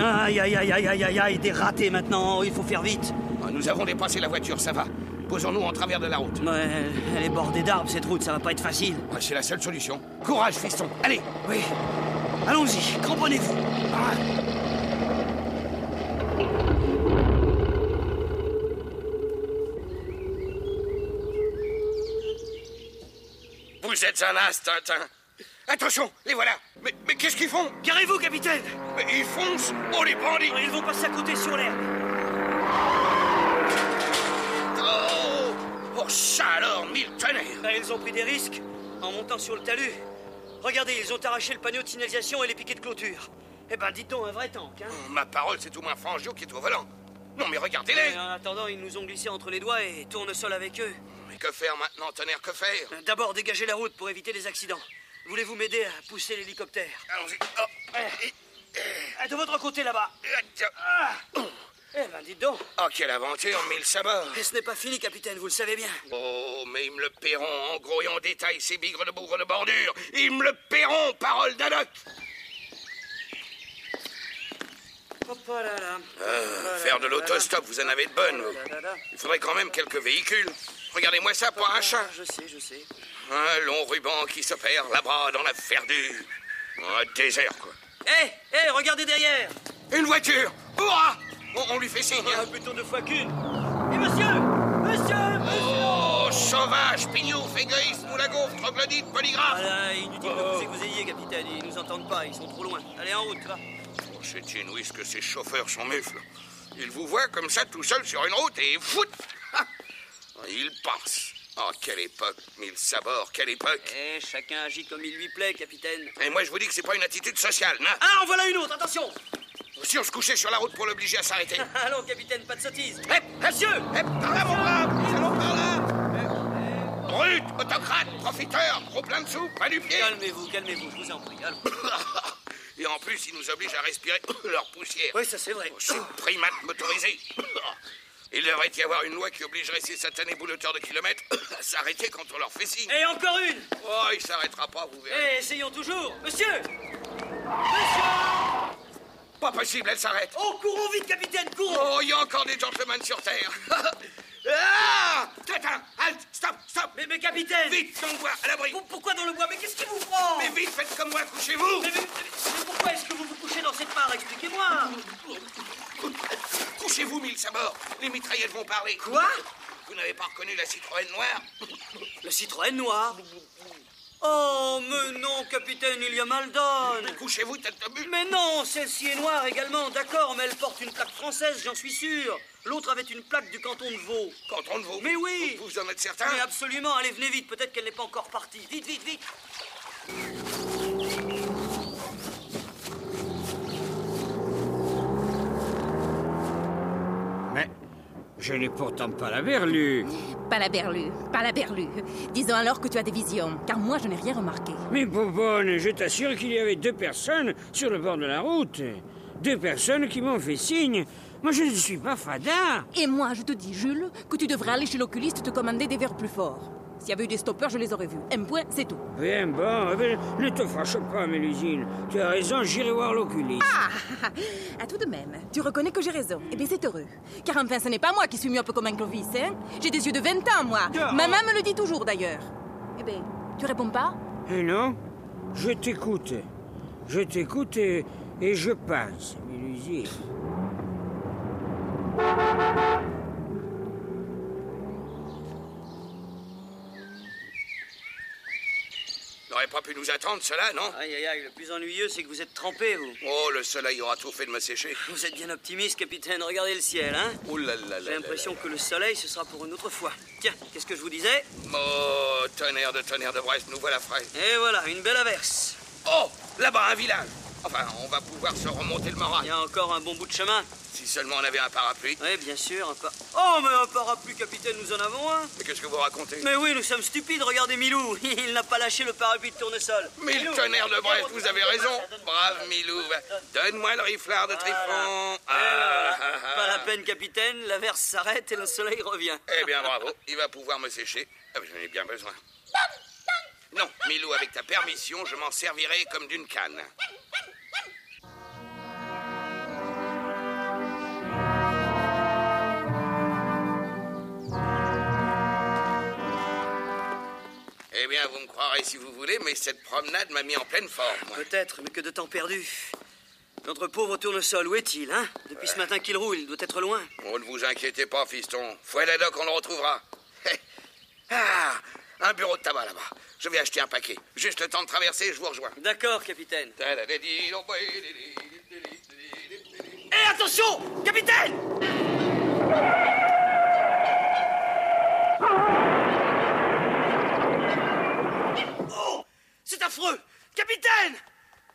Speaker 4: Aïe, aïe, aïe, aïe, aïe, aïe, aïe, des ratés maintenant, Oh, il faut faire vite.
Speaker 3: Ah, Nous avons dépassé la voiture, ça va. Posons-nous en travers de la route.
Speaker 4: Ouais, elle est bordée d'arbres, cette route, ça va pas être facile.
Speaker 3: Ah, C'est la seule solution. Courage, fiston. Allez.
Speaker 4: Oui. Allons-y, cramponnez-vous.
Speaker 3: Ah. Vous êtes un hein. as, Tintin. Attention, les voilà. Mais, mais qu'est-ce qu'ils font
Speaker 2: Garez-vous, capitaine
Speaker 3: Mais ils foncent. Oh, les bandits.
Speaker 2: Ils vont passer à côté sur l'herbe.
Speaker 3: Oh Oh, ça alors, mille tonnerres
Speaker 2: Bah, Ils ont pris des risques en montant sur le talus. Regardez, ils ont arraché le panneau de signalisation et les piquets de clôture. Eh ben, dites donc, un vrai tank, hein
Speaker 3: Oh, Ma parole, c'est tout moins Fangio qui est au volant. Non, mais
Speaker 2: Et
Speaker 3: regardez-les.
Speaker 2: En attendant, ils nous ont glissés entre les doigts et tournent sol avec eux.
Speaker 3: Mais que faire maintenant, tonnerre, que faire
Speaker 2: D'abord, dégagez la route pour éviter les accidents. Voulez-vous m'aider à pousser l'hélicoptère
Speaker 3: Allons-y. Oh.
Speaker 2: Ah, De votre côté, là-bas. Ah. Eh ben, dites donc.
Speaker 3: Oh, quelle aventure, mille sabords.
Speaker 2: Et ce n'est pas fini, capitaine, vous le savez bien.
Speaker 3: Oh, mais ils me le paieront en gros et en détail, ces bigres de bougres de bordure. Ils me le paieront, parole d'Adoc.
Speaker 2: Hop, oh là là.
Speaker 3: Euh, faire de l'autostop, vous en avez de bonnes.
Speaker 2: Oh là là.
Speaker 3: Il faudrait quand même quelques véhicules. Regardez-moi ça pour un chat.
Speaker 2: Ah, Je sais, je sais.
Speaker 3: Un long ruban qui se perd là-bas dans la verdure. Un désert, quoi.
Speaker 2: Hé, hé, Eh, regardez derrière
Speaker 3: Une voiture Hourra on, on lui fait signe. hein.
Speaker 2: Plutôt deux fois qu'une. Et monsieur Monsieur
Speaker 3: Oh, sauvage, pignouf, égoïste, moulago, troglodyte, polygraphe.
Speaker 2: Voilà, inutile de pousser que vous ayez, capitaine. Ils nous entendent pas, ils sont trop loin. Allez, en route, va.
Speaker 3: Oh, C'est inouï ce que ces chauffeurs sont mufles. Ils vous voient comme ça tout seul sur une route et fout Ah Ils passent. Oh, quelle époque, mille sabords, quelle époque.
Speaker 2: Eh, chacun agit comme il lui plaît, capitaine.
Speaker 3: Et moi, je vous dis que c'est pas une attitude sociale, non
Speaker 2: Ah, en voilà une autre, attention
Speaker 3: Si on se couchait sur la route pour l'obliger à s'arrêter. Eh,
Speaker 2: Allons, capitaine, pas de sottises
Speaker 3: Hep, hep,
Speaker 2: Monsieur
Speaker 3: hep, par là, mon brave, nous allons par là. Brut, autocrate, profiteur, gros plein de sous, pas du pied.
Speaker 2: Calmez-vous, calmez-vous, je vous en prie. allons.
Speaker 3: Et en plus, ils nous obligent à respirer leur poussière.
Speaker 2: Oui, ça c'est vrai.
Speaker 3: C'est primate motorisé. Il devrait y avoir une loi qui obligerait ces satanés bouloteurs de kilomètres à s'arrêter quand on leur fait signe.
Speaker 2: Et encore une
Speaker 3: Oh, il s'arrêtera pas, vous verrez.
Speaker 2: Eh, essayons toujours Monsieur
Speaker 3: Pas possible, elle s'arrête.
Speaker 2: Oh, courons vite, capitaine, courons
Speaker 3: Oh, il y a encore des gentlemen sur Terre. ah Tintin, halte, stop, stop.
Speaker 2: mais, mais capitaine
Speaker 3: Vite, dans le bois, à l'abri.
Speaker 2: Pour- Pourquoi dans le bois Mais qu'est-ce qui vous prend
Speaker 3: Mais vite, faites comme moi, couchez-vous.
Speaker 2: mais, mais- mais pourquoi est-ce que vous vous couchez dans cette mare Expliquez-moi
Speaker 3: Cachez-vous, mille sabords Les mitraillettes vont parler
Speaker 4: Quoi
Speaker 3: Vous n'avez pas reconnu la Citroën noire
Speaker 4: La Citroën noire Oh, mais non, capitaine, il y a mal donne.
Speaker 3: Couchez-vous, tête de bulle.
Speaker 4: Mais non, celle-ci est noire également, d'accord, mais elle porte une plaque française, j'en suis sûr. L'autre avait une plaque du canton de Vaud.
Speaker 3: Canton de Vaud
Speaker 4: Mais oui
Speaker 3: Vous en êtes certain
Speaker 4: Mais absolument, allez, venez vite, peut-être qu'elle n'est pas encore partie. Vite, vite, vite
Speaker 2: Mais je n'ai pourtant pas la verlue.
Speaker 40: Pas la berlue, pas la berlue. Disons alors que tu as des visions, car moi je n'ai rien remarqué.
Speaker 2: Mais Bourbonne, je t'assure qu'il y avait deux personnes sur le bord de la route. Deux personnes qui m'ont fait signe. Moi, je ne suis pas fada.
Speaker 40: Et moi je te dis, Jules, que tu devrais aller chez l'oculiste te commander des verres plus forts. S'il y avait eu des stoppers, je les aurais vus. Un point, c'est tout.
Speaker 2: Bien bon, eh bien, ne te fâche pas, Mélusine. Tu as raison, j'irai voir l'oculiste.
Speaker 40: Ah, à tout de même, tu reconnais que j'ai raison. Eh bien, c'est heureux. Car enfin, ce n'est pas moi qui suis myope comme un clovis, hein. J'ai des yeux de 20 ans, moi.
Speaker 2: Ah.
Speaker 40: Ma maman me le dit toujours, d'ailleurs. Eh bien,
Speaker 30: ben.
Speaker 40: tu réponds pas
Speaker 2: Et Eh non, je t'écoute. Je t'écoute et, et je pense, Mélusine.
Speaker 3: N'aurait pas pu nous attendre, cela, non
Speaker 4: Aïe, aïe, aïe, le plus ennuyeux, c'est que vous êtes trempé, vous.
Speaker 3: Oh, le soleil aura tout fait de me sécher.
Speaker 4: Vous êtes bien optimiste, capitaine, regardez le ciel, hein
Speaker 3: Oh là là là
Speaker 4: J'ai
Speaker 3: là
Speaker 4: l'impression
Speaker 3: là
Speaker 4: que le soleil, ce sera pour une autre fois. Tiens, qu'est-ce que je vous disais
Speaker 3: là. Eh, Oh, tonnerre de tonnerre de Brest, nous voilà frais.
Speaker 4: Et voilà, une belle averse.
Speaker 3: Oh, là-bas, un village. Enfin, on va pouvoir se remonter le moral.
Speaker 4: Il y a encore un bon bout de chemin. Eh ben,
Speaker 3: Si seulement on avait un parapluie.
Speaker 4: Oui, bien sûr, un par... Oh, mais un parapluie, capitaine, nous en avons un.
Speaker 3: Mais qu'est-ce que vous racontez
Speaker 4: Mais oui, nous sommes stupides, regardez Milou. Il n'a pas lâché le parapluie de tournesol.
Speaker 3: Mais le tonnerre de Brest, vous avez raison. Brave Milou. Donne-moi le riflard de Trifon. Ah, ah, ah.
Speaker 4: Eh Pas la peine, capitaine, l'averse s'arrête et le soleil revient.
Speaker 3: Eh bien, bravo. Il va pouvoir me sécher. Ah, J'en ai bien besoin. Non, Milou, avec ta permission, je m'en servirai comme d'une canne. Eh bien, vous me croirez si vous voulez, mais cette promenade m'a mis en pleine forme.
Speaker 4: Peut-être, mais que de temps perdu. Notre pauvre tournesol, où est-il, hein Depuis ce matin qu'il roule, il doit être loin.
Speaker 3: Oh, ne vous inquiétez pas, fiston. Fouet la doc, on le retrouvera. Hé. Ah, un bureau de tabac là-bas. Je vais acheter un paquet. Juste le temps de traverser, je vous rejoins.
Speaker 4: D'accord, capitaine.
Speaker 3: Eh,
Speaker 4: attention Capitaine Oh C'est affreux Capitaine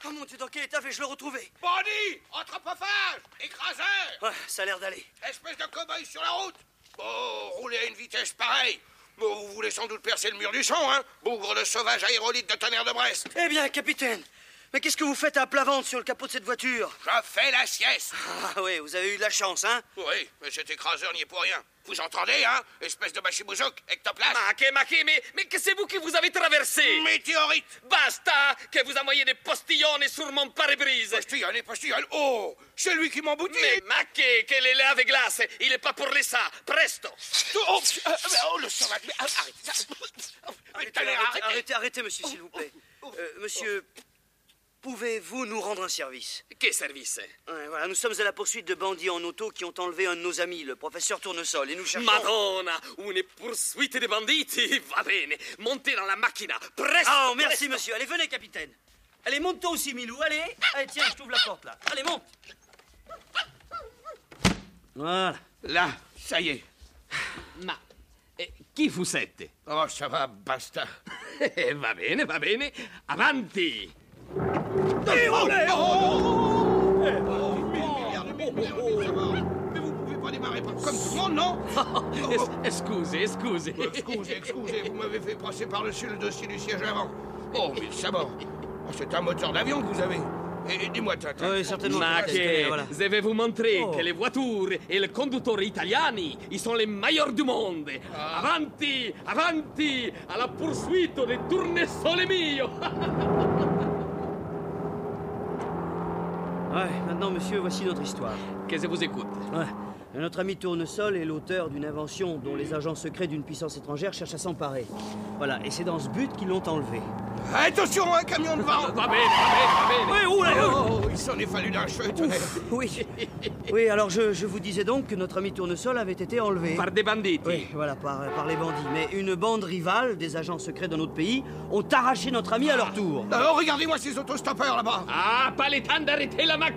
Speaker 4: Oh mon dieu, dans quel état vais-je le retrouver
Speaker 3: Bandit Anthropophage Écraseur
Speaker 4: Ouais, ça a l'air d'aller.
Speaker 3: Espèce de cow-boy sur la route Oh, roulez à une vitesse pareille Bon, vous voulez sans doute percer le mur du son, hein Bougre de sauvage aérolite de tonnerre de Brest
Speaker 4: Eh bien, capitaine, mais qu'est-ce que vous faites à plat ventre sur le capot de cette voiture
Speaker 3: Je fais la sieste
Speaker 4: Ah oui, vous avez eu de la chance, hein
Speaker 3: Oui, mais cet écraseur n'y est pour rien. Vous entendez, hein Espèce de machibouzouk, ectoplasme
Speaker 41: Maqué, maqué, mais, mais que c'est vous qui vous avez traversé
Speaker 3: Météorite
Speaker 41: Basta que vous envoyez des postillons sur mon pare-brise
Speaker 3: Postillonne, postillonne Oh C'est lui qui m'emboutit
Speaker 41: Mais maqué, que les lave glace, il est pas pour les ça Presto
Speaker 3: Oh, euh, oh, le sauvage mais, ah, Arrête Mais
Speaker 4: Arrêtez,
Speaker 3: tonnerre,
Speaker 4: arrêtez, arrêtez, arrêtez, monsieur, s'il vous
Speaker 3: Oh,
Speaker 4: plaît. Euh, monsieur, pouvez-vous nous rendre un service
Speaker 41: Quel service
Speaker 4: Ouais, voilà, nous sommes à la poursuite de bandits en auto qui ont enlevé un de nos amis, le professeur Tournesol, et nous cherchons...
Speaker 41: Madonna, une poursuite de banditi Va bene, montez dans la macchina, presto
Speaker 4: Oh, merci,
Speaker 41: presto.
Speaker 4: monsieur. Allez, venez, capitaine. Allez, monte toi aussi, Milou. Allez, allez tiens, je t'ouvre la porte, là. Allez, monte.
Speaker 8: Voilà.
Speaker 3: Là, ça y est.
Speaker 41: Ma eh, chi fu sette?
Speaker 3: Oh, ça va, basta.
Speaker 41: Eh, va bene, va bene. Avanti! Eh, oh,
Speaker 3: Mais vous pouvez pas démarrer par- comme tout le monde, non
Speaker 41: Oh,
Speaker 3: Oh,
Speaker 41: Scusi, scusi.
Speaker 3: Euh, Excusez, excusez, vous m'avez fait passer par-dessus le dossier du siège avant. Oh, mille sabords Oh, C'est un moteur d'avion que vous avez. Et, et dis-moi, Tintin.
Speaker 8: Oui, certainement.
Speaker 41: Ma
Speaker 8: capitaine,
Speaker 41: che,
Speaker 8: voilà.
Speaker 41: je vous montrer
Speaker 8: Oh.
Speaker 41: que les voitures et le conducteur italiani, ils sont les meilleurs du monde. Avanti, avanti, à la poursuite des tournesole mio.
Speaker 8: Ouais, maintenant, monsieur, voici notre histoire.
Speaker 41: que je vous écoute.
Speaker 8: Ouais. Notre ami Tournesol est l'auteur d'une invention dont les agents secrets d'une puissance étrangère cherchent à s'emparer. Voilà, et c'est dans ce but qu'ils l'ont enlevé.
Speaker 3: Attention, un camion de vent
Speaker 41: Va bene, va bene, va bene.
Speaker 3: Oui, oula, oh, il s'en est fallu d'un cheveu, tonnerre.
Speaker 4: Oui. Oui, alors je, je vous disais donc que notre ami Tournesol avait été enlevé.
Speaker 41: Par des bandits.
Speaker 4: Oui, voilà, par, par les bandits. Mais une bande rivale, des agents secrets d'un autre pays, ont arraché notre ami à leur tour.
Speaker 3: Alors, Ah, oh, regardez-moi ces autostoppeurs là-bas
Speaker 41: Ah, pas les temps d'arrêter la machine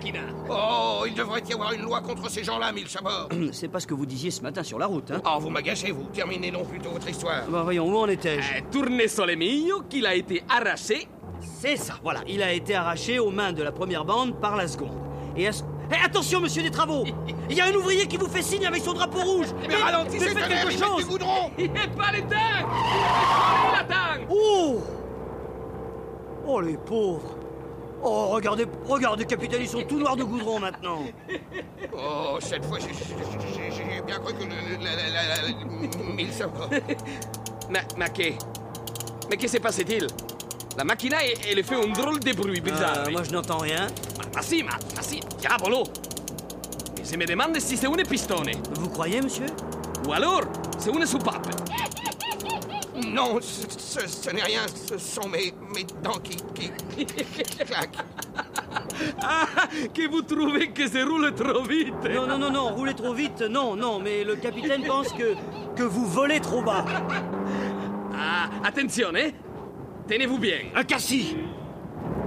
Speaker 3: Oh, il devrait y avoir une loi contre ces gens-là, mille sabords
Speaker 4: C'est pas ce que vous disiez ce matin sur la route, hein
Speaker 3: Oh, vous m'agacez, vous Terminez donc plutôt votre histoire
Speaker 4: Bah voyons, où en étais-je
Speaker 41: Tourner Euh, sur les milles qu'il a été arraché.
Speaker 4: C'est ça, voilà. Il a été arraché aux mains de la première bande par la seconde. Et à ce- Eh, attention, monsieur des travaux Il y a un ouvrier qui vous fait signe avec son drapeau rouge Eh,
Speaker 3: Mais ralentissez,
Speaker 4: mais faites
Speaker 3: tonnerre,
Speaker 4: quelque
Speaker 3: ils mettent
Speaker 4: chose
Speaker 3: des goudrons
Speaker 41: Il est pas les temps Il a temps
Speaker 4: Oh Oh, les pauvres Oh, regardez, regardez, capitaine, ils sont tout noirs de goudron maintenant
Speaker 3: Oh, cette fois, j'ai- j'ai- j'ai j'ai bien cru que... le- la- la- la- la- Mille sabords
Speaker 41: Ma, ma che... Ma che se passait-il La machina, elle, elle fait un drôle de bruit bizarre.
Speaker 4: Euh, moi, je n'entends rien.
Speaker 41: Ma, ma si, ma, ma si, diavolo Mais je me demande si c'est une pistone.
Speaker 4: Vous croyez, monsieur
Speaker 41: Ou alors, c'est une soupape.
Speaker 3: Non, ce, ce- ce n'est rien, ce sont mes, mes dents qui, qui claquent.
Speaker 41: Ah, que vous trouvez que ça roule trop vite
Speaker 4: Non, non, non, non, roulez trop vite, non, non, mais le capitaine pense que, que vous volez trop bas.
Speaker 41: Ah, attenzione, eh. tenez-vous bien.
Speaker 4: Un cassis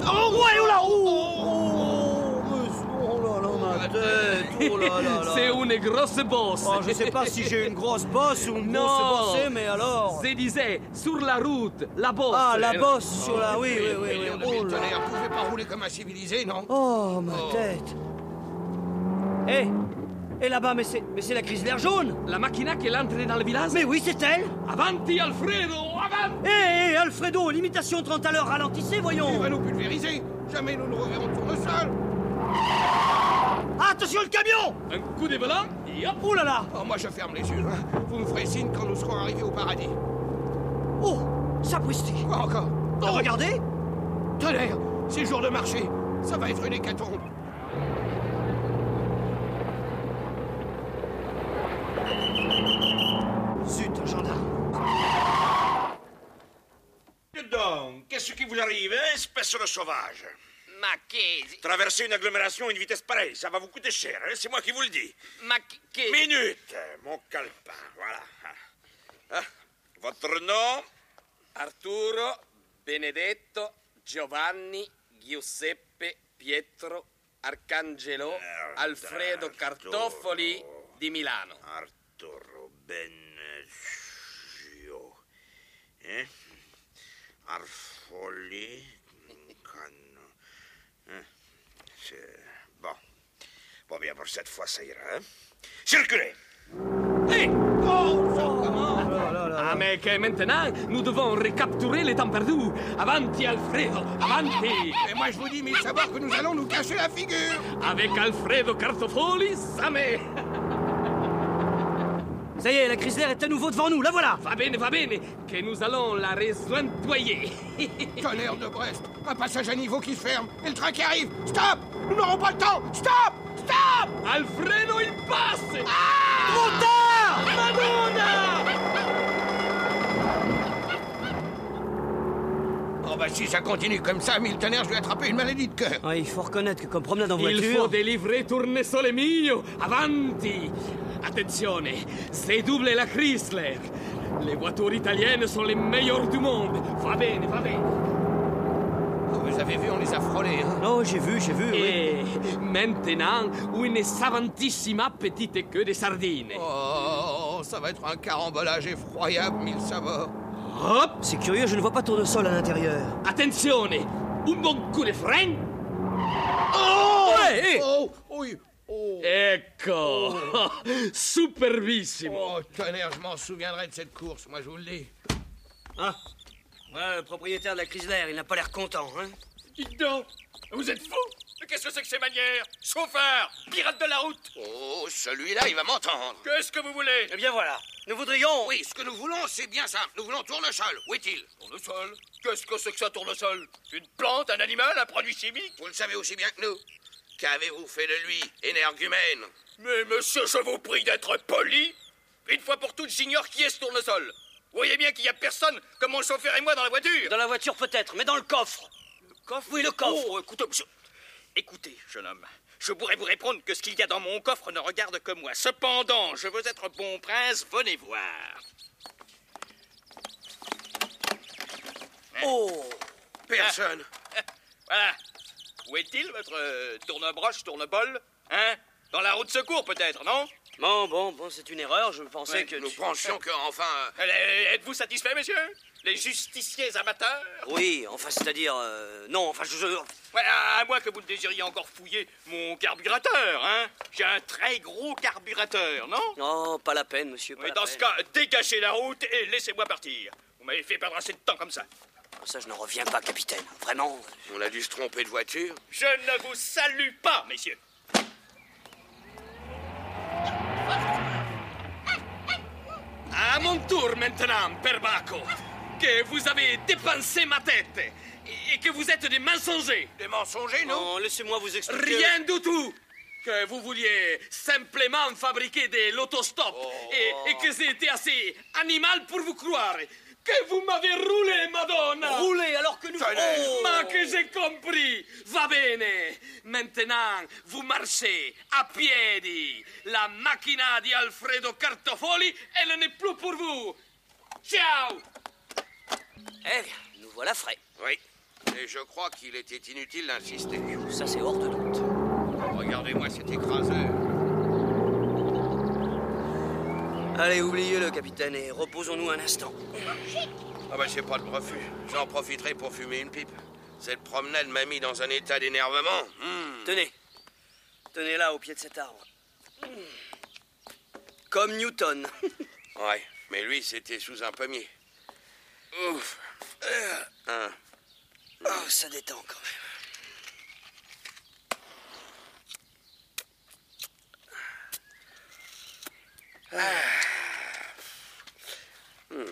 Speaker 4: Oh, ouais, oh là, oh, oh, monsieur, oh là là, ma tête, oh là là là.
Speaker 41: C'est une grosse bosse.
Speaker 4: Oh, je sais pas si j'ai une grosse bosse ou une
Speaker 41: Non.
Speaker 4: grosse eh, bossée, mais alors...
Speaker 41: Je disais, sur la route, la bosse.
Speaker 4: Ah, la bosse sur la... Oui, oui, oui, oui,
Speaker 3: Millions de
Speaker 4: oh
Speaker 3: mille
Speaker 4: là
Speaker 3: tonnerres, vous pouvez pas rouler comme un civilisé, non
Speaker 4: Oh, ma tête Hé Et là-bas, mais c'est mais c'est la Chrysler jaune
Speaker 41: La machina qui est entrée dans le village
Speaker 4: Mais oui, c'est elle
Speaker 41: Avanti, Alfredo, avanti
Speaker 4: Hé, hé, Eh, Alfredo, l'imitation 30 à l'heure, ralentissez,
Speaker 3: Il
Speaker 4: voyons
Speaker 3: va nous pulvériser Jamais nous ne reverrons tournesol
Speaker 4: Ah, Attention, le camion
Speaker 41: Un coup de volant, et hop
Speaker 4: Oh là là
Speaker 3: Oh, moi je ferme les yeux, hein. Vous me ferez signe quand nous serons arrivés au paradis.
Speaker 4: Oh Sapristi
Speaker 3: Quoi encore
Speaker 4: Oh, Regardez
Speaker 3: Tonnerre C'est jour de marché Ça va être une hécatombe
Speaker 4: Zut, un gendarme
Speaker 42: Dites donc, qu'est-ce qui vous arrive, hein, espèce de sauvage
Speaker 14: Ma che...
Speaker 42: Traverser une agglomération à une vitesse pareille, ça va vous coûter cher, hein, c'est moi qui vous le dis.
Speaker 14: Ma che...
Speaker 42: Minute, mon calepin, voilà. Ah, votre nom
Speaker 14: Arturo, Benedetto, Giovanni, Giuseppe, Pietro, Arcangelo, Alfredo Cartofoli di Milano.
Speaker 42: Arturo Benezio. Eh? Arfoli. Canno. Eh, C'est. Bon. Bon, bien, pour cette fois, ça ira. Hein? Circulez!
Speaker 41: oh, Ah, mais que maintenant, nous devons recapturer les temps perdus. Avanti, Alfredo, avanti
Speaker 3: Et moi je vous dis, mille sabords, que nous allons nous cacher la figure
Speaker 41: Avec Alfredo Cartofoli, ça m'est.
Speaker 4: Ça y est, la Chrysler est à nouveau devant nous, la voilà
Speaker 41: Va bene, va bene, que nous allons la rejointoyer.
Speaker 3: Tonnerre de Brest Un passage à niveau qui se ferme Et le train qui arrive Stop Nous n'aurons pas le temps Stop Stop Ah
Speaker 41: Alfredo, il passe
Speaker 4: Montard
Speaker 41: Madonna
Speaker 3: Oh bah si ça continue comme ça, mille tonnerres, je vais attraper une maladie de cœur
Speaker 4: Ouais, Il faut reconnaître que comme promenade en
Speaker 41: Il faut
Speaker 4: voiture...
Speaker 41: délivrer Tournesole mio, avanti Attenzione, c'est double la Chrysler Les voitures italiennes sont les meilleures du monde Va bene, va bene
Speaker 3: Oh, Vous avez vu, on les a frôlés, hein
Speaker 4: Oh, j'ai vu, j'ai vu, oui.
Speaker 41: Et Eh, maintenant, une savantissima petite queue de sardine
Speaker 3: Oh, ça va être un carambolage effroyable, mille sabords
Speaker 41: Hop
Speaker 4: C'est curieux, je ne vois pas tournesol à l'intérieur.
Speaker 41: Attenzione Un buon coup de frein
Speaker 3: Oh
Speaker 41: Ouais, eh.
Speaker 3: Oh oui Oh,
Speaker 41: Ecco Superbissimo
Speaker 3: oh tonnerre, je m'en souviendrai de cette course, moi je vous le dis
Speaker 9: Ah, voilà le propriétaire de la Chrysler, il n'a pas l'air content, hein
Speaker 18: Dites donc, vous êtes fous Mais qu'est-ce que c'est que ces manières Chauffeur Pirate de la route
Speaker 3: Oh, celui-là, il va m'entendre
Speaker 18: Qu'est-ce que vous voulez
Speaker 9: Eh bien voilà, nous voudrions...
Speaker 3: Oui, ce que nous voulons, c'est bien simple. Nous voulons tournesol. Où est-il
Speaker 18: Tournesol Qu'est-ce que c'est que ça, tournesol Une plante, un animal, un produit chimique
Speaker 3: Vous le savez aussi bien que nous. Qu'avez-vous fait de lui, énergumène
Speaker 18: Mais monsieur, je vous prie d'être poli Une fois pour toutes, j'ignore qui est ce tournesol
Speaker 2: voyez bien qu'il n'y a personne comme mon chauffeur et moi dans la voiture.
Speaker 4: Dans la voiture peut-être, mais dans le coffre.
Speaker 2: Le coffre
Speaker 4: Oui, le coffre.
Speaker 2: Oh, écoute, je- Écoutez, jeune homme, je pourrais vous répondre que ce qu'il y a dans mon coffre ne regarde que moi. Cependant, je veux être bon prince, venez voir.
Speaker 4: Oh
Speaker 2: Personne. Ah. Voilà. Où est-il, votre euh, tournebroche, tournebol Hein Dans la roue de secours, peut-être, non
Speaker 4: Bon, bon, bon, c'est une erreur, je pensais que...
Speaker 2: nous
Speaker 4: tu-
Speaker 2: pensions que, enfin... euh, Êtes-vous satisfait, messieurs Les justiciers amateurs
Speaker 4: Oui, enfin, c'est-à-dire... euh, non, enfin, je... je-
Speaker 2: Ouais, à à moins que vous ne désiriez encore fouiller mon carburateur, hein J'ai un très gros carburateur, non
Speaker 4: Non, pas la peine, monsieur, pas
Speaker 2: Mais
Speaker 4: la
Speaker 2: dans
Speaker 4: peine.
Speaker 2: ce cas, dégagez la route et laissez-moi partir. Vous m'avez fait perdre assez de temps comme ça.
Speaker 4: Ça, je n'en reviens pas, capitaine. Vraiment.
Speaker 3: On a dû se tromper de voiture.
Speaker 2: Je ne vous salue pas, messieurs.
Speaker 41: À mon tour maintenant, Perbaco, que vous avez dépensé ma tête et- et que vous êtes des mensongers.
Speaker 2: Des mensongers,
Speaker 41: non
Speaker 4: Non, Oh, laissez-moi vous expliquer...
Speaker 41: Rien du tout Que vous vouliez simplement fabriquer de l'autostop
Speaker 4: Oh.
Speaker 41: et, et que c'était assez animal pour vous croire que vous m'avez roulé, Madonna
Speaker 4: Roulé alors que nous...
Speaker 41: Oh Mais que j'ai compris Va bene Maintenant, vous marchez à piedi La macchina di Alfredo Cartofoli, elle n'est plus pour vous Ciao
Speaker 4: Eh bien, nous voilà frais.
Speaker 3: Oui. Et je crois qu'il était inutile d'insister.
Speaker 4: Ça, c'est hors de doute.
Speaker 3: Regardez-moi cet écraseur.
Speaker 4: Allez, oubliez-le, capitaine, et reposons-nous un instant.
Speaker 3: Ah bah c'est pas de refus. J'en profiterai pour fumer une pipe. Cette promenade m'a mis dans un état d'énervement. Hmm.
Speaker 4: Tenez. Tenez là, au pied de cet arbre. Comme Newton.
Speaker 3: Ouais, mais lui c'était sous un pommier. Ouf. Euh, hein.
Speaker 4: Oh, ça détend quand même. Ah. Hmm,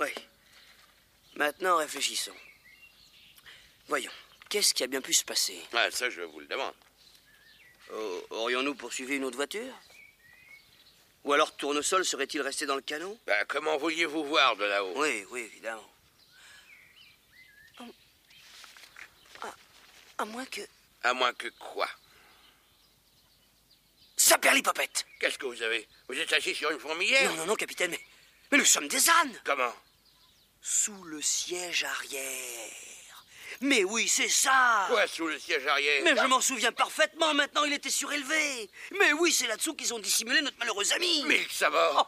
Speaker 4: Oui. Maintenant, réfléchissons. Voyons, qu'est-ce qui a bien pu se passer
Speaker 3: Ah, ça je vous le demande.
Speaker 4: Oh, Aurions-nous poursuivi une autre voiture Ou alors Tournesol serait-il resté dans le canon
Speaker 3: Bah comment vouliez-vous voir de là-haut
Speaker 4: Oui, oui, évidemment. À moins que.
Speaker 3: À moins que quoi
Speaker 4: Saperlipopette
Speaker 3: Qu'est-ce que vous avez Vous êtes assis sur une fourmilière
Speaker 4: Non, non, non, capitaine, mais. Mais nous sommes des ânes
Speaker 3: Comment
Speaker 4: Sous le siège arrière. Mais oui, c'est ça
Speaker 3: Quoi sous le siège arrière
Speaker 4: Mais je m'en souviens parfaitement, maintenant il était surélevé Mais oui, c'est là-dessous qu'ils ont dissimulé notre malheureux ami
Speaker 3: Mille sabords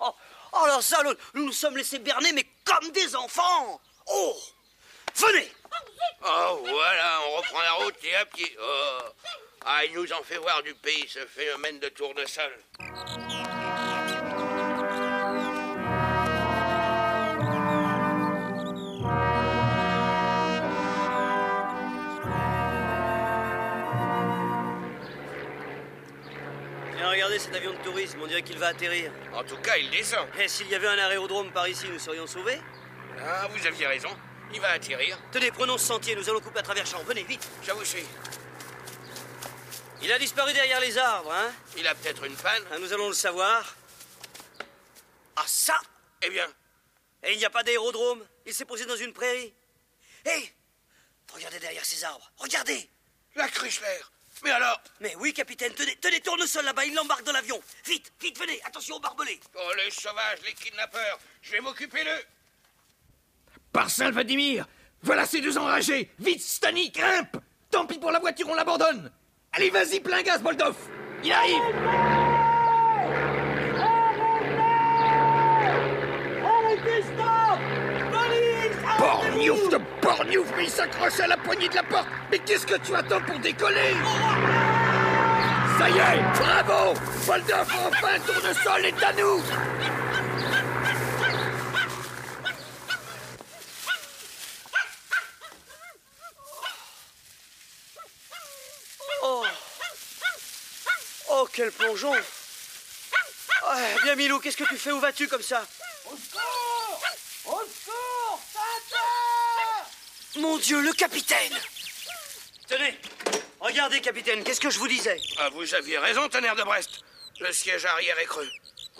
Speaker 4: Oh, oh, alors ça, nous nous nous sommes laissés berner, mais comme des enfants Oh Venez
Speaker 3: Oh, voilà, on reprend la route et à pied. Oh. Ah, il nous en fait voir du pays, ce phénomène de tournesol.
Speaker 4: Tiens, regardez cet avion de tourisme, on dirait qu'il va atterrir.
Speaker 3: En tout cas, il descend.
Speaker 4: Et s'il y avait un aérodrome par ici, nous serions sauvés
Speaker 3: Ah, vous aviez raison. Il va atterrir.
Speaker 4: Tenez, prenons ce sentier, nous allons couper à travers champs. Venez, vite
Speaker 3: Je vous suis.
Speaker 4: Il a disparu derrière les arbres, hein
Speaker 3: Il a peut-être une panne.
Speaker 4: Ah, Nous allons le savoir. Ah, ça
Speaker 3: Eh bien,
Speaker 4: Et il n'y a pas d'aérodrome Il s'est posé dans une prairie. Hé Regardez derrière ces arbres, regardez
Speaker 3: la Chrysler. Mais alors
Speaker 4: Mais oui, capitaine, tenez, tenez, tournesol là-bas, il l'embarque dans l'avion. Vite, vite, venez, attention aux barbelés.
Speaker 3: Oh, les sauvages, les kidnappeurs. Je vais m'occuper d'eux.
Speaker 2: Par Saint Vladimir Voilà ces deux enragés Vite, Stanik, grimpe Tant pis pour la voiture, on l'abandonne Allez, vas-y, plein gaz, Boldov Il arrive
Speaker 43: Borgnouf de Borgnouf, mais il s'accroche à la poignée de la porte. Mais qu'est-ce que tu attends pour décoller Ça y est, bravo Voldemort, enfin, tournesol est à nous
Speaker 4: Oh Oh, quel plongeon Ah, Bien, Milou, qu'est-ce que tu fais Où vas-tu comme ça
Speaker 8: Au secours Au secours Tata
Speaker 4: Mon Dieu, le capitaine Tenez Regardez, capitaine, qu'est-ce que je vous disais
Speaker 3: Ah, vous aviez raison, tonnerre de Brest. Le siège arrière est creux.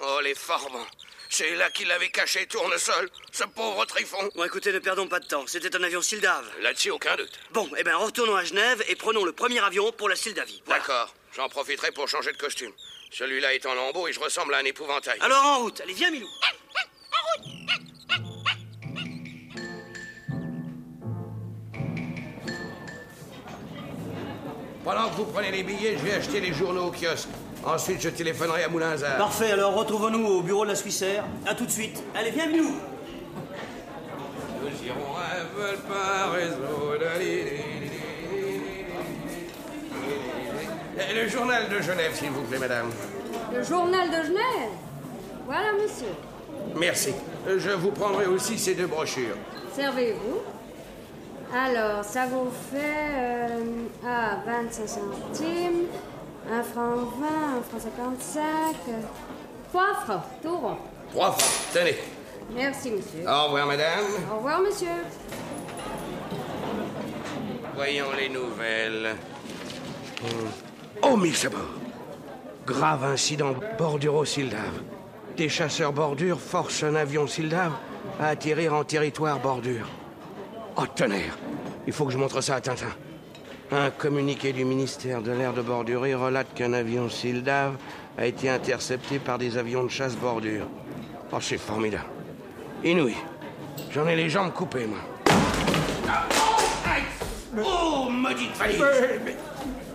Speaker 3: Oh, les formants. C'est là qu'il avait caché Tournesol, ce pauvre Trifon.
Speaker 44: Bon, écoutez, ne perdons pas de temps. C'était un avion Sildave.
Speaker 3: Là-dessus, aucun doute.
Speaker 44: Bon, eh ben, retournons à Genève et prenons le premier avion pour la Sildavie.
Speaker 3: D'accord, j'en profiterai pour changer de costume. Celui-là est en lambeau et je ressemble à un épouvantail.
Speaker 44: Alors, en route. Allez, viens, Milou.
Speaker 3: Pendant que vous prenez les billets, je vais acheter les journaux au kiosque. Ensuite, je téléphonerai à Moulinzard.
Speaker 4: Parfait, alors retrouvons-nous au bureau de la Suissère. À tout de suite. Allez, viens, Minou
Speaker 3: Nous irons à Valparaiso. Le journal de Genève, s'il vous plaît, madame.
Speaker 38: Le journal de Genève Voilà, monsieur.
Speaker 3: Merci. Je vous prendrai aussi ces deux brochures.
Speaker 38: Servez-vous. Alors, ça vous fait euh, ah, 25 centimes, 1 franc 20, 1 franc 55, 3 francs, tout rond.
Speaker 3: Trois fois. Tenez.
Speaker 38: Merci, monsieur.
Speaker 3: Au revoir, madame.
Speaker 38: Au revoir, monsieur.
Speaker 3: Voyons les nouvelles. Hum. Oh, mille sabords Grave incident borduro Sildave. Des chasseurs bordures forcent un avion Sildave à atterrir en territoire bordure. Oh, tonnerre Il faut que je
Speaker 43: Oh,
Speaker 3: montre ça à Tintin. Un communiqué du ministère de l'air de Bordurie relate qu'un avion Sildave a été intercepté par des avions de chasse bordure. Oh, c'est formidable. Inouï. J'en ai les jambes coupées, moi. Oh, maudite valise
Speaker 2: Mais, mais-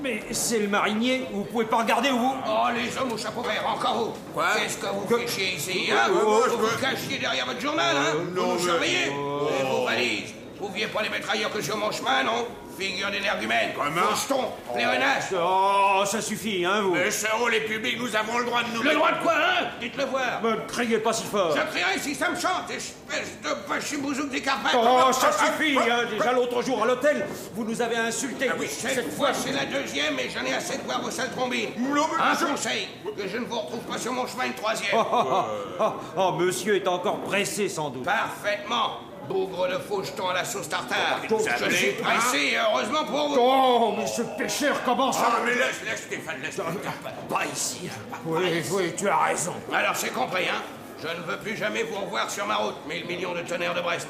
Speaker 2: mais c'est le marinier, vous pouvez pas regarder où vous...
Speaker 3: Oh, les hommes au chapeau vert, encore vous
Speaker 2: Quoi
Speaker 3: Qu'est-ce que vous fichez ici, hein
Speaker 2: Ouais, ouais,
Speaker 3: Vous
Speaker 2: ouais,
Speaker 3: vous
Speaker 2: je peux-
Speaker 3: cachiez derrière votre journal, hein
Speaker 2: Euh, non,
Speaker 3: Vous nous
Speaker 2: mais-
Speaker 3: surveillez Et vos valises Vous pouviez pas les mettre ailleurs que sur mon chemin, non Figure d'énergumène
Speaker 2: Vraiment
Speaker 3: Poston Pléonasme
Speaker 2: Oh, ça suffit, hein, vous
Speaker 3: Mais ce haut, les publics, nous avons le droit de nous... Le droit de quoi, hein Dites-le voir
Speaker 2: Ne criez pas si fort
Speaker 3: Je crierai si ça me chante, espèce de pachibouzouk des Carpates
Speaker 2: Oh, ça suffit, hein, Déjà l'autre jour à l'hôtel, vous nous avez insultés
Speaker 3: Oui, cette fois, c'est la deuxième et j'en ai assez de voir vos sales combines. Un conseil, que je ne vous retrouve pas sur mon chemin une troisième.
Speaker 2: Oh, oh, oh, oh, oh, monsieur est encore pressé, sans doute.
Speaker 3: Parfaitement. Bougre de faux jeton à la sauce tartare.
Speaker 2: Oh, ça
Speaker 3: Je
Speaker 2: allait,
Speaker 3: suis
Speaker 2: hein
Speaker 3: pressé, et heureusement pour vous.
Speaker 2: Oh, mais ce pêcheur commence à...
Speaker 3: Ah, mais laisse, laisse, Stéphane, laisse. Pas, pas ici. hein, pas- pas
Speaker 2: Oui,
Speaker 3: ici.
Speaker 2: oui, tu as raison.
Speaker 3: Alors, c'est compris, hein. Je ne veux plus jamais vous revoir sur ma route, 1000 millions de tonnerres de Brest.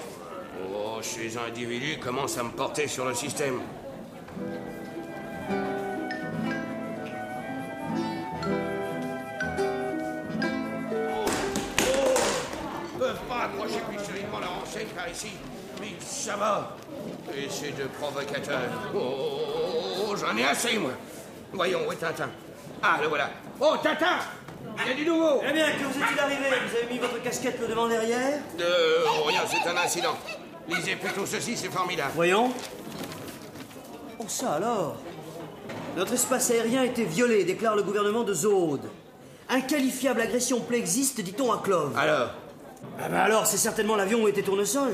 Speaker 3: Oh, ces individus commencent à me porter sur le système. Ils Oh, peuvent pas accrocher plus solidement leur enseigne par ici. Mais ça va. Et ces deux provocateurs. Oh, oh, oh, oh, j'en ai assez, moi. Voyons, où est Tintin Ah, le voilà. Oh, Tintin Il y a du nouveau
Speaker 4: Eh bien, que vous est-il arrivé Vous avez mis votre casquette le devant derrière
Speaker 3: Euh, oh, rien, c'est un incident. Lisez plutôt ceci, c'est formidable.
Speaker 4: Voyons. Oh, ça alors Notre espace aérien a été violé, déclare le gouvernement de Zohode. Inqualifiable agression plexiste, dit-on à Clove.
Speaker 3: Alors
Speaker 4: Ah ben alors, c'est certainement l'avion où était Tournesol.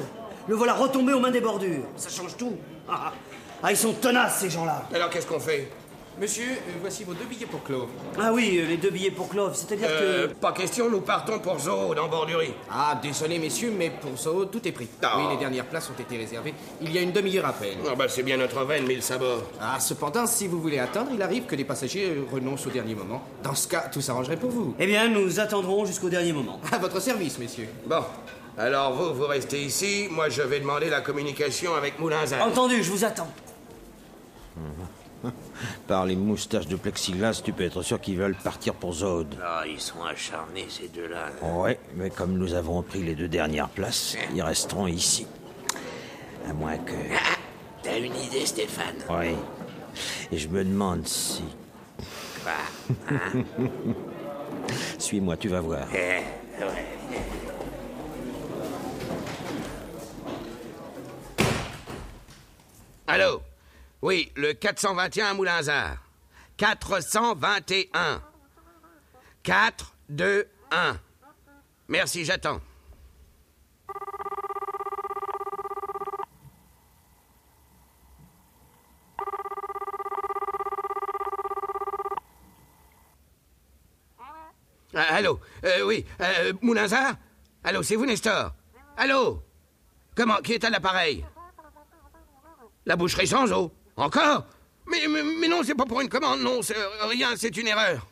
Speaker 4: Le voilà retombé aux mains des bordures. Ça change tout. Ah, ah. Ah, ils sont tenaces, ces gens-là.
Speaker 3: Alors, qu'est-ce qu'on fait euh,
Speaker 4: Monsieur, voici vos deux billets pour Clove. Ah oui, euh, les deux billets pour Clove, c'est-à-dire
Speaker 3: Euh,
Speaker 4: que...
Speaker 3: Pas question, nous partons pour Zoho, dans Bordurie.
Speaker 45: Ah, désolé messieurs, mais pour Soho, tout est pris. Oui, les dernières places ont été réservées il y a une demi-heure à peine.
Speaker 3: Ah bah c'est bien notre veine, mille sabords.
Speaker 45: Ah, cependant, si vous voulez attendre, il arrive que les passagers euh, renoncent au dernier moment. Dans ce cas, tout s'arrangerait pour vous. Ah,
Speaker 4: Eh bien, nous attendrons jusqu'au dernier moment.
Speaker 45: À votre service, messieurs.
Speaker 3: Bon. Alors, vous, vous restez ici. Moi, je vais demander la communication avec Moulinzard.
Speaker 4: Entendu, je vous attends.
Speaker 13: Par les moustaches de plexiglas, tu peux être sûr qu'ils veulent partir pour Zod.
Speaker 8: Ah, ils sont acharnés, ces deux-là.
Speaker 13: Ouais, mais comme nous avons pris les deux dernières places, ils resteront ici. À moins que.
Speaker 8: T'as une idée, Stéphane
Speaker 13: Oui. Et je me demande si.
Speaker 46: Bah,
Speaker 8: Quoi Hein
Speaker 13: Suis-moi, tu vas voir.
Speaker 8: Eh, ouais.
Speaker 3: Allô Oui, le 421 à Moulinzard. 421. 4, 2, 1. Merci, j'attends. Ah, allô Euh, Oui, euh, Moulinzard Allô, c'est vous, Nestor Allô Comment Qui est à l'appareil la boucherie sans eau Encore mais, mais, mais non, c'est pas pour une commande, non, c'est euh, rien, c'est une erreur.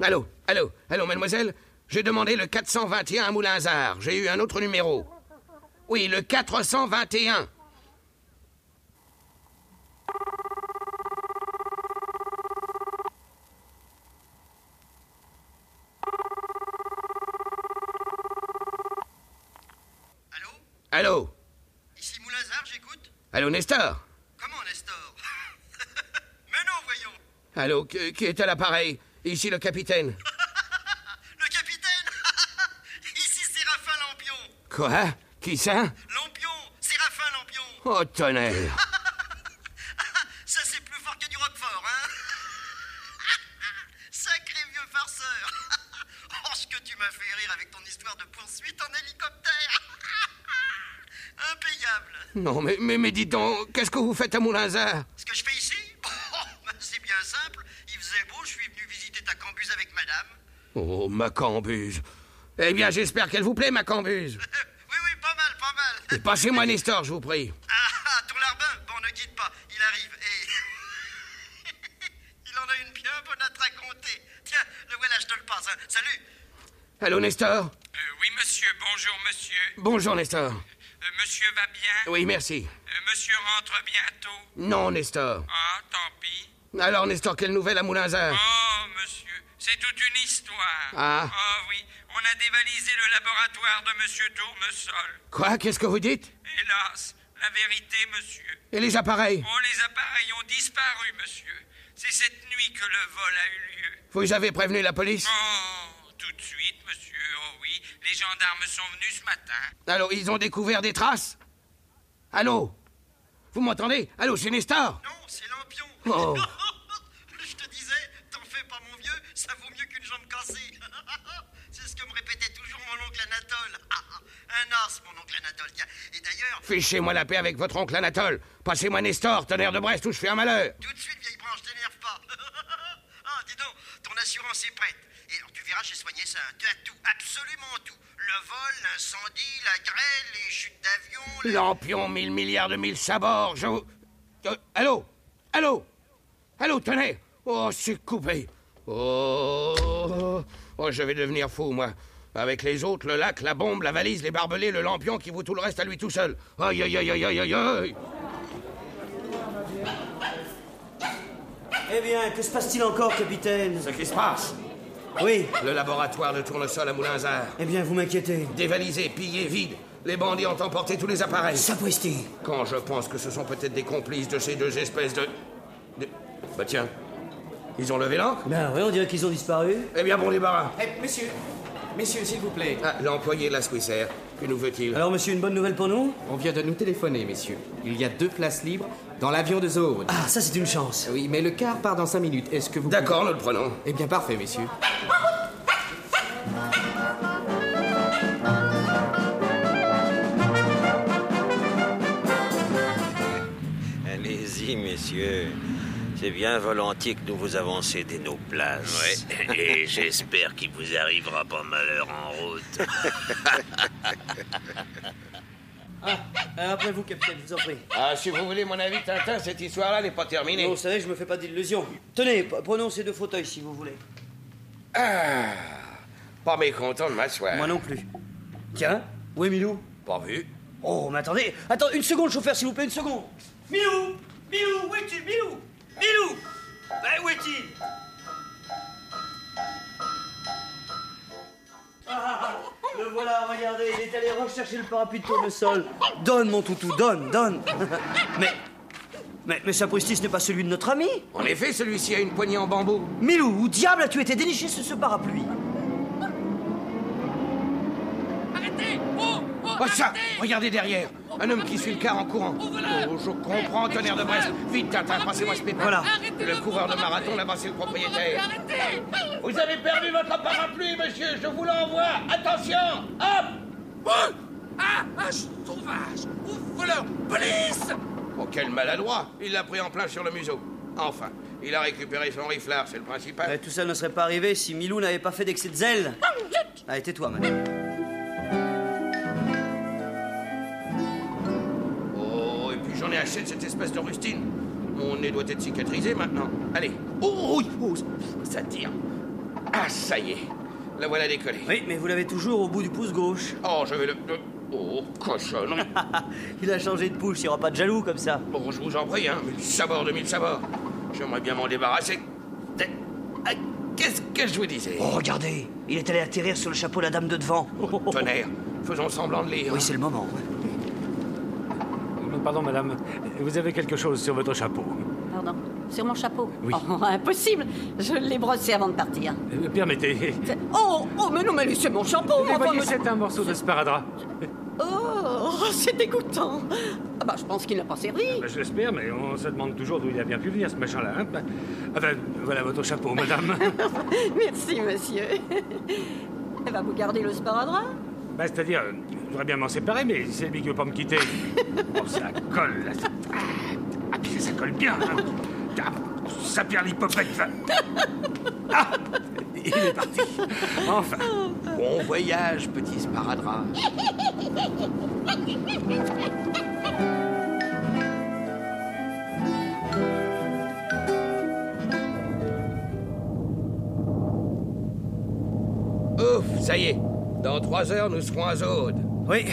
Speaker 3: Allô Allô, allô, mademoiselle J'ai demandé le 421 à Moulinzard. J'ai eu un autre numéro. Oui, le 421. Allô
Speaker 5: Ici Moulazar, j'écoute.
Speaker 3: Allô, Nestor
Speaker 5: Comment, Nestor Mais non, voyons
Speaker 3: Allô, qui, qui est à l'appareil Ici le capitaine.
Speaker 5: Le capitaine Ici Séraphin Lampion
Speaker 3: Quoi Qui ça
Speaker 5: Lampion Séraphin Lampion
Speaker 3: Oh, tonnerre
Speaker 5: Ça, c'est plus fort que du Roquefort, hein Sacré vieux farceur Oh, ce que tu m'as fait rire avec ton histoire de poursuite en hélicoptère Impayable
Speaker 3: Non, mais, mais, mais dis donc, qu'est-ce que vous faites à Moulinzard
Speaker 5: Ce que je fais ici Bon, C'est bien simple. Il faisait beau, je suis venu visiter ta cambuse avec madame.
Speaker 3: Oh, ma cambuse Eh bien, j'espère qu'elle vous plaît, ma cambuse
Speaker 5: Oui, oui, pas mal, pas mal.
Speaker 3: Et Passez-moi Nestor, je vous prie.
Speaker 5: Ah, ton larbin Bon, ne quitte pas, il arrive. Et... il en a une bien bonne à te raconter. Tiens, le voilà, je te le passe. hein. Salut
Speaker 3: Allô, Nestor
Speaker 31: Euh, oui, monsieur, bonjour, monsieur.
Speaker 3: Bonjour, Nestor.
Speaker 31: Euh, monsieur va bien
Speaker 3: Oui, merci.
Speaker 31: Euh, monsieur rentre bientôt
Speaker 3: Non, Nestor.
Speaker 31: Ah, tant pis.
Speaker 3: Alors, Nestor, quelle nouvelle à Moulinzard
Speaker 31: Oh, monsieur, c'est toute une histoire.
Speaker 3: Ah.
Speaker 31: Oh, oui, on a dévalisé le laboratoire de monsieur Tournesol.
Speaker 3: Quoi Qu'est-ce que vous dites
Speaker 31: Hélas, la vérité, monsieur.
Speaker 3: Et les appareils
Speaker 31: Oh, les appareils ont disparu, monsieur. C'est cette nuit que le vol a eu lieu.
Speaker 3: Vous avez prévenu la police
Speaker 31: Oh, tout de suite, monsieur, oh oui. Les gendarmes sont venus ce matin.
Speaker 3: Alors, ils ont découvert des traces Allô Vous m'entendez Allô, c'est Nestor
Speaker 5: Non, c'est Lampion
Speaker 3: Oh.
Speaker 5: Je te disais, t'en fais pas, mon vieux, ça vaut mieux qu'une jambe cassée C'est ce que me répétait toujours mon oncle Anatole. Un as, mon oncle Anatole. Tiens, et d'ailleurs.
Speaker 3: Fichez-moi la paix avec votre oncle Anatole. Passez-moi Nestor, tonnerre de Brest, où je fais un malheur.
Speaker 5: Tout de suite, vieille branche, t'énerve pas. ah, dis donc, ton assurance est prête. Et alors, tu verras, j'ai soigné ça. hein. Tu as tout, absolument tout. Le vol, l'incendie, la grêle, les chutes d'avion.
Speaker 3: Lampion, mille milliards de mille sabords, je... vous- Euh, allô Allô Allô, tenez Oh, c'est coupé Oh Oh, je vais devenir fou, moi. Avec les autres, le lac, la bombe, la valise, les barbelés, le lampion qui vaut tout le reste à lui tout seul. Aïe, aïe, aïe, aïe, aïe, aïe, aïe
Speaker 4: Eh bien, que se passe-t-il encore, capitaine
Speaker 3: Ce qui se passe
Speaker 4: Oui.
Speaker 3: Le laboratoire de tournesol à Moulinzard.
Speaker 4: Eh bien, vous m'inquiétez.
Speaker 3: Dévalisé, pillé, vide. Les bandits ont emporté tous les appareils. Sapristi Quand je pense que ce sont peut-être des complices de ces deux espèces de... de- Bah tiens, ils ont levé l'ancre
Speaker 4: Ben oui, on dirait qu'ils ont disparu.
Speaker 3: Eh bien, bon débarras.
Speaker 1: Eh, monsieur, monsieur, s'il vous plaît.
Speaker 3: Ah, l'employé de la Swissair, que nous veut-il
Speaker 1: Alors,
Speaker 4: monsieur, une bonne nouvelle pour nous
Speaker 1: On vient de nous téléphoner, messieurs. Il y a deux places libres dans l'avion de Zone. Ah,
Speaker 4: ça, c'est une chance.
Speaker 1: Oui, mais le car part dans cinq minutes. Est-ce que vous.
Speaker 3: D'accord, nous le prenons.
Speaker 1: Eh bien, parfait, messieurs.
Speaker 46: Allez-y, messieurs. C'est bien volontiers que nous vous avons cédé nos places.
Speaker 47: Et j'espère qu'il vous arrivera pas malheur en route.
Speaker 4: Ah, euh, après vous, capitaine, je vous en prie.
Speaker 3: Ah, si vous voulez mon avis, Tintin, cette histoire-là n'est pas terminée.
Speaker 4: Non, vous savez, je me fais pas d'illusions. Tenez, p- prenons ces deux fauteuils si vous voulez.
Speaker 3: Ah, pas mécontent de m'asseoir. Moi
Speaker 4: non plus. Tiens, oui, Milou
Speaker 3: Pas vu.
Speaker 4: Oh, mais attendez, attends, une seconde, chauffeur, s'il vous plaît, une seconde.
Speaker 5: Milou Milou, où es-tu Milou Milou Ben, où est-il
Speaker 4: Ah, le voilà, regardez, il est allé rechercher le parapluie de tournesol. Donne, mon toutou, donne, donne. mais, mais, mais Sapristi, ce n'est pas celui de notre ami.
Speaker 3: En effet, celui-ci a une poignée en bambou.
Speaker 4: Milou, où diable as-tu été déniché sous ce parapluie
Speaker 8: Arrêtez Oh Oh,
Speaker 3: Oh ça Regardez derrière Un homme qui suit le car en courant. Oh, je comprends, tonnerre de Brest Vite, Tintin, passez-moi ce pépin
Speaker 8: Voilà.
Speaker 3: Le coureur de marathon, là-bas, c'est le propriétaire.
Speaker 8: Arrêtez
Speaker 3: Vous avez perdu votre parapluie, monsieur Je vous l'envoie Attention Hop
Speaker 8: Ah Un sauvage Ouf, voleur Police
Speaker 3: Oh, quel maladroit Il l'a pris en plein sur le museau. Enfin, il a récupéré son riflard, c'est le principal.
Speaker 4: Eh, Tout ça ne serait pas arrivé si Milou n'avait pas fait d'excès de zèle. Allez, tais-toi, madame.
Speaker 3: Oh, et puis j'en ai acheté de cette espèce de rustine.
Speaker 2: oh,
Speaker 3: Mon nez doit être cicatrisé maintenant. Allez. Oh, oui, oh, ça tire. Ah, ça y est. La voilà décollée.
Speaker 4: Oui, mais vous l'avez toujours au bout du pouce gauche. Ah,
Speaker 3: Oh, je vais le... le- Oh, cochonnerie.
Speaker 4: Il a changé de bouche, il n'y aura pas de jaloux comme ça.
Speaker 3: Bon, je vous en prie, hein. Mille sabords de mille sabords. J'aimerais bien m'en débarrasser. Ah, Qu'est-ce que je vous disais
Speaker 4: Oh, regardez Il est allé atterrir sur le chapeau de la dame de devant.
Speaker 3: Tonnerre, faisons semblant de lire.
Speaker 4: Oui, c'est le moment.
Speaker 2: Pardon, madame, vous avez quelque chose sur votre chapeau.
Speaker 30: Pardon. Sur mon chapeau
Speaker 2: Oui.
Speaker 30: Oh, impossible Je l'ai brossé avant de partir.
Speaker 2: Euh, Permettez.
Speaker 30: Oh, oh, mais non, mais lui, c'est mon chapeau
Speaker 2: Vous
Speaker 30: enfin,
Speaker 2: voyez,
Speaker 30: monsieur-
Speaker 2: c'est un morceau de sparadrap.
Speaker 30: Oh, c'est dégoûtant Ah bah, je pense qu'il n'a pas servi.
Speaker 2: Ben, Je l'espère, mais on se demande toujours d'où il a bien pu venir, ce machin-là. hein. Ben, Enfin, voilà votre chapeau, madame.
Speaker 30: Merci, monsieur. Eh ben, vous gardez le sparadrap
Speaker 2: Ben, C'est-à-dire, euh, je voudrais bien m'en séparer, mais c'est lui qui veut pas me quitter. Oh, ça colle, là. Ah, putain, ça colle bien, hein. Ah, ça perd l'hypopète. va. Ah, il est parti. Enfin,
Speaker 3: bon voyage, petit sparadrap. Ouf, Oh, ça y est. Dans trois heures, nous serons à Zode.
Speaker 4: Oui,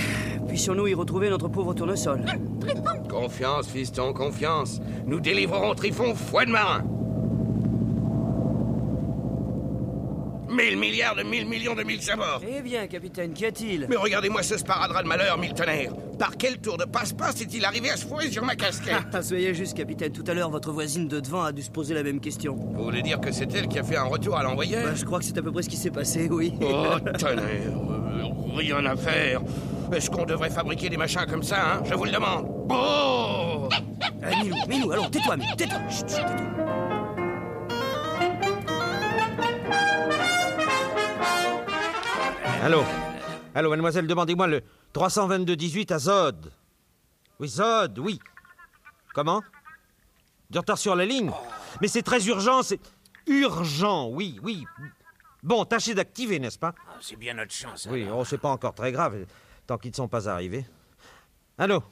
Speaker 4: puissions-nous y retrouver notre pauvre tournesol
Speaker 3: Ah. Confiance, fiston, confiance. Nous délivrerons Trifon, fouet de marin. Mille milliards de mille millions de mille sabords.
Speaker 4: Eh bien, capitaine, qu'y a-t-il
Speaker 3: Mais regardez-moi ce sparadrap de malheur, mille tonnerres. Par quel tour de passe-passe est-il arrivé à se fourrer sur ma casquette
Speaker 4: Ah, Soyez juste, capitaine. Tout à l'heure, votre voisine de devant a dû se poser la même question.
Speaker 3: Vous voulez dire que c'est elle qui a fait un retour à l'envoyeur
Speaker 4: Bah, je crois que c'est à peu près ce qui s'est passé, oui.
Speaker 3: Oh, tonnerre, euh, rien à faire. Est-ce qu'on devrait fabriquer des machins comme ça, hein Je vous le demande. Oh
Speaker 4: Allez, Milou, Milou, allons, tais-toi, Milou, tais-toi. Chut, chut, tais-toi.
Speaker 13: Allô Allô, mademoiselle, demandez-moi le 322-18 à Zod. Oui, Zod, oui. Comment Du retard sur la ligne Mais c'est très urgent, c'est... Urgent, oui, oui. Bon, tâchez d'activer, n'est-ce pas
Speaker 8: C'est bien notre
Speaker 2: hein.
Speaker 8: chance.
Speaker 13: Oui, oh, c'est pas encore très grave, tant qu'ils ne sont pas arrivés. Allô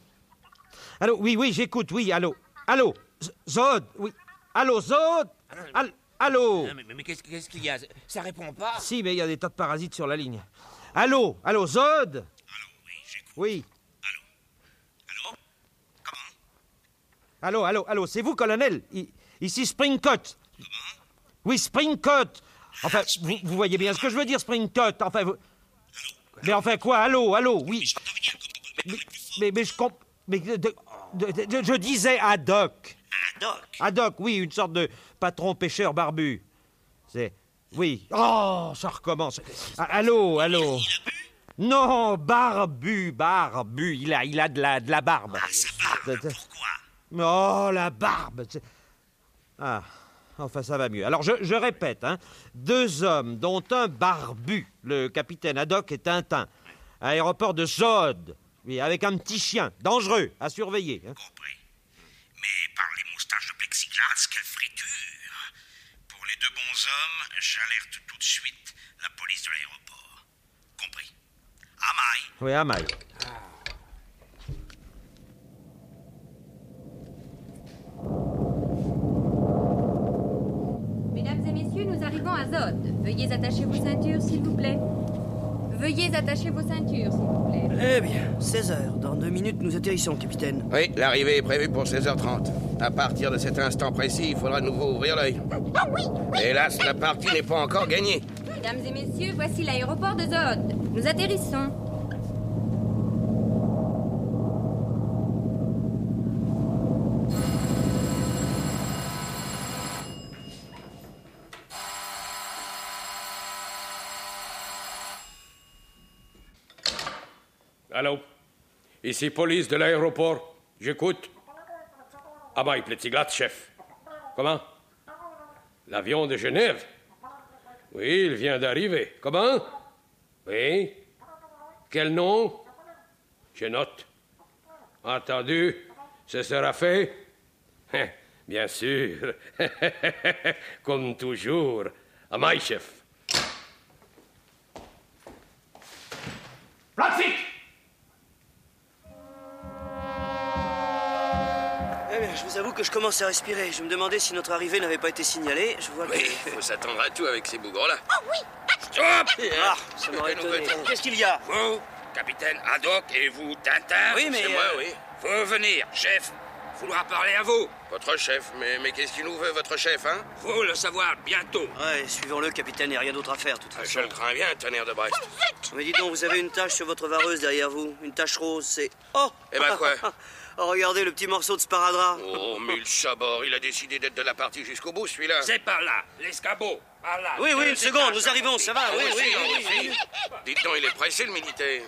Speaker 13: Allô, oui, oui, j'écoute, oui, allô. Allô Z- Zod, oui. Allô, Zod Al- Allô
Speaker 8: mais mais qu'est-ce qu'est-ce qu'il y a Ça répond pas
Speaker 13: Si, mais il y a des tas de parasites sur la ligne. Allô Allô, Zod Allô, oui, j'écoute. Oui. Allô Allô Comment Allô, allô, allô, c'est vous, colonel I- Ici Springcott. Oui, Springcott Enfin, vous, vous voyez bien ce que je veux dire, Springcott. Enfin, vous... Mais enfin quoi Allô, allô, oui. Mais, mais, mais je comp... Mais de- de- de- de- je disais ad hoc. Ad hoc oui, une sorte de patron pêcheur barbu. C'est... Oui. Oh, ça recommence. Ah, Allô, allô. Non, barbu, barbu. Il a, il a de, la, de la Ah, barbe. pourquoi Oh, la barbe. c'est- Ah, enfin, ça va mieux. Alors, je, je répète, hein. deux hommes, dont un barbu, le capitaine Haddock et Tintin, à l'aéroport de Zod, oui, avec un petit chien, dangereux, à surveiller. hein.
Speaker 14: Mais par les moustaches de plexiglas, quelle friture Pour les deux bonshommes, j'alerte tout de suite la police de l'aéroport. Compris. Amaï,
Speaker 13: Oui, à Maille.
Speaker 38: Mesdames et messieurs, nous arrivons à Zod. Veuillez attacher vos ceintures, s'il vous plaît. Veuillez attacher vos ceintures, s'il vous plaît.
Speaker 4: Eh bien, 16 heures. Dans deux minutes, nous atterrissons, capitaine.
Speaker 3: Oui, l'arrivée est prévue pour 16h30. À partir de cet instant précis, il faudra de nouveau ouvrir l'œil.
Speaker 30: Ah
Speaker 3: Hélas, la partie n'est pas encore gagnée.
Speaker 38: Mesdames et messieurs, voici l'aéroport de Zod. Nous atterrissons.
Speaker 42: Allô Ici police de l'aéroport. J'écoute. Ah bah, plexiglas, chef. Comment L'avion de Genève Oui, il vient d'arriver. Comment Oui. Quel nom Je note. Entendu. Ce sera fait Hein, Bien sûr. Comme toujours. À my chef.
Speaker 48: Eh bien,
Speaker 2: Je vous avoue que je commence à respirer. Je me demandais si notre arrivée n'avait pas été signalée. Je vois que.
Speaker 3: Oui, faut s'attendre à tout avec ces bougres-là.
Speaker 8: Oh oui
Speaker 3: Stop
Speaker 2: Ah, ça m'aurait
Speaker 3: Nous
Speaker 2: étonné.
Speaker 3: venons.
Speaker 2: Qu'est-ce qu'il y a
Speaker 3: Vous, capitaine Haddock, et vous, Tintin
Speaker 2: Oui, mais,
Speaker 3: C'est moi,
Speaker 2: euh,
Speaker 3: oui. Faut venir, chef. Vouloir parler à vous. Votre chef, mais, mais qu'est-ce qu'il nous veut, votre chef, hein Faut le savoir bientôt.
Speaker 2: Ouais, suivons-le, capitaine, il n'y a rien d'autre à faire, de toute
Speaker 3: Ah,
Speaker 2: façon.
Speaker 3: Je le crains bien, tonnerre de Brest.
Speaker 2: Mais dis donc, vous avez une tache sur votre vareuse derrière vous. Une tache rose, c'est. Oh
Speaker 3: Eh ben quoi
Speaker 2: Oh, regardez le petit morceau de sparadrap.
Speaker 3: Oh, mille sabords, il a décidé d'être de la partie jusqu'au bout, celui-là.
Speaker 31: C'est par là, l'escabeau, par là.
Speaker 2: Oui, oui,
Speaker 3: Euh,
Speaker 31: Deux
Speaker 2: une seconde,
Speaker 31: étages
Speaker 2: nous arrivons, ça va,
Speaker 31: avant.
Speaker 2: oui,
Speaker 3: On
Speaker 2: oui,
Speaker 3: file, on
Speaker 2: oui, oui.
Speaker 3: file. Dites donc, il est pressé, le militaire.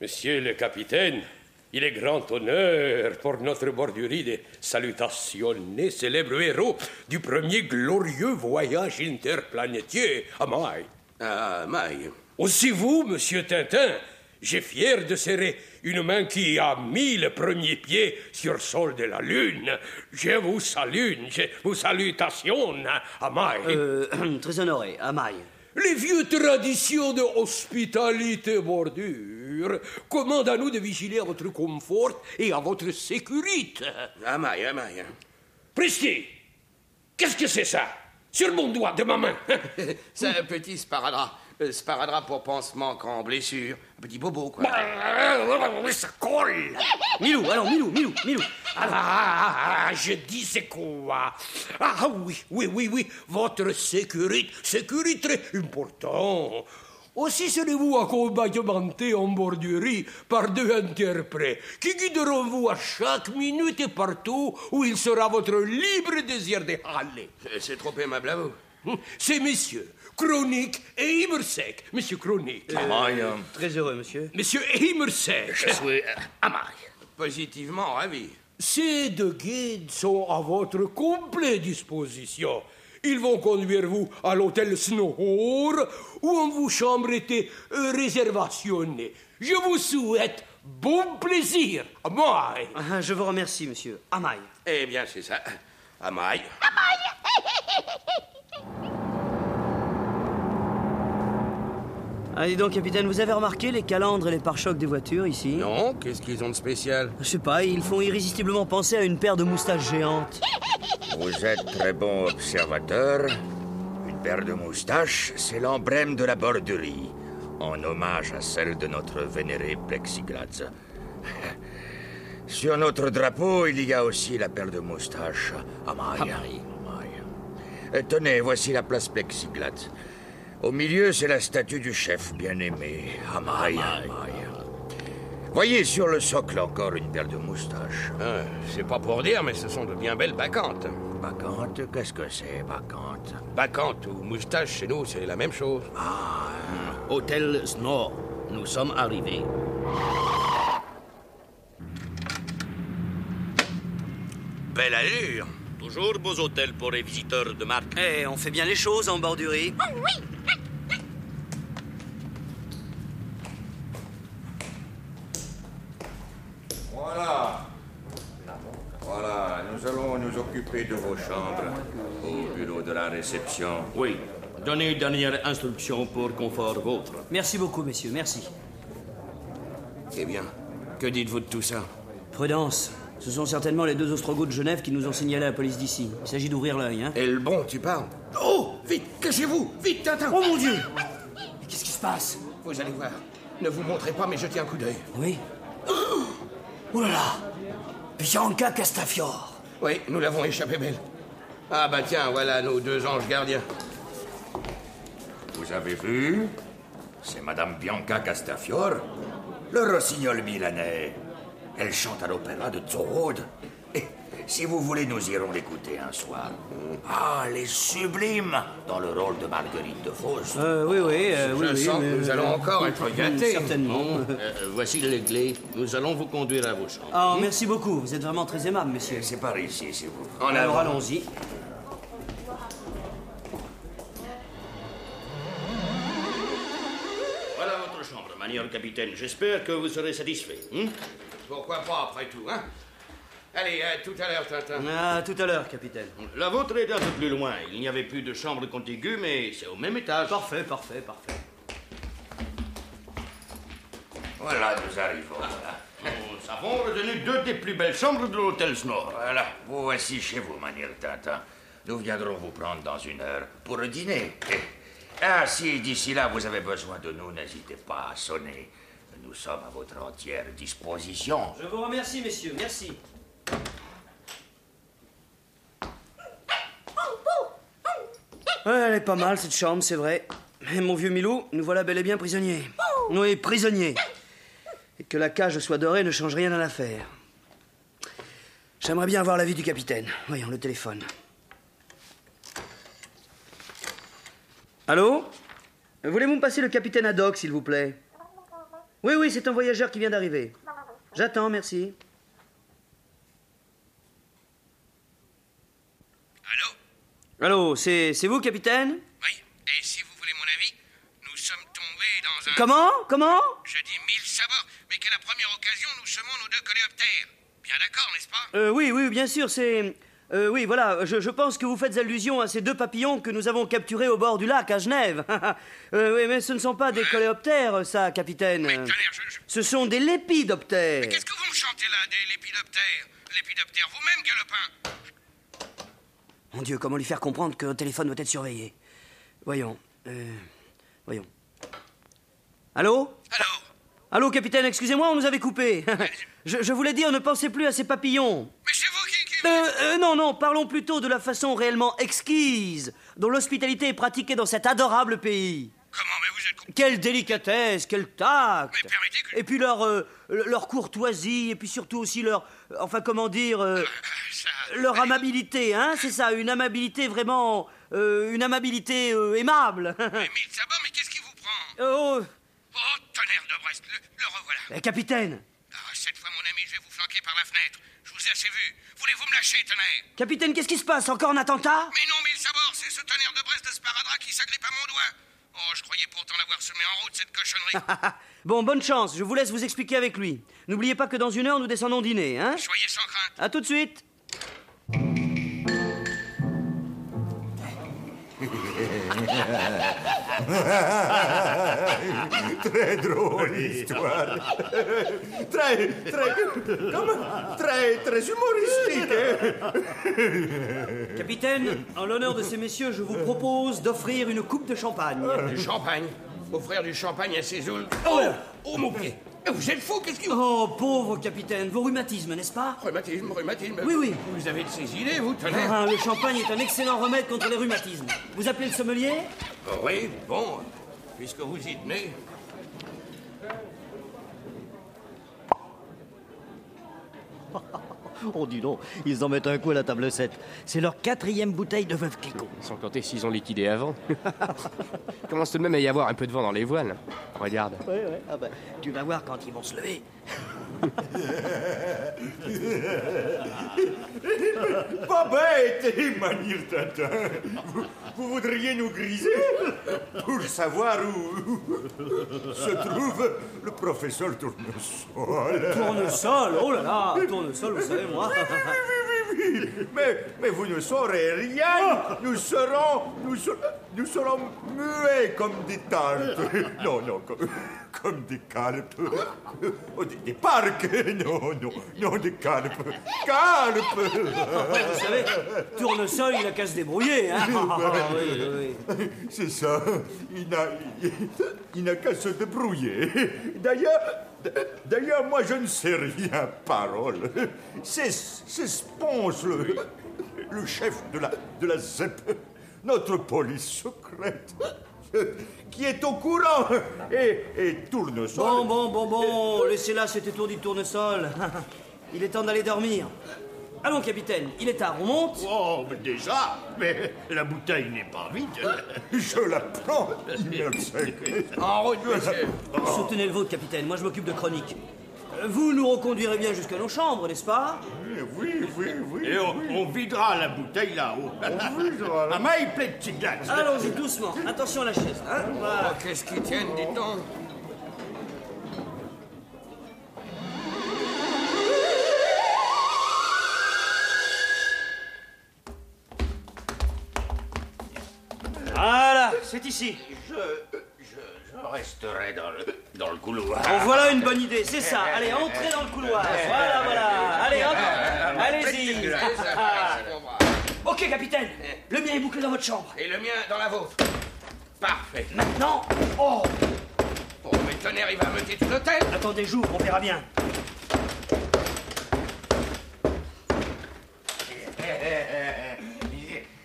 Speaker 42: Monsieur le capitaine, il est grand honneur pour notre bordurie de salutationner célèbre héros du premier glorieux voyage interplanétaire à Maille.
Speaker 3: Ah, Maille.
Speaker 42: Aussi vous, monsieur Tintin, j'ai fier de serrer une main qui a mis le premier pied sur sol de la Lune. Je vous salue, je vous salutationne à Maille.
Speaker 2: Euh, très honoré, à Maille.
Speaker 42: Les vieux traditions de hospitalité bordure commandent à nous de vigiler à votre confort et à votre sécurité.
Speaker 3: Amaille, amaille.
Speaker 42: Presti, qu'est-ce que c'est ça Sur mon doigt, de ma main.
Speaker 3: C'est un petit sparadrap. Euh, sparadrap pour pansement quand blessure. Un petit bobo, quoi.
Speaker 42: ça colle
Speaker 2: Milou, alors, Milou, Milou, Milou
Speaker 42: Ah, ah, ah, ah, je dis c'est quoi Ah oui, oui, oui, oui, votre sécurité, sécurité important. Aussi serez-vous accompagné en bordurie par deux interprètes qui guideront vous à chaque minute et partout où il sera votre libre désir d'aller.
Speaker 3: C'est trop aimable à vous.
Speaker 42: C'est messieurs Chronique et Immersec. Monsieur Chronique.
Speaker 3: Ah, Hein,
Speaker 4: Très heureux, monsieur.
Speaker 42: Monsieur Immersec.
Speaker 3: Je suis
Speaker 42: Amar.
Speaker 3: Positivement ravi.
Speaker 42: Ces deux guides sont à votre complète disposition. Ils vont conduire vous à l'hôtel Snohor, où on vous chambre était euh, réservationnée. Je vous souhaite bon plaisir.
Speaker 2: eh.
Speaker 42: Amaï.
Speaker 4: Ah, Je vous remercie, monsieur. Amaï.
Speaker 3: Eh bien, c'est ça. Amaille.
Speaker 8: ah bah,
Speaker 4: Allez Ah, donc, capitaine, vous avez remarqué les calandres et les pare-chocs des voitures ici
Speaker 3: Non, qu'est-ce qu'ils ont de spécial
Speaker 4: Je sais pas, ils font irrésistiblement penser à une paire de moustaches géantes.
Speaker 14: Vous êtes très bon observateur. Une paire de moustaches, c'est l'emblème de la borderie, en hommage à celle de notre vénéré Plexiglas. Sur notre drapeau, il y a aussi la paire de moustaches à
Speaker 37: Ah,
Speaker 14: Maille. Euh, Tenez, voici la place Plexiglas. Au milieu, c'est la statue du chef bien-aimé, Ah, Amaï. Voyez sur le socle encore une paire de moustaches.
Speaker 3: Euh, c'est pas pour dire, mais ce sont de bien belles bacchantes.
Speaker 14: Bacchantes Qu'est-ce que c'est, bacchantes
Speaker 3: Bacchantes ou moustache, chez nous, c'est la même chose.
Speaker 41: Hôtel Snor, nous sommes arrivés.
Speaker 14: Belle allure
Speaker 41: Toujours beaux hôtels pour les visiteurs de marque.
Speaker 2: Eh, on fait bien les choses en bordurie.
Speaker 8: Oh oui
Speaker 14: Voilà. Voilà, nous allons nous occuper de vos chambres au bureau de la réception.
Speaker 41: Oui. Donnez une dernière instruction pour confort vôtre.
Speaker 4: Merci beaucoup, messieurs, merci.
Speaker 3: Eh bien, que dites-vous de tout ça
Speaker 4: Prudence. Ce sont certainement les deux ostrogoths de Genève qui nous ont signalé à la police d'ici. Il s'agit d'ouvrir l'œil, hein
Speaker 3: Et le bon, tu parles Oh Vite, cachez-vous Vite, Tintin
Speaker 4: Oh mon Dieu Qu'est-ce qui se passe
Speaker 3: Vous allez voir. Ne vous montrez pas, mais jetez un coup d'œil.
Speaker 4: Oui
Speaker 8: ah.
Speaker 49: Oh là là Bianca Castafiore
Speaker 3: Oui, nous l'avons échappé belle. Ah bah tiens, voilà nos deux anges gardiens.
Speaker 14: Vous avez vu C'est Madame Bianca Castafiore, le rossignol milanais. Elle chante à l'opéra de Zorode. Eh, Si vous voulez, nous irons l'écouter un soir. Ah, elle est sublime dans le rôle de Marguerite de Faust.
Speaker 4: Euh, oui, oui, euh, oui.
Speaker 14: Je
Speaker 4: oui,
Speaker 14: sens que
Speaker 4: mais-
Speaker 14: nous allons encore être
Speaker 4: Mmh,
Speaker 14: gâtés.
Speaker 4: Certainement.
Speaker 41: euh, voici les clés. Nous allons vous conduire à vos chambres.
Speaker 4: Ah, merci beaucoup, vous êtes vraiment très aimable, monsieur.
Speaker 14: C'est par ici, si vous
Speaker 4: En Alors
Speaker 14: avant.
Speaker 4: allons-y.
Speaker 41: Voilà votre chambre, manière capitaine. J'espère que vous serez satisfait. hein
Speaker 3: Pourquoi pas, après tout, hein
Speaker 50: Allez, à tout à l'heure, Tintin.
Speaker 2: Ah,
Speaker 4: À Ah, tout à l'heure, capitaine.
Speaker 51: La vôtre est un peu plus loin. Il n'y avait plus de chambre contiguë, mais c'est au même étage.
Speaker 4: Parfait, parfait, parfait.
Speaker 14: Voilà, nous arrivons.
Speaker 51: Nous avons retenu deux des plus belles chambres de l'hôtel Snor.
Speaker 14: Voilà, vous voici chez vous, Maniel Tintin. Nous viendrons vous prendre dans une heure pour le dîner. Eh. Ah, si d'ici là vous avez besoin de nous, n'hésitez pas à sonner. Nous sommes à votre entière disposition.
Speaker 4: Je vous remercie, messieurs, merci. Ouais, elle est pas mal, cette chambre, c'est vrai. Mais mon vieux Milou, nous voilà bel et bien prisonniers. Oui, prisonniers. Et que la cage soit dorée ne change rien à l'affaire. J'aimerais bien avoir l'avis du capitaine. Voyons, le téléphone. Allô Voulez-vous me passer le capitaine Haddock, s'il vous plaît Oui, oui, c'est un voyageur qui vient d'arriver. J'attends, merci. Allô Allô, c'est c'est vous, capitaine
Speaker 3: Oui, et si vous voulez mon avis, nous sommes tombés dans un...
Speaker 4: Comment Comment
Speaker 3: Je dis mille sabords, mais qu'à la première occasion, nous semons nos deux coléoptères. Bien d'accord, n'est-ce pas
Speaker 4: Euh, oui, oui, bien sûr, c'est. euh, oui, voilà, je, je pense que vous faites allusion à ces deux papillons que nous avons capturés au bord du lac à Genève. Euh, oui, mais ce ne sont pas des coléoptères, ça, capitaine. Ce sont des lépidoptères.
Speaker 3: Qu'est-ce que vous me chantez là, des lépidoptères Lépidoptères, vous-même, galopin
Speaker 4: Mon Dieu, comment lui faire comprendre que le téléphone doit être surveillé Voyons. euh, voyons. Allô
Speaker 3: Allô
Speaker 4: Allô, capitaine, excusez-moi, on nous avait coupé. je, je voulais dire, ne pensez plus à ces papillons.
Speaker 3: Mais c'est vous qui... qui-
Speaker 4: Euh, euh, non, non, parlons plutôt de la façon réellement exquise dont l'hospitalité est pratiquée dans cet adorable pays. Quelle délicatesse, quel tact Et puis leur, euh, le- leur courtoisie, et puis surtout aussi leur... euh, Enfin, comment dire... euh, leur amabilité, hein, c'est ça, une amabilité vraiment... euh, une amabilité euh, aimable.
Speaker 3: mais qu'est-ce qui vous prend
Speaker 4: oh,
Speaker 3: Oh, tonnerre de Brest, le, le revoilà.
Speaker 4: euh, capitaine
Speaker 3: Ah, cette fois, mon ami, je vais vous flanquer par la fenêtre. Je vous ai assez vu. Voulez-vous me lâcher, tonnerre
Speaker 4: Capitaine, qu'est-ce qui se passe Encore un attentat
Speaker 3: Mais non, mille sabords, c'est ce tonnerre de Brest de Sparadrap qui s'agrippe à mon doigt. Oh, je croyais pourtant l'avoir semé en route, cette cochonnerie.
Speaker 4: Bon, bonne chance, je vous laisse vous expliquer avec lui. N'oubliez pas que dans une heure, nous descendons dîner, hein
Speaker 3: Soyez sans crainte.
Speaker 4: À tout de suite
Speaker 9: Très drôle l'histoire.
Speaker 52: Très, très, comme- très, très humoristique. hein.
Speaker 2: Capitaine,
Speaker 4: en l'honneur de ces messieurs, je vous propose d'offrir une coupe de champagne.
Speaker 50: Euh, Du champagne Offrir du champagne à ces autres.
Speaker 4: Oh
Speaker 50: Oh, mon pied Vous êtes fou, qu'est-ce que...
Speaker 4: Oh, pauvre capitaine, vos rhumatismes, n'est-ce pas
Speaker 50: Rhumatisme, rhumatisme.
Speaker 4: Oui, oui.
Speaker 50: Vous avez de ces idées, vous, tonnerre
Speaker 4: Ah, le champagne est un excellent remède contre les rhumatismes. Vous appelez le sommelier
Speaker 50: Oui, bon, puisque vous y tenez.
Speaker 53: On dit non, Oh, ils en mettent un coup à la table 7. C'est leur quatrième bouteille de veuve Clicquot.
Speaker 12: Sans compter s'ils ont liquidé avant. Commence tout de même à y avoir un peu de vent dans les voiles. Regarde.
Speaker 53: Ouais, ouais. Ah bah, tu vas voir quand ils vont se lever.
Speaker 9: Pas bête, Manil Tintin. Vous, vous voudriez nous griser pour savoir où, où se trouve le professeur Tournesol.
Speaker 2: Tournesol, oh là là, tournesol, vous savez, moi.
Speaker 9: Oui, mais, mais vous ne saurez rien. Nous serons, nous, ser- nous serons muets comme des tartes. Non, non, comme, comme des carpes. Oh, des, des parcs. Non, non, non, des carpes. Carpes.
Speaker 2: Vous savez, tournesol, il a qu'à se débrouiller, hein. Oui, oui,
Speaker 9: C'est ça. Il n'a, il n'a qu'à se débrouiller. D'ailleurs, d'ailleurs, moi, je ne sais rien, parole. C'est, c'est Sponge, le, le chef de la, de la ZEP, notre police secrète, qui est au courant et, et tourne sur...
Speaker 2: Bon, bon, bon, bon, laissez là cet étourdi de tournesol. Il est temps d'aller dormir. Allons, capitaine, il est tard, on monte
Speaker 53: Oh, mais déjà, mais la bouteille n'est pas vide.
Speaker 9: Je la prends.
Speaker 2: En route, monsieur. Soutenez le vôtre, capitaine, moi je m'occupe de chronique. Euh, Vous nous reconduirez bien jusqu'à nos chambres, n'est-ce pas
Speaker 53: Oui, oui, oui. Et on, on videra la bouteille là-haut. On videra La maille pleine de petites glaces.
Speaker 2: Allons-y doucement, attention à la chaise, hein Voilà.
Speaker 50: Qu'est-ce qu'ils tiennent, dit-on
Speaker 9: Allô
Speaker 4: c'est ici.
Speaker 54: Je, je, je resterai dans le, dans le couloir.
Speaker 4: En voilà une bonne idée, c'est ça. Allez, entrez dans le couloir. Voilà, voilà. Allez, hop. Allez-y.
Speaker 2: Ah.
Speaker 4: ok, capitaine. Le mien est bouclé dans votre chambre.
Speaker 3: Et le mien dans la vôtre. Parfait.
Speaker 4: Maintenant, oh
Speaker 3: Oh, mais tonnerre, il va me quitter tout l'hôtel.
Speaker 4: Attendez, j'ouvre, on verra bien.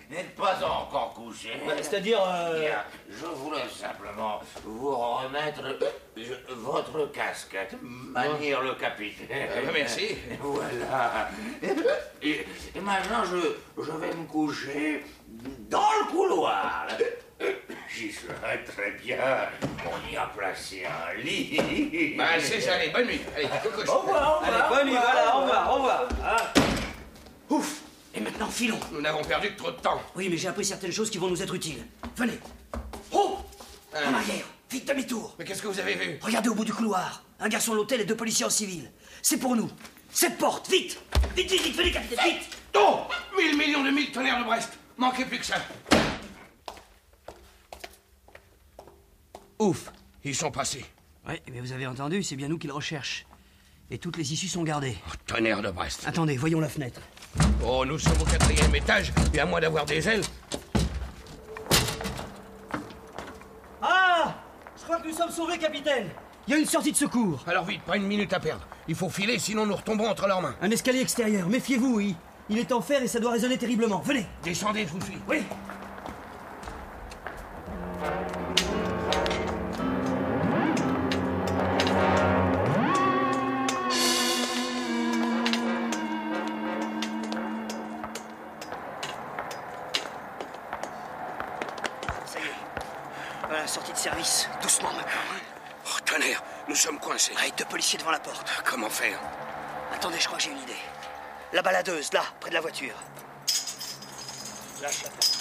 Speaker 14: N'êtes pas encore couché.
Speaker 4: C'est-à-dire, euh,
Speaker 14: Bien, Je voulais simplement vous remettre euh, je- votre casquette, manière le capitaine.
Speaker 3: Euh, merci.
Speaker 14: Voilà. Et, et maintenant, je, je vais me coucher dans le couloir. J'y serai très bien. On y a placé un lit.
Speaker 3: Bah, c'est ça, allez, bonne nuit. Allez, coucou.
Speaker 14: Au revoir, au
Speaker 4: Allez, bonne nuit, voilà, au revoir, au revoir. Ah.
Speaker 3: Ouf
Speaker 4: Et maintenant, filons.
Speaker 3: Nous n'avons perdu que trop de temps.
Speaker 4: Oui, mais j'ai appris certaines choses qui vont nous être utiles. Venez. Oh En arrière, vite demi-tour.
Speaker 3: Euh. Mais qu'est-ce que vous avez vu
Speaker 4: Regardez au bout du couloir. Un garçon de l'hôtel et deux policiers en civil. C'est pour nous. Cette porte, vite Vite, vite, vite, venez, capitaine, vite
Speaker 3: Oh Mille millions de mille tonnerres de Brest Manquez plus que ça.
Speaker 4: Ouf
Speaker 3: Ils sont passés.
Speaker 2: Oh,
Speaker 4: Oui, mais vous avez entendu, c'est bien nous qu'ils recherchent. Et toutes les issues sont gardées.
Speaker 3: Tonnerre de Brest.
Speaker 4: Attendez, voyons la fenêtre.
Speaker 3: Oh, nous sommes au quatrième étage, et à moins d'avoir des ailes.
Speaker 4: Ah Je crois que nous sommes sauvés, capitaine Il y a une sortie de secours.
Speaker 3: Alors vite, pas une minute à perdre. Il faut filer, sinon nous retombons entre leurs mains.
Speaker 4: Un escalier extérieur, méfiez-vous, il, il est en fer et ça doit résonner terriblement. Venez
Speaker 3: Descendez, je vous suis.
Speaker 4: Oui
Speaker 2: Ça y est. Voilà la sortie de service. Doucement maintenant. hein.
Speaker 3: Oh, tonnerre, nous sommes coincés.
Speaker 2: Avec deux policiers devant la porte.
Speaker 3: Comment faire
Speaker 2: Attendez, je crois que j'ai une idée. La baladeuse, là, près de la voiture. Lâche la porte.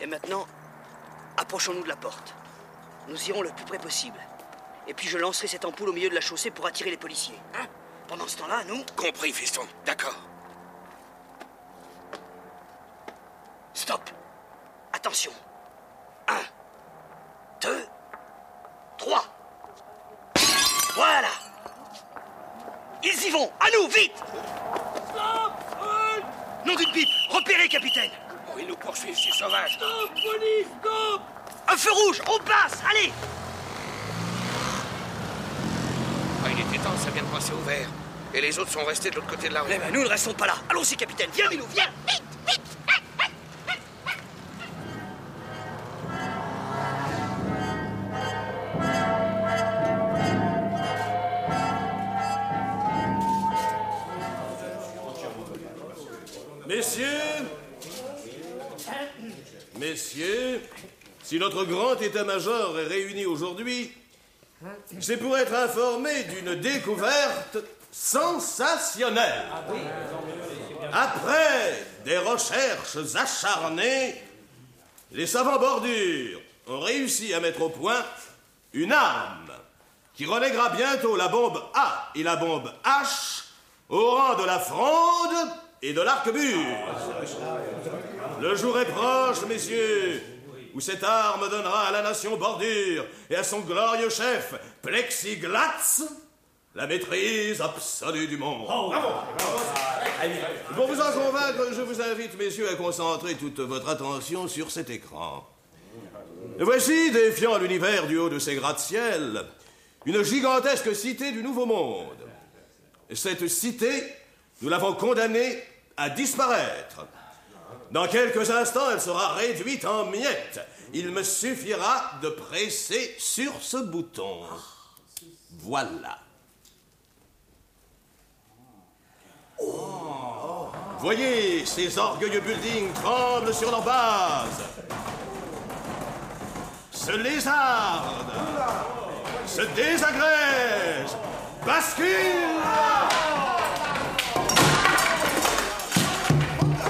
Speaker 2: Et maintenant, approchons-nous de la porte. Nous irons le plus près possible. Et puis je lancerai cette ampoule au milieu de la chaussée pour attirer les policiers. Hein Pendant ce temps-là, nous.
Speaker 3: Compris, fiston. D'accord.
Speaker 2: Stop Attention Un, deux, trois Voilà Ils y vont À nous, vite Stop Nom d'une pipe Repérez, capitaine
Speaker 3: Oh, ils nous poursuivent, ces sauvages.
Speaker 2: Stop, police, stop Un feu rouge, on passe, allez
Speaker 3: Ah, il était temps, ça vient de passer au vert. Et les autres sont restés de l'autre côté de la rue.
Speaker 2: Eh ben, nous ne restons pas là. Allons-y, capitaine. Viens, Milou, viens. Vite, vite.
Speaker 47: Messieurs Messieurs Si notre grand état-major est réuni aujourd'hui, c'est pour être informé d'une découverte sensationnelle. Après des recherches acharnées, les savants bordures ont réussi à mettre au point une arme qui relèguera bientôt la bombe A et la bombe H au rang de la fronde et de l'arquebuse. Le jour est proche, messieurs, où cette arme donnera à la nation bordure et à son glorieux chef, Plexiglatz, la maîtrise absolue du monde. Pour vous en convaincre, je vous invite, messieurs, à concentrer toute votre attention sur cet écran. Voici, défiant l'univers du haut de ses gratte-ciels, une gigantesque cité du Nouveau Monde. Cette cité, nous l'avons condamnée à disparaître. Dans quelques instants, elle sera réduite en miettes. Il me suffira de presser sur ce bouton. Voilà. Voyez, ces orgueilleux buildings tremblent sur leur base. Se lézardent. Se désagrègent. Basculent.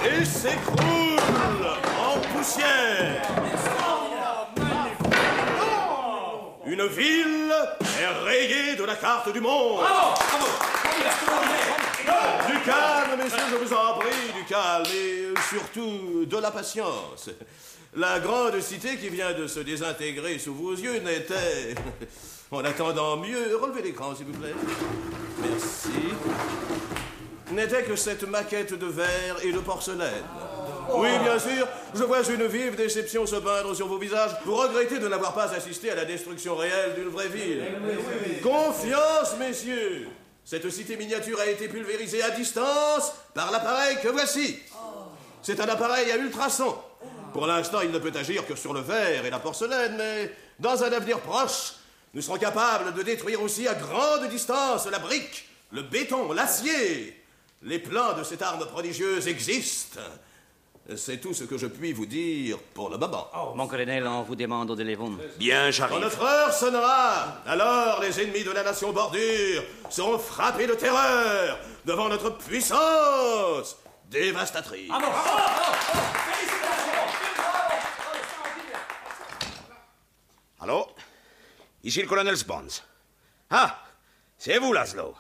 Speaker 47: et s'écroule en poussière. Une ville est rayée de la carte du monde. Du calme, messieurs, je vous en prie, du calme. Et surtout de la patience. La grande cité qui vient de se désintégrer sous vos yeux n'était... En attendant mieux, relevez l'écran s'il vous plaît. Merci. N'était que cette maquette de verre et de porcelaine. Oui, bien sûr, je vois une vive déception se peindre sur vos visages. Vous regrettez de n'avoir pas assisté à la destruction réelle d'une vraie ville. Confiance, messieurs Cette cité miniature a été pulvérisée à distance par l'appareil que voici. C'est un appareil à ultrasons. Pour l'instant, il ne peut agir que sur le verre et la porcelaine, mais dans un avenir proche, nous serons capables de détruire aussi à grande distance la brique, le béton, l'acier. Les plans de cette arme prodigieuse existent. C'est tout ce que je puis vous dire pour le moment.
Speaker 2: Oh, Mon colonel, on vous demande de l'événement.
Speaker 47: Bien, Quand notre heure sonnera, alors les ennemis de la nation bordure seront frappés de terreur devant notre puissance dévastatrice.
Speaker 16: Allô Ici le colonel Spons. Ah C'est vous, Laszlo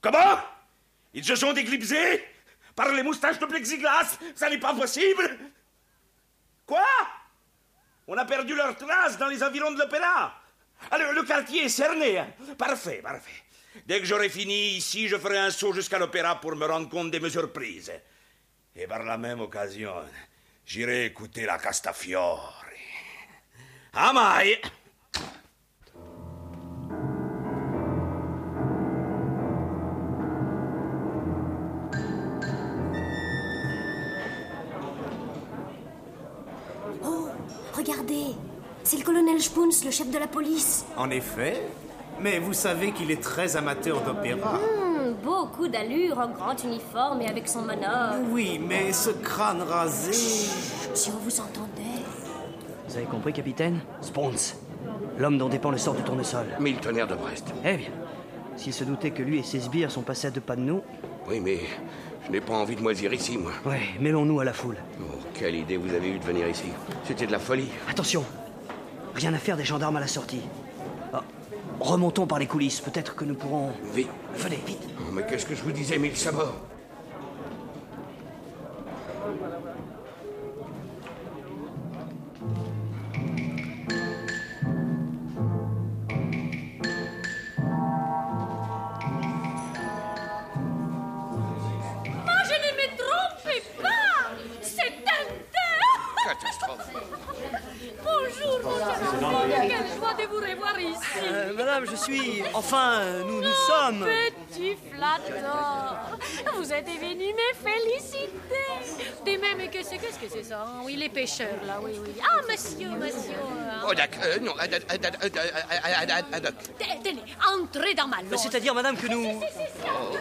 Speaker 16: Comment Ils se sont éclipsés Par les moustaches de plexiglas Ça n'est pas possible Quoi On a perdu leur trace dans les environs de l'opéra Ah, le- le quartier est cerné hein. Parfait, parfait. Dès que j'aurai fini ici, je ferai un saut jusqu'à l'opéra pour me rendre compte des mesures prises. Et par la même occasion, j'irai écouter la Castafiore.
Speaker 31: Ah,
Speaker 16: Amai
Speaker 38: Oh, regardez C'est le colonel Spoons, le chef de la police.
Speaker 1: En effet, mais vous savez qu'il est très amateur d'opéra.
Speaker 38: Hmm, beaucoup d'allure, en grand uniforme et avec son manoir.
Speaker 1: Oui, mais ce crâne rasé.
Speaker 38: euh, Si on vous entendait.
Speaker 4: Vous avez compris, capitaine Spons, l'homme dont dépend le sort du tournesol.
Speaker 3: Mille tonnerres de Brest.
Speaker 4: Eh bien, s'il se doutait que lui et ses sbires sont passés à deux pas de nous,
Speaker 3: Oui, mais je n'ai pas envie de moisir ici, moi.
Speaker 4: ouais, eh, mêlons-nous à la foule.
Speaker 3: Oh, quelle idée vous avez eue de venir ici. C'était de la folie.
Speaker 4: Attention Rien à faire des gendarmes à la sortie. Ah, remontons par les coulisses, peut-être que nous pourrons...
Speaker 3: Vite.
Speaker 4: Venez, vite.
Speaker 3: Oh, mais qu'est-ce que je vous disais, mille sabords
Speaker 30: Moi, je ne me trompe pas C'est un Catastrophe Bonjour, mon cher
Speaker 4: dans le-
Speaker 30: ami Quelle joie de vous revoir ici
Speaker 4: Euh, madame, je suis... Enfin, euh, nous, nous sommes...
Speaker 30: Petit flatteur Vous êtes venu me féliciter De même que c'est... Qu'est-ce que c'est ça hein Oui, les pêcheurs, là, oui, oui. Ah, monsieur, monsieur hein.
Speaker 3: Oh, d'accord. Euh, non, ad- ad- ad- ad- ad- ad- ad- ad-
Speaker 30: Tenez, tenez, entrez dans ma loge
Speaker 4: C'est-à-dire, madame, que nous...
Speaker 30: Oh.
Speaker 8: Ah,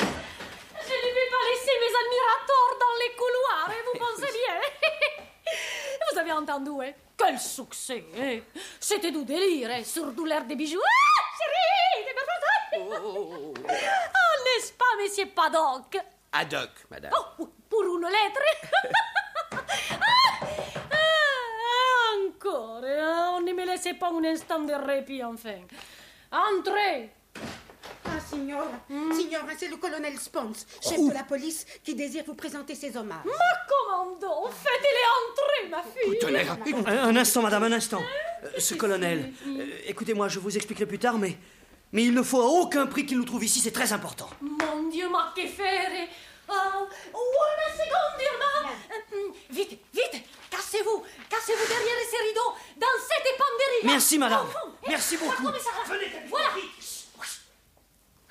Speaker 30: Je ne vais pas laisser mes admirateurs dans les couloirs, hein, vous pensez bien eh? Vous avez entendu, hein Quel succès, eh? hein C'était du délire, hein surtout l'air des bijoux. Ah, chérie, c'est pas ça Oh, Eh. n'est-ce pas, monsieur Paddock
Speaker 3: Adoc, madame.
Speaker 30: Oh, pour une lettre Ah, ah, Encore, hein, on ne me laissez pas un instant de répit, enfin. Entrez Mm.
Speaker 8: Ah, signora, signora, c'est le colonel Spons, chef de la police, qui désire vous présenter ses hommages.
Speaker 30: Ma commando, faites-les entrer, ma fille
Speaker 4: Un, un instant, madame, un instant. Euh, ce colonel, euh, écoutez-moi, je vous expliquerai plus tard, mais... Mais il ne faut à aucun prix qu'il nous trouve ici, c'est très important.
Speaker 30: Mon Dio, ma che fere! Ah, una seconde, ma... Mm, Vite, vite, cassez-vous, cassez-vous derrière ces rideaux, dans cette penderie
Speaker 4: Merci, madame.
Speaker 30: Merci beaucoup Voilà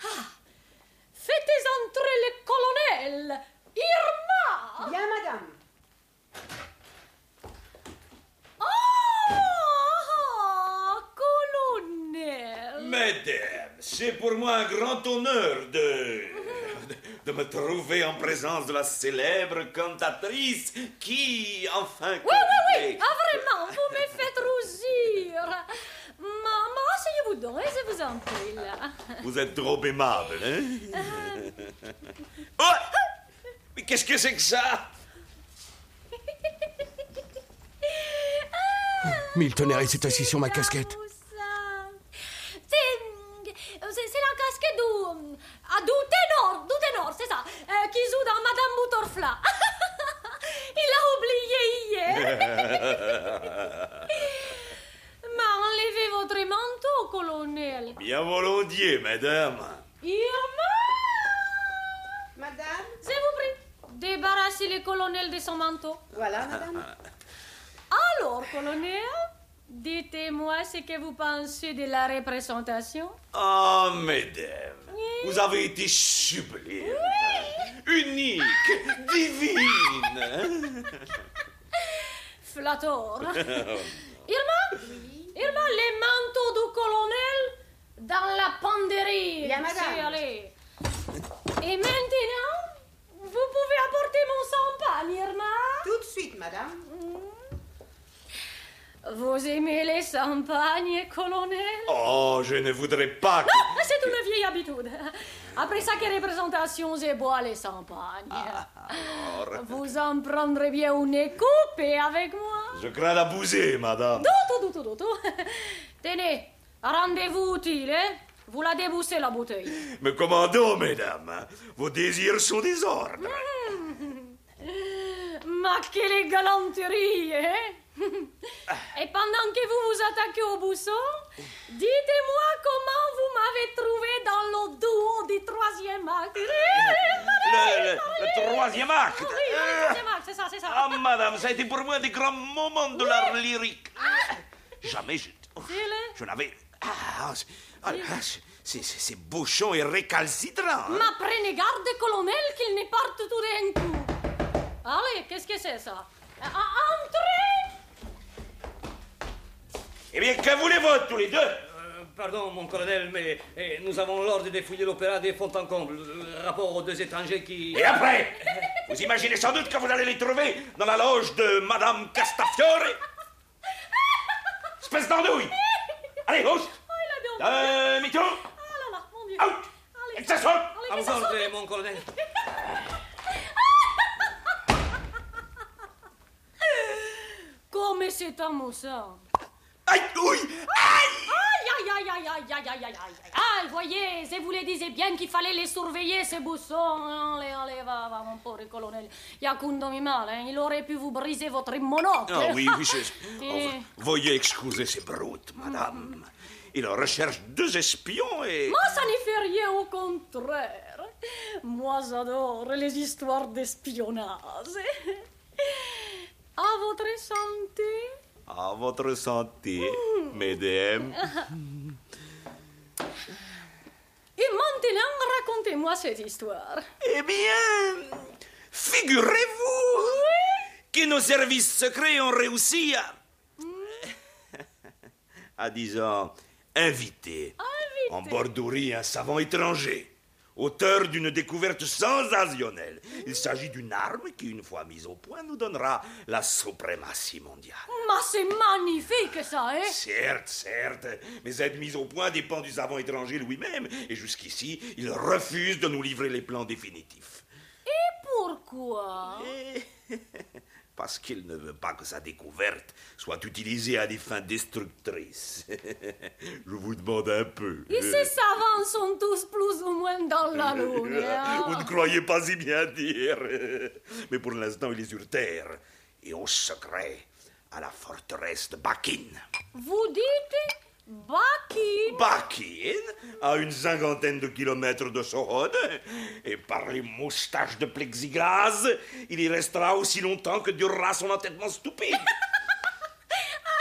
Speaker 30: Ah, Faites entrer le colonel Irma Bien, madame Ah, Oh, colonel
Speaker 31: Mesdames, c'est pour moi un grand honneur de. de me trouver en présence de la célèbre cantatrice qui, enfin.
Speaker 30: Oui, oui, oui. Ah, vraiment, vous me faites rougir. Maman, asseyez-vous donc, et je vous en prie, là.
Speaker 31: Vous êtes trop aimable, hein
Speaker 30: Ah.
Speaker 31: Oh Mais qu'est-ce que c'est que ça
Speaker 3: Mille tonnerres, il s'est assis sur ma casquette.
Speaker 30: C'est c'est la casquette du... ah, du ténor, du ténor, c'est ça, euh, qui joue dans Madame Boutorfla. Il l'a oublié hier. Mais enlevez votre manteau, colonel.
Speaker 31: Bien volontiers, madame.
Speaker 30: Irma
Speaker 55: Madame
Speaker 30: Je vous prie, débarrassez le colonel de son manteau.
Speaker 55: Voilà, madame.
Speaker 30: Alors, colonel, dites-moi ce que vous pensez de la représentation.
Speaker 31: Ah, mesdames, vous avez été sublime, unique, hein? divine.
Speaker 30: Flatteur. Irma Irma, les manteaux du colonel dans la penderie.
Speaker 55: Bien,
Speaker 30: monsieur,
Speaker 55: madame.
Speaker 30: allez. Et maintenant, vous pouvez apporter mon champagne, Irma.
Speaker 55: Tout de suite, madame.
Speaker 30: Vous aimez les champagnes, colonel
Speaker 31: Oh, je ne voudrais pas que...
Speaker 30: Ah, C'est une vieille habitude. Après chaque représentation, je bois les champagnes.
Speaker 31: Oh,
Speaker 30: Vous en prendrez bien une coupe avec moi.
Speaker 31: Je crains d'abuser, madame.
Speaker 30: Tout, tout, tout, tout, tout. Tenez, rendez-vous utile, hein Vous la déboussez, la bouteille.
Speaker 31: Me commando, mesdames. Vos désirs sont des ordres.
Speaker 30: Ma quelle galanterie, eh? hein Et pendant que vous vous attaquez au bousson, dites-moi oh, comment vous m'avez trouvé dans le duo du troisième acte.
Speaker 31: Eh,
Speaker 30: Eh,
Speaker 31: Le, le- eh, le troisième acte. Eh.
Speaker 30: Oui, oui, le troisième acte, c'est ça, c'est ça.
Speaker 31: Ah, madame, ça a été pour moi un des grands moments de l'art lyrique.
Speaker 30: Ah,
Speaker 31: Jamais je...
Speaker 30: C'est le-
Speaker 31: Je n'avais... Ah, c'est- ah, c'est- c'est- c'est c'est bouchon et récalcitrant. hein.
Speaker 30: Ma prenez garde, colonel, qu'il ne parte tout d'un coup. Allez, qu'est-ce que c'est ça Ah, ah, Entrez
Speaker 31: Eh bien, que voulez-vous, tous les deux
Speaker 5: Euh, Pardon, mon colonel, mais eh, nous avons l'ordre de fouiller l'opéra des Fontainebleau, euh, rapport aux deux étrangers qui...
Speaker 31: Et après Vous imaginez sans doute que vous allez les trouver dans la loge de Madame Castafiore. Espèce d'andouille Allez, gauche Euh,
Speaker 30: Oh, il a bien
Speaker 4: Euh.
Speaker 31: Demi-tour
Speaker 30: Ah là là, mon Dieu
Speaker 31: Out
Speaker 30: Allez,
Speaker 31: Et que ça saute
Speaker 5: À
Speaker 30: Allez,
Speaker 5: vos
Speaker 30: que ça saute
Speaker 5: ordres, mon colonel.
Speaker 30: Comme c'est amusant
Speaker 31: Aïe, oui
Speaker 30: Aïe, aïe, aïe, aïe, aïe, aïe, aïe, aïe, aïe Aïe, voyez, je vous le disais bien qu'il fallait les surveiller, ces boussons Allez, allez, va, va, mon pauvre colonel Il y a qu'un demi-mal, hein. il aurait pu vous briser votre monocle
Speaker 31: Ah oui, oui, c'est...
Speaker 30: Et-
Speaker 31: Veuillez excuser ces brutes, madame. Il recherche deux espions et...
Speaker 30: Moi, ça n'y fait rien, au contraire. Moi, j'adore les histoires d'espionnage. À votre santé.
Speaker 31: À votre santé, mesdames.
Speaker 30: Et maintenant, racontez-moi cette histoire.
Speaker 31: Eh bien, figurez-vous que nos services secrets ont réussi à... à, disons, inviter
Speaker 16: Ah
Speaker 31: en borderie un savant étranger, auteur d'une découverte sensationnelle. Il s'agit d'une arme qui, une fois mise au point, nous donnera la suprématie mondiale.
Speaker 30: Mais c'est magnifique, ça, hein
Speaker 31: Certes, certes, mais cette mise au point dépend du savant étranger lui-même, et jusqu'ici, il refuse de nous livrer les plans définitifs.
Speaker 30: Et pourquoi
Speaker 31: Eh. Parce qu'il ne veut pas que sa découverte soit utilisée à des fins destructrices. Je vous demande un peu.
Speaker 30: Et ces savants sont tous plus ou moins dans la lune. hein.
Speaker 31: Vous ne croyez pas si bien dire. Mais pour l'instant, il est sur Terre, et au secret, à la forteresse de Bakin.
Speaker 30: Vous dites Baki.
Speaker 31: Bakin, à une cinquantaine de kilomètres de Sorode, et par les moustaches de plexiglas, il y restera aussi longtemps que durera son entêtement stupide.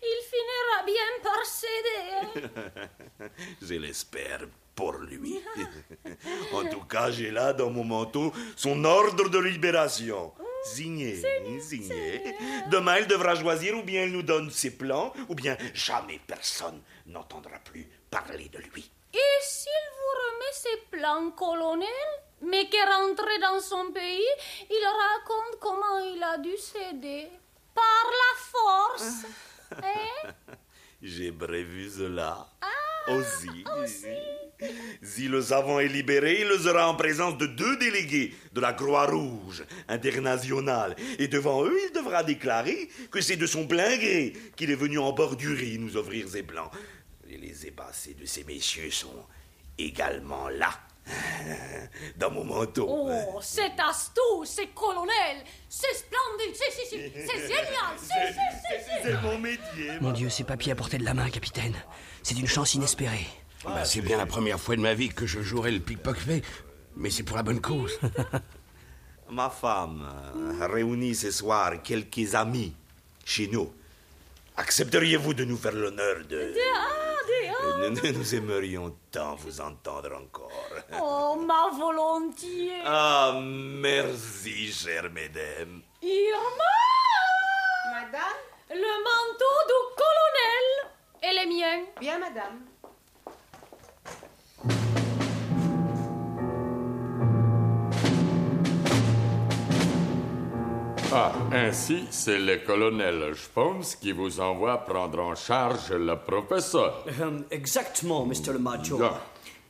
Speaker 30: Il finira bien par céder.
Speaker 31: Je l'espère pour lui. en tout cas, j'ai là dans mon manteau son ordre de libération. Signé, signé. Demain, il devra choisir ou bien il nous donne ses plans, ou bien jamais personne n'entendra plus parler de lui.
Speaker 30: Et s'il vous remet ses plans, colonel, mais qu'est rentré dans son pays, il raconte comment il a dû céder. Par la force.
Speaker 31: Ah.
Speaker 30: Hein?
Speaker 31: J'ai prévu cela. aussi. Si le savant est libéré, il le sera en présence de deux délégués de la Croix-Rouge internationale. Et devant eux, il devra déclarer que c'est de son plein gré qu'il est venu en bordurie nous offrir ses plans. Et les ébassés de ces messieurs sont
Speaker 14: également là, dans mon manteau.
Speaker 30: Oh, cette astuce, colonel, c'est splendide, c'est, c'est, c'est, c'est génial, c'est, c'est, c'est, c'est.
Speaker 14: mon métier.
Speaker 9: Mon Dieu, ces papiers à portée de la main, capitaine. C'est d'une chance inespérée.
Speaker 14: Bah, c'est bien la première fois de ma vie que je jouerai le pickpocket, mais c'est pour la bonne cause.
Speaker 16: Ma femme euh, réunit ce soir quelques amis chez nous.
Speaker 14: Accepteriez-vous de nous faire l'honneur de...
Speaker 30: Des- ah, des- ah.
Speaker 16: Nous, nous- nous aimerions tant vous entendre encore.
Speaker 30: Oh, ma volontiers.
Speaker 16: Ah, merci, chère mesdames.
Speaker 30: Irma
Speaker 55: Madame
Speaker 30: Le manteau du colonel Et les miens
Speaker 55: Bien, madame.
Speaker 56: Ah, ainsi, c'est le colonel Spons qui vous envoie prendre en charge le professeur.
Speaker 2: Euh, exactement, Mr. Le Macho.
Speaker 56: Bien.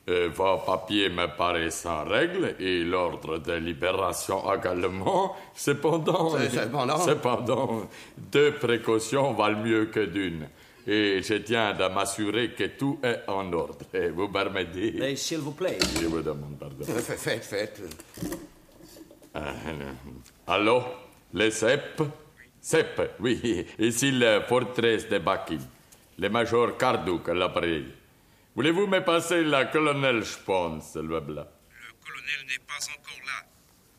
Speaker 56: Euh, vos papiers me paraissent en règle et l'ordre de libération également. Cependant,
Speaker 3: C'est- cependant.
Speaker 56: cependant, deux précautions valent mieux que d'une. Et je tiens à m'assurer que tout est en ordre. Et vous permettez. Mais
Speaker 2: s'il vous plaît.
Speaker 56: Je vous demande pardon.
Speaker 3: Faites, faites.
Speaker 56: Ah, euh, Allô Les E CEP CEP, E oui. Ici le fortress de Bakin. Le major Carduc à l'appareil. Voulez-vous me passer la colonel Spons, s'il vous plaît
Speaker 13: colonel n'est pas encore là.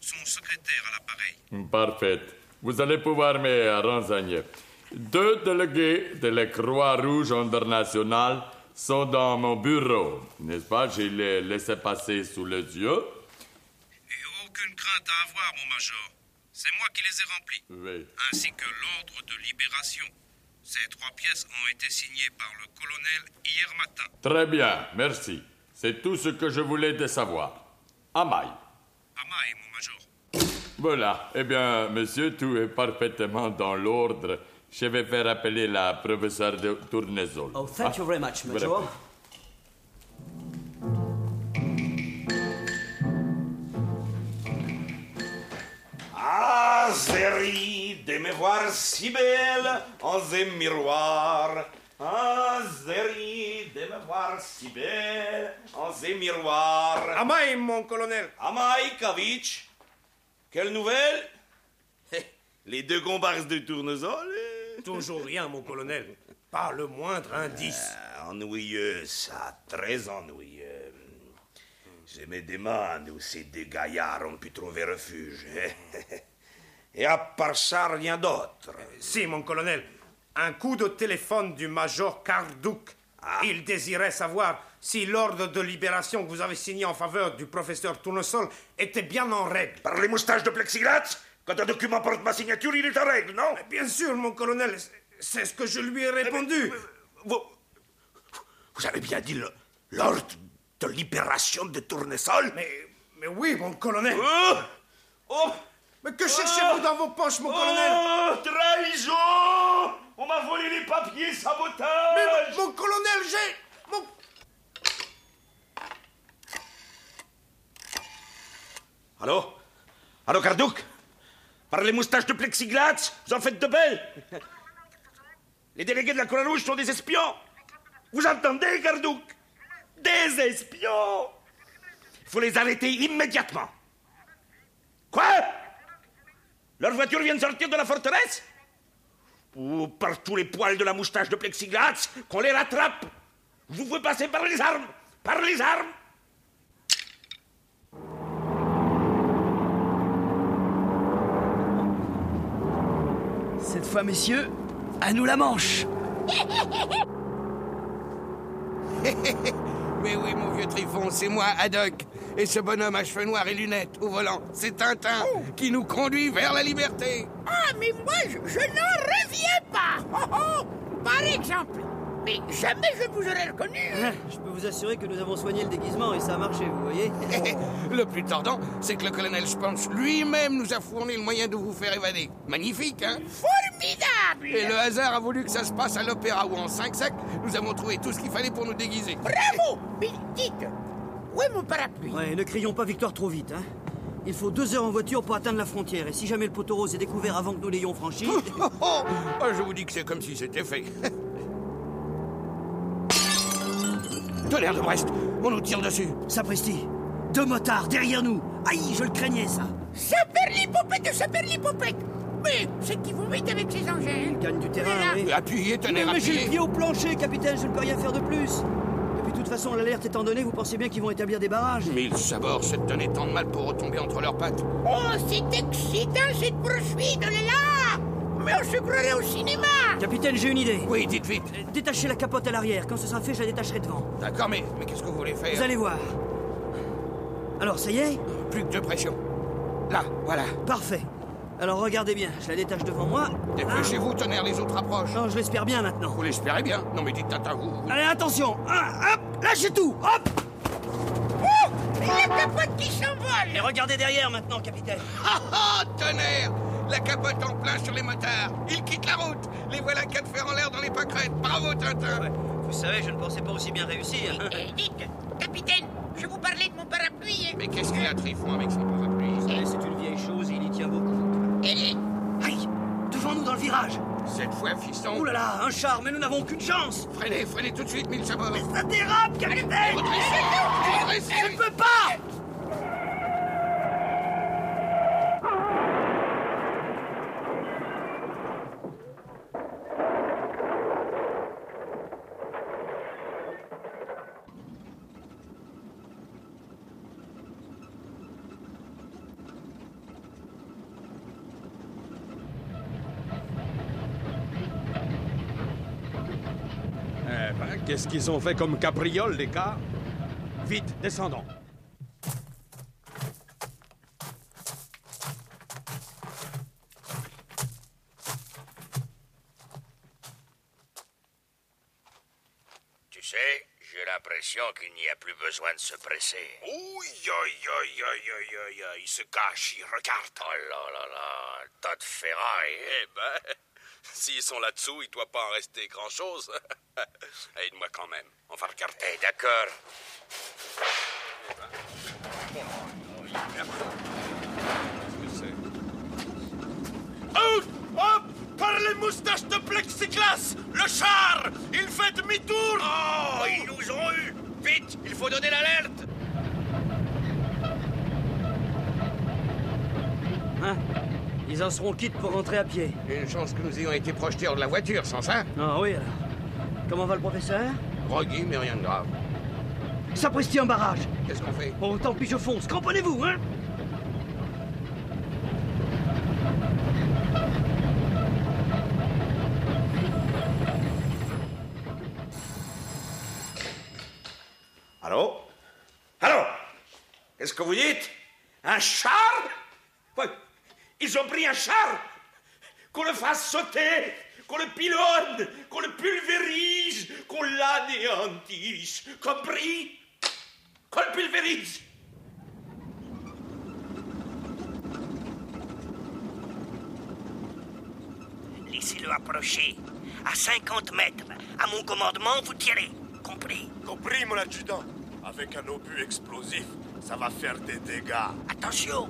Speaker 13: Son secrétaire à l'appareil.
Speaker 56: Parfait. Vous allez pouvoir me renseigner. Deux délégués de la Croix-Rouge internationale sont dans mon bureau, n'est-ce pas Je les laissé passer sous les yeux.
Speaker 13: Aucune crainte à avoir, mon major. C'est moi qui les ai remplis.
Speaker 56: Oui.
Speaker 13: Ainsi que l'ordre de libération. Ces trois pièces ont été signées par le colonel hier matin.
Speaker 56: Très bien, merci. C'est tout ce que je voulais de savoir. Amai.
Speaker 13: Amaï, mon major.
Speaker 56: Voilà. Eh bien, monsieur, tout est parfaitement dans l'ordre. Je vais faire appeler la professeure de Tournesol.
Speaker 2: Oh, thank you very
Speaker 3: Ah,
Speaker 2: much, Major.
Speaker 56: vraiment.
Speaker 16: Ah, Zéry, de me voir si belle en un miroir. Ah, Zéry, de me voir si belle en un miroir.
Speaker 12: Amai, mon colonel.
Speaker 16: Amai Kavitch, quelle nouvelle Hé, Les deux comparses de tournesol
Speaker 3: Toujours rien, mon colonel. Pas le moindre indice.
Speaker 16: Ah, Ennuyeux, ça, très ennuyeux. Je me demande où ces deux gaillards ont pu trouver refuge. hein? Et à part ça, rien d'autre.
Speaker 12: Si, mon colonel. Un coup de téléphone du major Carduc.
Speaker 16: Ah.
Speaker 12: Il désirait savoir si l'ordre de libération que vous avez signé en faveur du professeur Tournesol était bien en règle. Par les moustaches de plexiglas Quand un document porte ma signature, il est en règle, non Bien sûr, mon colonel. C'est- C'est ce que je lui ai répondu.
Speaker 16: Eh, Vous, vous avez bien dit le- l'ordre de libération de Tournesol
Speaker 12: Mais, mais oui, mon colonel.
Speaker 16: Oh
Speaker 12: Mais que cherchez-vous dans vos poches, mon colonel
Speaker 16: Oh, trahison On m'a volé les papiers, sabotage
Speaker 12: Mais mon, mon colonel, j'ai... Mon...
Speaker 16: Allô Allô, Cardouk Par les moustaches de plexiglas, vous en faites de belles Les délégués de la Croix-Rouge sont des espions Vous entendez, Cardouk Des espions Il faut les arrêter immédiatement Quoi Leur voiture vient de sortir de la forteresse Ou par tous les poils de la moustache de plexiglas, qu'on les rattrape Vous pouvez passer par les armes Par les armes
Speaker 9: Cette fois, messieurs, à nous la manche.
Speaker 3: Mais oui, mon vieux Trifon, c'est moi, Haddock. Et ce bonhomme à cheveux noirs et lunettes au volant, c'est Tintin, qui nous conduit vers la liberté.
Speaker 8: Ah, mais moi, je, je n'en reviens pas. Oh, oh, par exemple. Mais jamais je vous aurais reconnu.
Speaker 4: Hein, Je peux vous assurer que nous avons soigné le déguisement et ça a marché, vous voyez
Speaker 3: Le plus tordant, c'est que le colonel Spence lui-même nous a fourni le moyen de vous faire évader. Magnifique, hein
Speaker 8: Formidable.
Speaker 3: Et le hasard a voulu que ça se passe à l'opéra où en 5 sacs, nous avons trouvé tout ce qu'il fallait pour nous déguiser.
Speaker 8: Bravo Mais dites, où est mon parapluie
Speaker 4: Ouais, ne crions pas victoire trop vite, hein. Il faut deux heures en voiture pour atteindre la frontière, et si jamais le poteau rose est découvert avant que nous l'ayons franchi...
Speaker 3: Oh, ah, je vous dis que c'est comme si c'était fait. Tonnerre de Brest On nous tire dessus.
Speaker 4: Sapristi Deux motards derrière nous Aïe, je le craignais, ça
Speaker 8: Saperlipopette de Saperlipopette Mais c'est qui vous mettez avec ces engins
Speaker 4: Il gagne du terrain,
Speaker 8: Voilà.
Speaker 4: oui.
Speaker 3: Appuyez, tenez,
Speaker 4: Mais- Mais j'ai
Speaker 3: appuyez.
Speaker 4: le pied au plancher, capitaine, je ne peux rien faire de plus Et puis, de toute façon, l'alerte étant donnée, vous pensez bien qu'ils vont établir des barrages
Speaker 3: Mais ils sabords se donnaient tant de mal pour retomber entre leurs pattes.
Speaker 8: Oh, c'est excitant cette poursuite, on est là Mais on se croirait au cinéma
Speaker 4: Capitaine, j'ai une idée. Euh,
Speaker 3: Oui, dites vite.
Speaker 4: Détachez la capote à l'arrière. Quand ce sera fait, je la détacherai devant.
Speaker 3: D'accord, mais, mais qu'est-ce que vous voulez faire
Speaker 4: Vous allez voir. Alors, ça y est
Speaker 3: Plus que deux pressions. Là, voilà.
Speaker 4: Parfait. Alors, regardez bien. Je la détache devant moi.
Speaker 3: Dépêchez-vous, tonnerre, les autres approchent.
Speaker 4: Non, je l'espère bien maintenant.
Speaker 3: Vous l'espérez bien Non, mais dites, attends, vous.
Speaker 4: Allez, attention Ah, Hop Lâchez tout Hop Ah.
Speaker 8: Oh La capote qui s'envole
Speaker 4: Et regardez derrière maintenant, capitaine.
Speaker 3: Ah ah, tonnerre La capote en plein sur les motards. Ils quittent la route. Les voilà quatre fers en l'air dans les pâquerettes. Bravo, Tintin
Speaker 4: Vous savez, je ne pensais pas aussi bien réussir.
Speaker 3: Euh,
Speaker 8: Eh, Dites, capitaine, je vous parlais de mon parapluie.
Speaker 3: Mais qu'est-ce qu'il y a, Trifon, avec ses parapluies
Speaker 4: Vous savez, c'est une vieille chose et il y tient beaucoup.
Speaker 8: Elle est...
Speaker 4: Aïe Devant nous dans le virage
Speaker 3: Cette fois, fiston.
Speaker 4: Ouh là là, hein. un char, mais nous n'avons aucune chance
Speaker 3: Freinez, freinez tout de suite, mille sabords.
Speaker 4: Ça dérape, capitaine
Speaker 3: Redressez
Speaker 4: Je ne peux pas
Speaker 57: Eh ben, qu'est-ce qu'ils ont fait comme cabriole, les gars Vite, descendons.
Speaker 14: Tu sais, j'ai l'impression qu'il n'y a plus besoin de se presser.
Speaker 42: Ouille, aïe, aïe, aïe, aïe, aïe, aïe, il se cache, il regarde.
Speaker 14: Oh là là là, un tas de ferraille.
Speaker 42: Eh ben, s'ils sont là-dessous, il doit pas en rester grand-chose. Aide-moi quand même, on va regarder.
Speaker 14: Eh, d'accord.
Speaker 42: Out Hop Par les moustaches de plexiglas Le char Il fait demi-tour Oh Ils nous ont eu Vite Il faut donner l'alerte
Speaker 4: Hein Ils en seront quittes pour rentrer à pied.
Speaker 3: Une chance que nous ayons été projetés hors de la voiture, sans ça
Speaker 4: Ah oui, alors. Comment va le professeur
Speaker 3: Groggy, mais rien de grave.
Speaker 4: Sapristi, un barrage
Speaker 3: Qu'est-ce qu'on fait
Speaker 4: Oh, tant pis, je fonce. Cramponnez-vous, hein
Speaker 16: Allô Allô Qu'est-ce que vous dites Un char Ouais, Ils ont pris un char Qu'on le fasse sauter Qu'on le pilonne Qu'on le pulvérise Qu'on l'anéantisse Compris Qu'on le pulvérise
Speaker 31: Laissez-le approcher. À 50 mètres, à mon commandement, vous tirez. Compris
Speaker 9: Compris, mon adjudant. Avec un obus explosif, ça va faire des dégâts.
Speaker 31: Attention,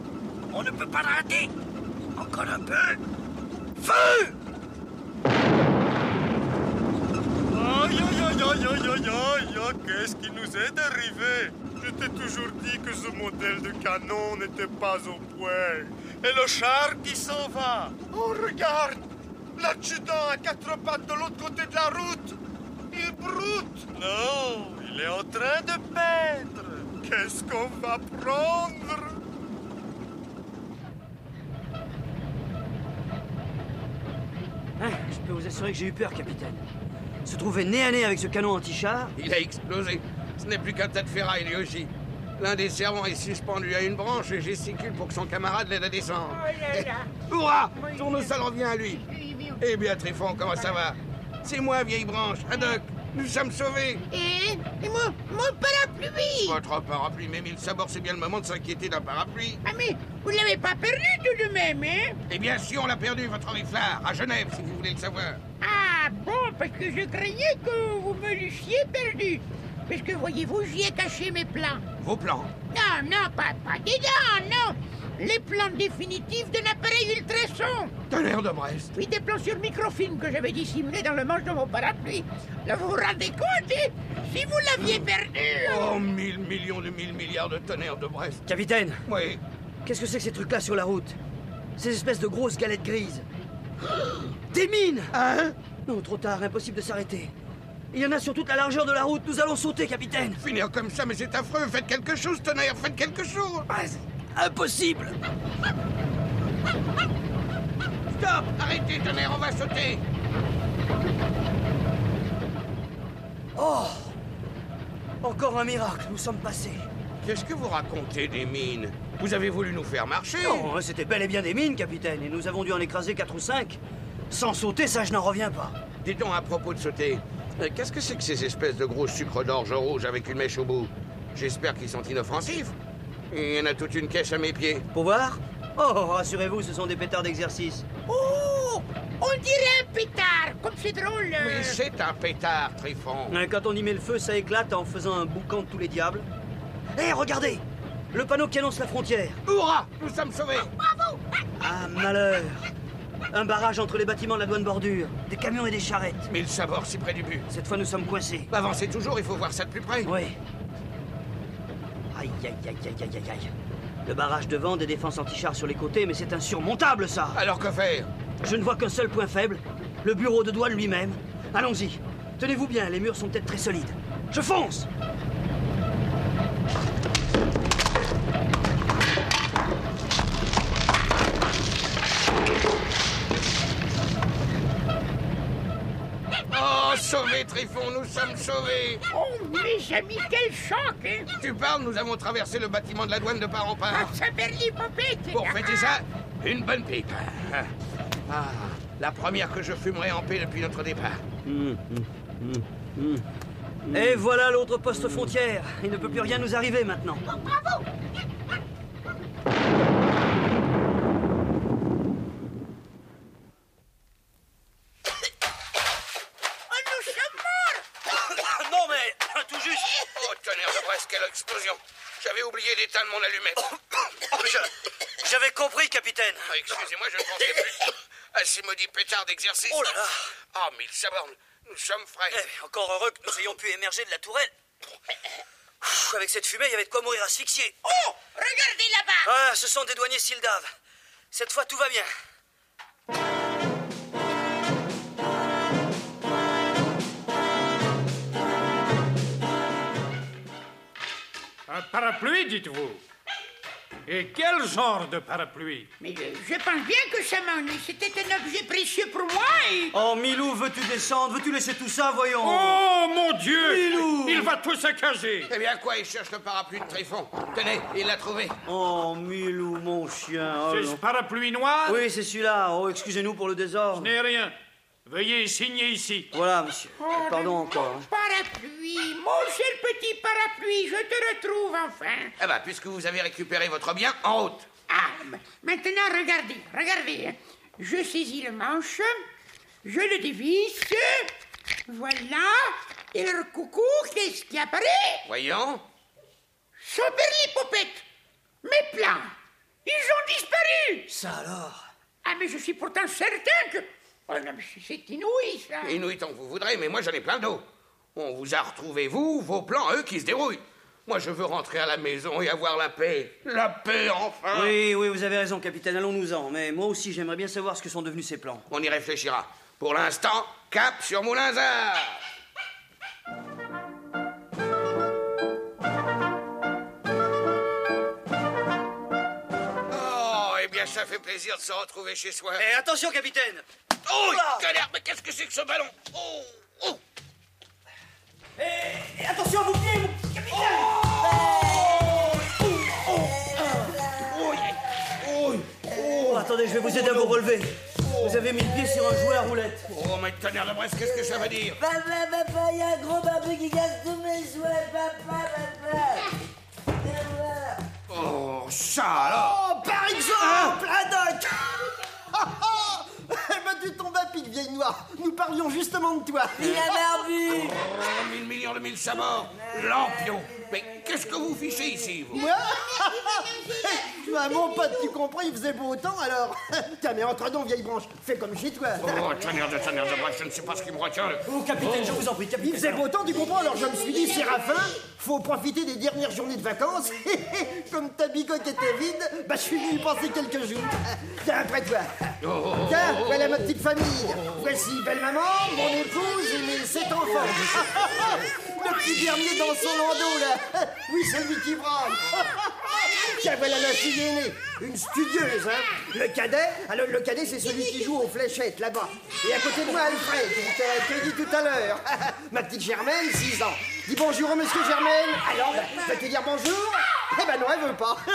Speaker 31: on ne peut pas le rater. Encore un peu. Feu
Speaker 9: Aïe, aïe, aïe, aïe, aïe, aïe, aïe, ah, qu'est-ce qui nous est arrivé Je t'ai toujours dit que ce modèle de canon n'était pas au point. Et le char qui s'en va Oh, regarde L'adjudant à quatre pattes de l'autre côté de la route Il broute Non, il est en train de perdre Qu'est-ce qu'on va prendre
Speaker 4: Hein, Je peux vous assurer que j'ai eu peur, capitaine. Se trouver nez à nez avec ce canon anti-char,
Speaker 3: Il a explosé. Ce n'est plus qu'un tas de ferraille, lui aussi. L'un des servants est suspendu à une branche et gesticule pour que son camarade l'aide à descendre. Hourra Tournesol revient à lui. Eh bien, Trifon, comment ça va C'est moi, vieille branche, Haddock. Nous sommes sauvés.
Speaker 8: Et, Eh, et mon, mon parapluie
Speaker 3: Votre parapluie, mais mille sabords, c'est bien le moment de s'inquiéter d'un parapluie.
Speaker 8: Ah mais, vous l'avez pas perdu tout de même, hein
Speaker 3: Eh bien, si on l'a perdu, votre riflard, à Genève, si vous voulez le savoir.
Speaker 8: Ah bon, parce que je craignais que vous me l'eussiez perdu. Parce que voyez-vous, j'y ai caché mes plans.
Speaker 3: Vos plans
Speaker 8: Non, non, pas, pas dedans, non. les plans définitifs d'un appareil ultrason.
Speaker 3: T'as l'air de Brest.
Speaker 8: Puis des plans sur microfilm que j'avais dissimulés dans le manche de mon parapluie. Là, vous vous rendez compte eh Si vous l'aviez perdu
Speaker 3: Oh, mille millions de mille milliards de tonnerres de Brest.
Speaker 4: Capitaine
Speaker 3: Oui.
Speaker 4: Qu'est-ce que c'est que ces trucs-là sur la route Ces espèces de grosses galettes grises. Des mines
Speaker 3: Hein
Speaker 4: Non, trop tard, impossible de s'arrêter. Il y en a sur toute la largeur de la route, nous allons sauter, capitaine
Speaker 3: Finir comme ça, mais c'est affreux. Faites quelque chose, tonnerre, faites quelque chose.
Speaker 4: Ah, Impossible
Speaker 3: Stop Arrêtez, tonnerre, on va sauter
Speaker 4: Oh Encore un miracle, nous sommes passés.
Speaker 3: Qu'est-ce que vous racontez des mines Vous avez voulu nous faire marcher
Speaker 4: Non, hein, c'était bel et bien des mines, capitaine, et nous avons dû en écraser quatre ou cinq. Sans sauter, ça, je n'en reviens pas.
Speaker 3: Dis donc, à propos de sauter, euh, qu'est-ce que c'est que ces espèces de gros sucres d'orge rouge avec une mèche au bout J'espère qu'ils sont inoffensifs. Il y en a toute une caisse à mes pieds.
Speaker 4: Pour voir Oh, rassurez-vous, ce sont des pétards d'exercice.
Speaker 8: Oh On dirait un pétard Comme c'est drôle euh.
Speaker 3: Mais c'est un pétard, Trifon.
Speaker 4: Ouais, Euh, Quand on y met le feu, ça éclate en faisant un boucan de tous les diables. Hé, regardez Le panneau qui annonce la frontière.
Speaker 3: Hurrah Nous sommes sauvés
Speaker 8: Bravo
Speaker 4: Ah, malheur Un barrage entre les bâtiments de la douane bordure, des camions et des charrettes.
Speaker 3: Mille sabords si près du but.
Speaker 4: Cette fois, nous sommes coincés.
Speaker 3: Avancez toujours, il faut voir ça de plus près.
Speaker 4: Oui. Aïe, aïe, aïe, aïe, aïe, aïe, aïe. Le barrage devant, des défenses anti-chars sur les côtés, mais c'est insurmontable, ça
Speaker 3: Alors que faire
Speaker 4: Je ne vois qu'un seul point faible, le bureau de douane lui-même. Allons-y. Tenez-vous bien, les murs sont peut-être très solides. Je fonce
Speaker 3: Oh, sauvés, Trifon, nous sommes sauvés
Speaker 8: Oh, mes amis, quel choc hein.
Speaker 3: Tu parles, nous avons traversé le bâtiment de la douane de part en part.
Speaker 8: Ah, ça hein. berlipopette
Speaker 3: Pour fêter ça, une bonne pipe. Ah, la première que je fumerai en paix depuis notre départ.
Speaker 10: Hum,
Speaker 4: Et voilà l'autre poste frontière. Il ne peut plus rien nous arriver maintenant.
Speaker 8: Oh, bravo Oh, nous sommes morts
Speaker 3: non, mais tout juste. Oh, tonnerre de Brest, quelle explosion. J'avais oublié d'éteindre mon allumette.
Speaker 4: J'avais compris, capitaine.
Speaker 3: Ah, Excusez-moi, je ne pensais plus à ces maudits pétards d'exercice.
Speaker 4: Oh là là.
Speaker 3: Oh, mille sabornes, nous sommes frais.
Speaker 4: Eh, encore heureux que nous ayons pu émerger de la tourelle. Pff, Avec cette fumée, il y avait de quoi mourir asphyxié.
Speaker 8: Oh Regardez là-bas
Speaker 4: Ah, ce sont des douaniers Sildav. Cette fois, tout va bien.
Speaker 42: Un parapluie, dites-vous Et quel genre de parapluie
Speaker 8: Mais euh, je pense bien que ça m'ennuie. C'était un objet précieux pour moi et...
Speaker 4: Oh, Milou, veux-tu descendre Veux-tu laisser tout ça, voyons
Speaker 42: Oh, mon Dieu
Speaker 4: Milou
Speaker 42: Il va tout saccager
Speaker 3: Eh bien, quoi, il cherche le parapluie de Tryphon. Tenez, il l'a trouvé.
Speaker 4: Oh, Milou, mon chien. oh
Speaker 42: C'est
Speaker 4: non.
Speaker 42: ce parapluie noir
Speaker 4: Oui, c'est celui-là. Oh, excusez-nous pour le désordre.
Speaker 42: N'est rien. Veuillez signer ici.
Speaker 4: Voilà, monsieur. Pardon encore. hein.
Speaker 8: Oh, Parapluie Mon cher petit parapluie, je te retrouve enfin
Speaker 3: Eh bien, puisque vous avez récupéré votre bien, en route.
Speaker 8: Ah, m- maintenant, regardez, regardez. hein. Je saisis le manche, je le dévisse, voilà, et le coucou, qu'est-ce qui apparaît
Speaker 3: Voyons.
Speaker 8: Sauverie, popette Mes plans, ils ont disparu
Speaker 4: Ça alors
Speaker 8: Ah, mais je suis pourtant certain que... Oh non, mais c'est- c'est inouï, ça
Speaker 3: Inouï tant que vous voudrez, mais moi j'en ai plein d'eau. On vous a retrouvé, vous, vos plans, eux, qui se dérouillent. Moi, je veux rentrer à la maison et avoir la paix. La paix, enfin
Speaker 4: Oui, oui, vous avez raison, capitaine. Allons-nous-en. Mais moi aussi, j'aimerais bien savoir ce que sont devenus ces plans.
Speaker 3: On y réfléchira. Pour l'instant, cap sur Moulinzard Oh, eh bien, ça fait plaisir de se retrouver chez soi.
Speaker 4: Eh, attention, capitaine
Speaker 3: Oh,
Speaker 4: Oula
Speaker 3: tonnerre, mais qu'est-ce que c'est que ce ballon Oh, oh
Speaker 4: Eh, eh, attention à vos pieds, mon capitaine
Speaker 3: oh,
Speaker 8: Oh,
Speaker 4: Oh, Attendez, je vais vous aider à vous relever. Vous avez mis le pied sur un jouet à roulette.
Speaker 3: Oh, mais tonnerre de Brest, qu'est-ce que ça veut dire
Speaker 5: Papa, papa, il y a un gros barbu qui casse tous mes jouets, papa, papa. Et voilà.
Speaker 3: Oh, ça alors Hein
Speaker 5: Oh, par exemple, Haddock Eh ben, tu tombes à pic, vieille noire. Nous parlions justement de toi. Il a barbu.
Speaker 3: Oh, mille millions de mille sabords Lampion Mais que Qu'est-ce que vous fichez ici, vous
Speaker 5: Moi Eh, Tu vois, mon pote, tu comprends, il faisait beau temps alors Tiens, mais entre donc, vieille branche, fais comme chez toi
Speaker 2: 哦
Speaker 3: Oh, tonnerre de tonnerre de bref, je ne sais pas ce qui me retient.
Speaker 5: Oh, capitaine, je vous en prie, capitaine. Il faisait beau temps, tu comprends, alors je me suis dit, Séraphin, faut profiter des dernières journées de vacances. Comme ta bicoque était vide, bah je suis venu y penser quelques jours. Tiens, après toi. Tiens, voilà ma petite famille. Voici belle-maman, mon épouse et mes sept enfants. Le petit dernier dans son landau, là. Oui, c'est lui qui brave. Tiens, voilà la fille aînée, une studieuse, hein. Le cadet, alors le cadet, c'est celui qui joue aux fléchettes, là-bas. Et à côté de moi, Alfred, qui t'a dit tout à l'heure. Ma petite Germaine, 6 ans. Dis bonjour au monsieur Germaine. Alors, bah, veux-tu dire bonjour Eh ben non, elle veut pas.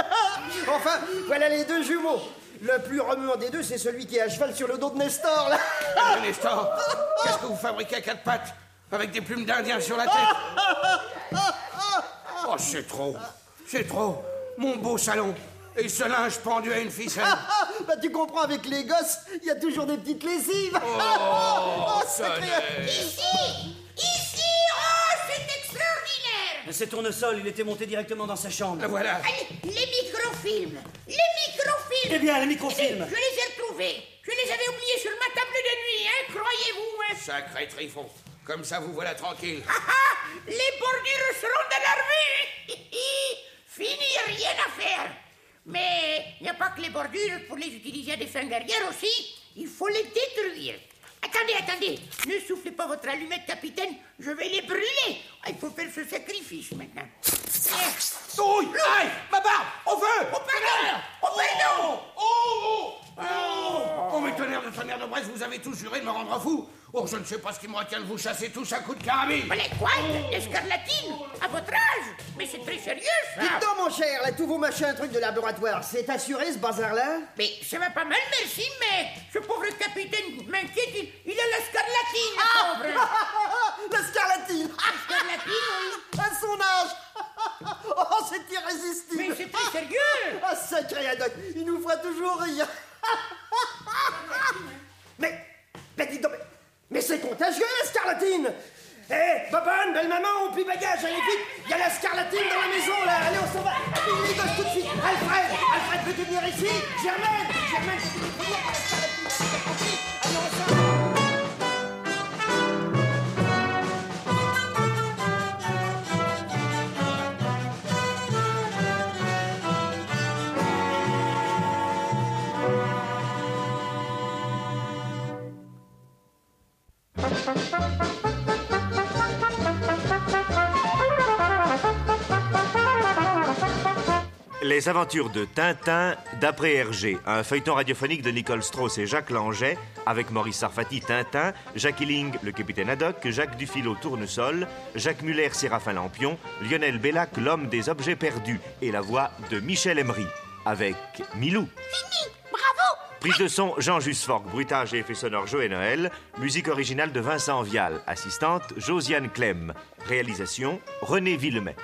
Speaker 5: Enfin, voilà les deux jumeaux. Le plus remuant des deux, c'est celui qui est à cheval sur le dos de Nestor, là.
Speaker 3: Nestor, Oh, qu'est-ce que vous fabriquez à quatre pattes Avec des plumes d'Indien sur la
Speaker 5: Ah.
Speaker 3: tête Oh, c'est trop. C'est trop. Mon beau salon. Et ce linge pendu à une ficelle.
Speaker 5: bah, tu comprends, avec les gosses, il y a toujours des petites lessives. Ah,
Speaker 3: Oh,
Speaker 5: sacré-
Speaker 8: Ici Ici Oh, c'est extraordinaire
Speaker 4: C'est tournesol, il était monté directement dans sa chambre.
Speaker 3: voilà.
Speaker 8: Allez, les microfilms Les microfilms
Speaker 4: Eh bien, les microfilms.
Speaker 8: Eh bien, Je les ai retrouvés Je les avais oubliés sur ma table de nuit, hein, croyez-vous, hein Ah,
Speaker 3: Sacré trifon. Comme ça, vous voilà tranquille.
Speaker 8: Les bordures seront de la revue Fini, rien à faire Mais il n'y a pas que les bordures pour les utiliser à des fins guerrières aussi, il faut les détruire Attendez, attendez Ne soufflez pas votre allumette, capitaine, je vais les brûler Ah, Il faut faire ce sacrifice maintenant
Speaker 3: Aïe Aïe Ma barbe Au feu Au
Speaker 8: pardon Au pardon
Speaker 3: Oh Oh Oh, mais tonnerre de tonnerre de bref, vous avez tous juré de me rendre fou Oh, je ne sais pas ce qui me retient de vous chasser tous à coups de
Speaker 5: Ah
Speaker 3: carabine
Speaker 8: Mais quoi L'escarlatine À votre âge Mais c'est très sérieux, ça
Speaker 5: Dites donc, mon cher, là, tous vos machins, trucs de laboratoire, c'est assuré ce bazar-là
Speaker 8: Mais ça va pas mal, merci, mais ce pauvre capitaine m'inquiète, il, il a la scarlatine, pauvre
Speaker 5: La scarlatine
Speaker 8: La scarlatine, oui
Speaker 5: À son âge Oh, c'est irrésistible
Speaker 8: Mais c'est pas sérieux
Speaker 5: Ah, sacré Haddock, il nous fera toujours rire Mais, mais dites donc, mais, mais c'est contagieux, la scarlatine Hé, Bobonne, belle-maman, on plie bagage, allez vite Il y a la scarlatine dans la maison, là Allez, on s'en va Allez, les gosses, tout de suite Alfred Alfred, veux-tu venir ici Germaine Germaine, tu peux venir par la scarlatine, c'est parti. Allez, on s'en va
Speaker 1: Les aventures de Tintin d'après Hergé, un feuilleton radiophonique de Nicole Strauss et Jacques Langet, avec Maurice Sarfati, Tintin, Jacques Hilling, le capitaine Haddock, Jacques Dufilo, Tournesol, Jacques Muller, Séraphin Lampion, Lionel Bellac, l'homme des objets perdus, et la voix de Michel Emery, avec Milou.
Speaker 8: Bravo
Speaker 1: Prise de son, Jean Jusforg, bruitage et effets sonores, Joël Noël, musique originale de Vincent Vial, assistante, Josiane Clem, réalisation, René Villemet.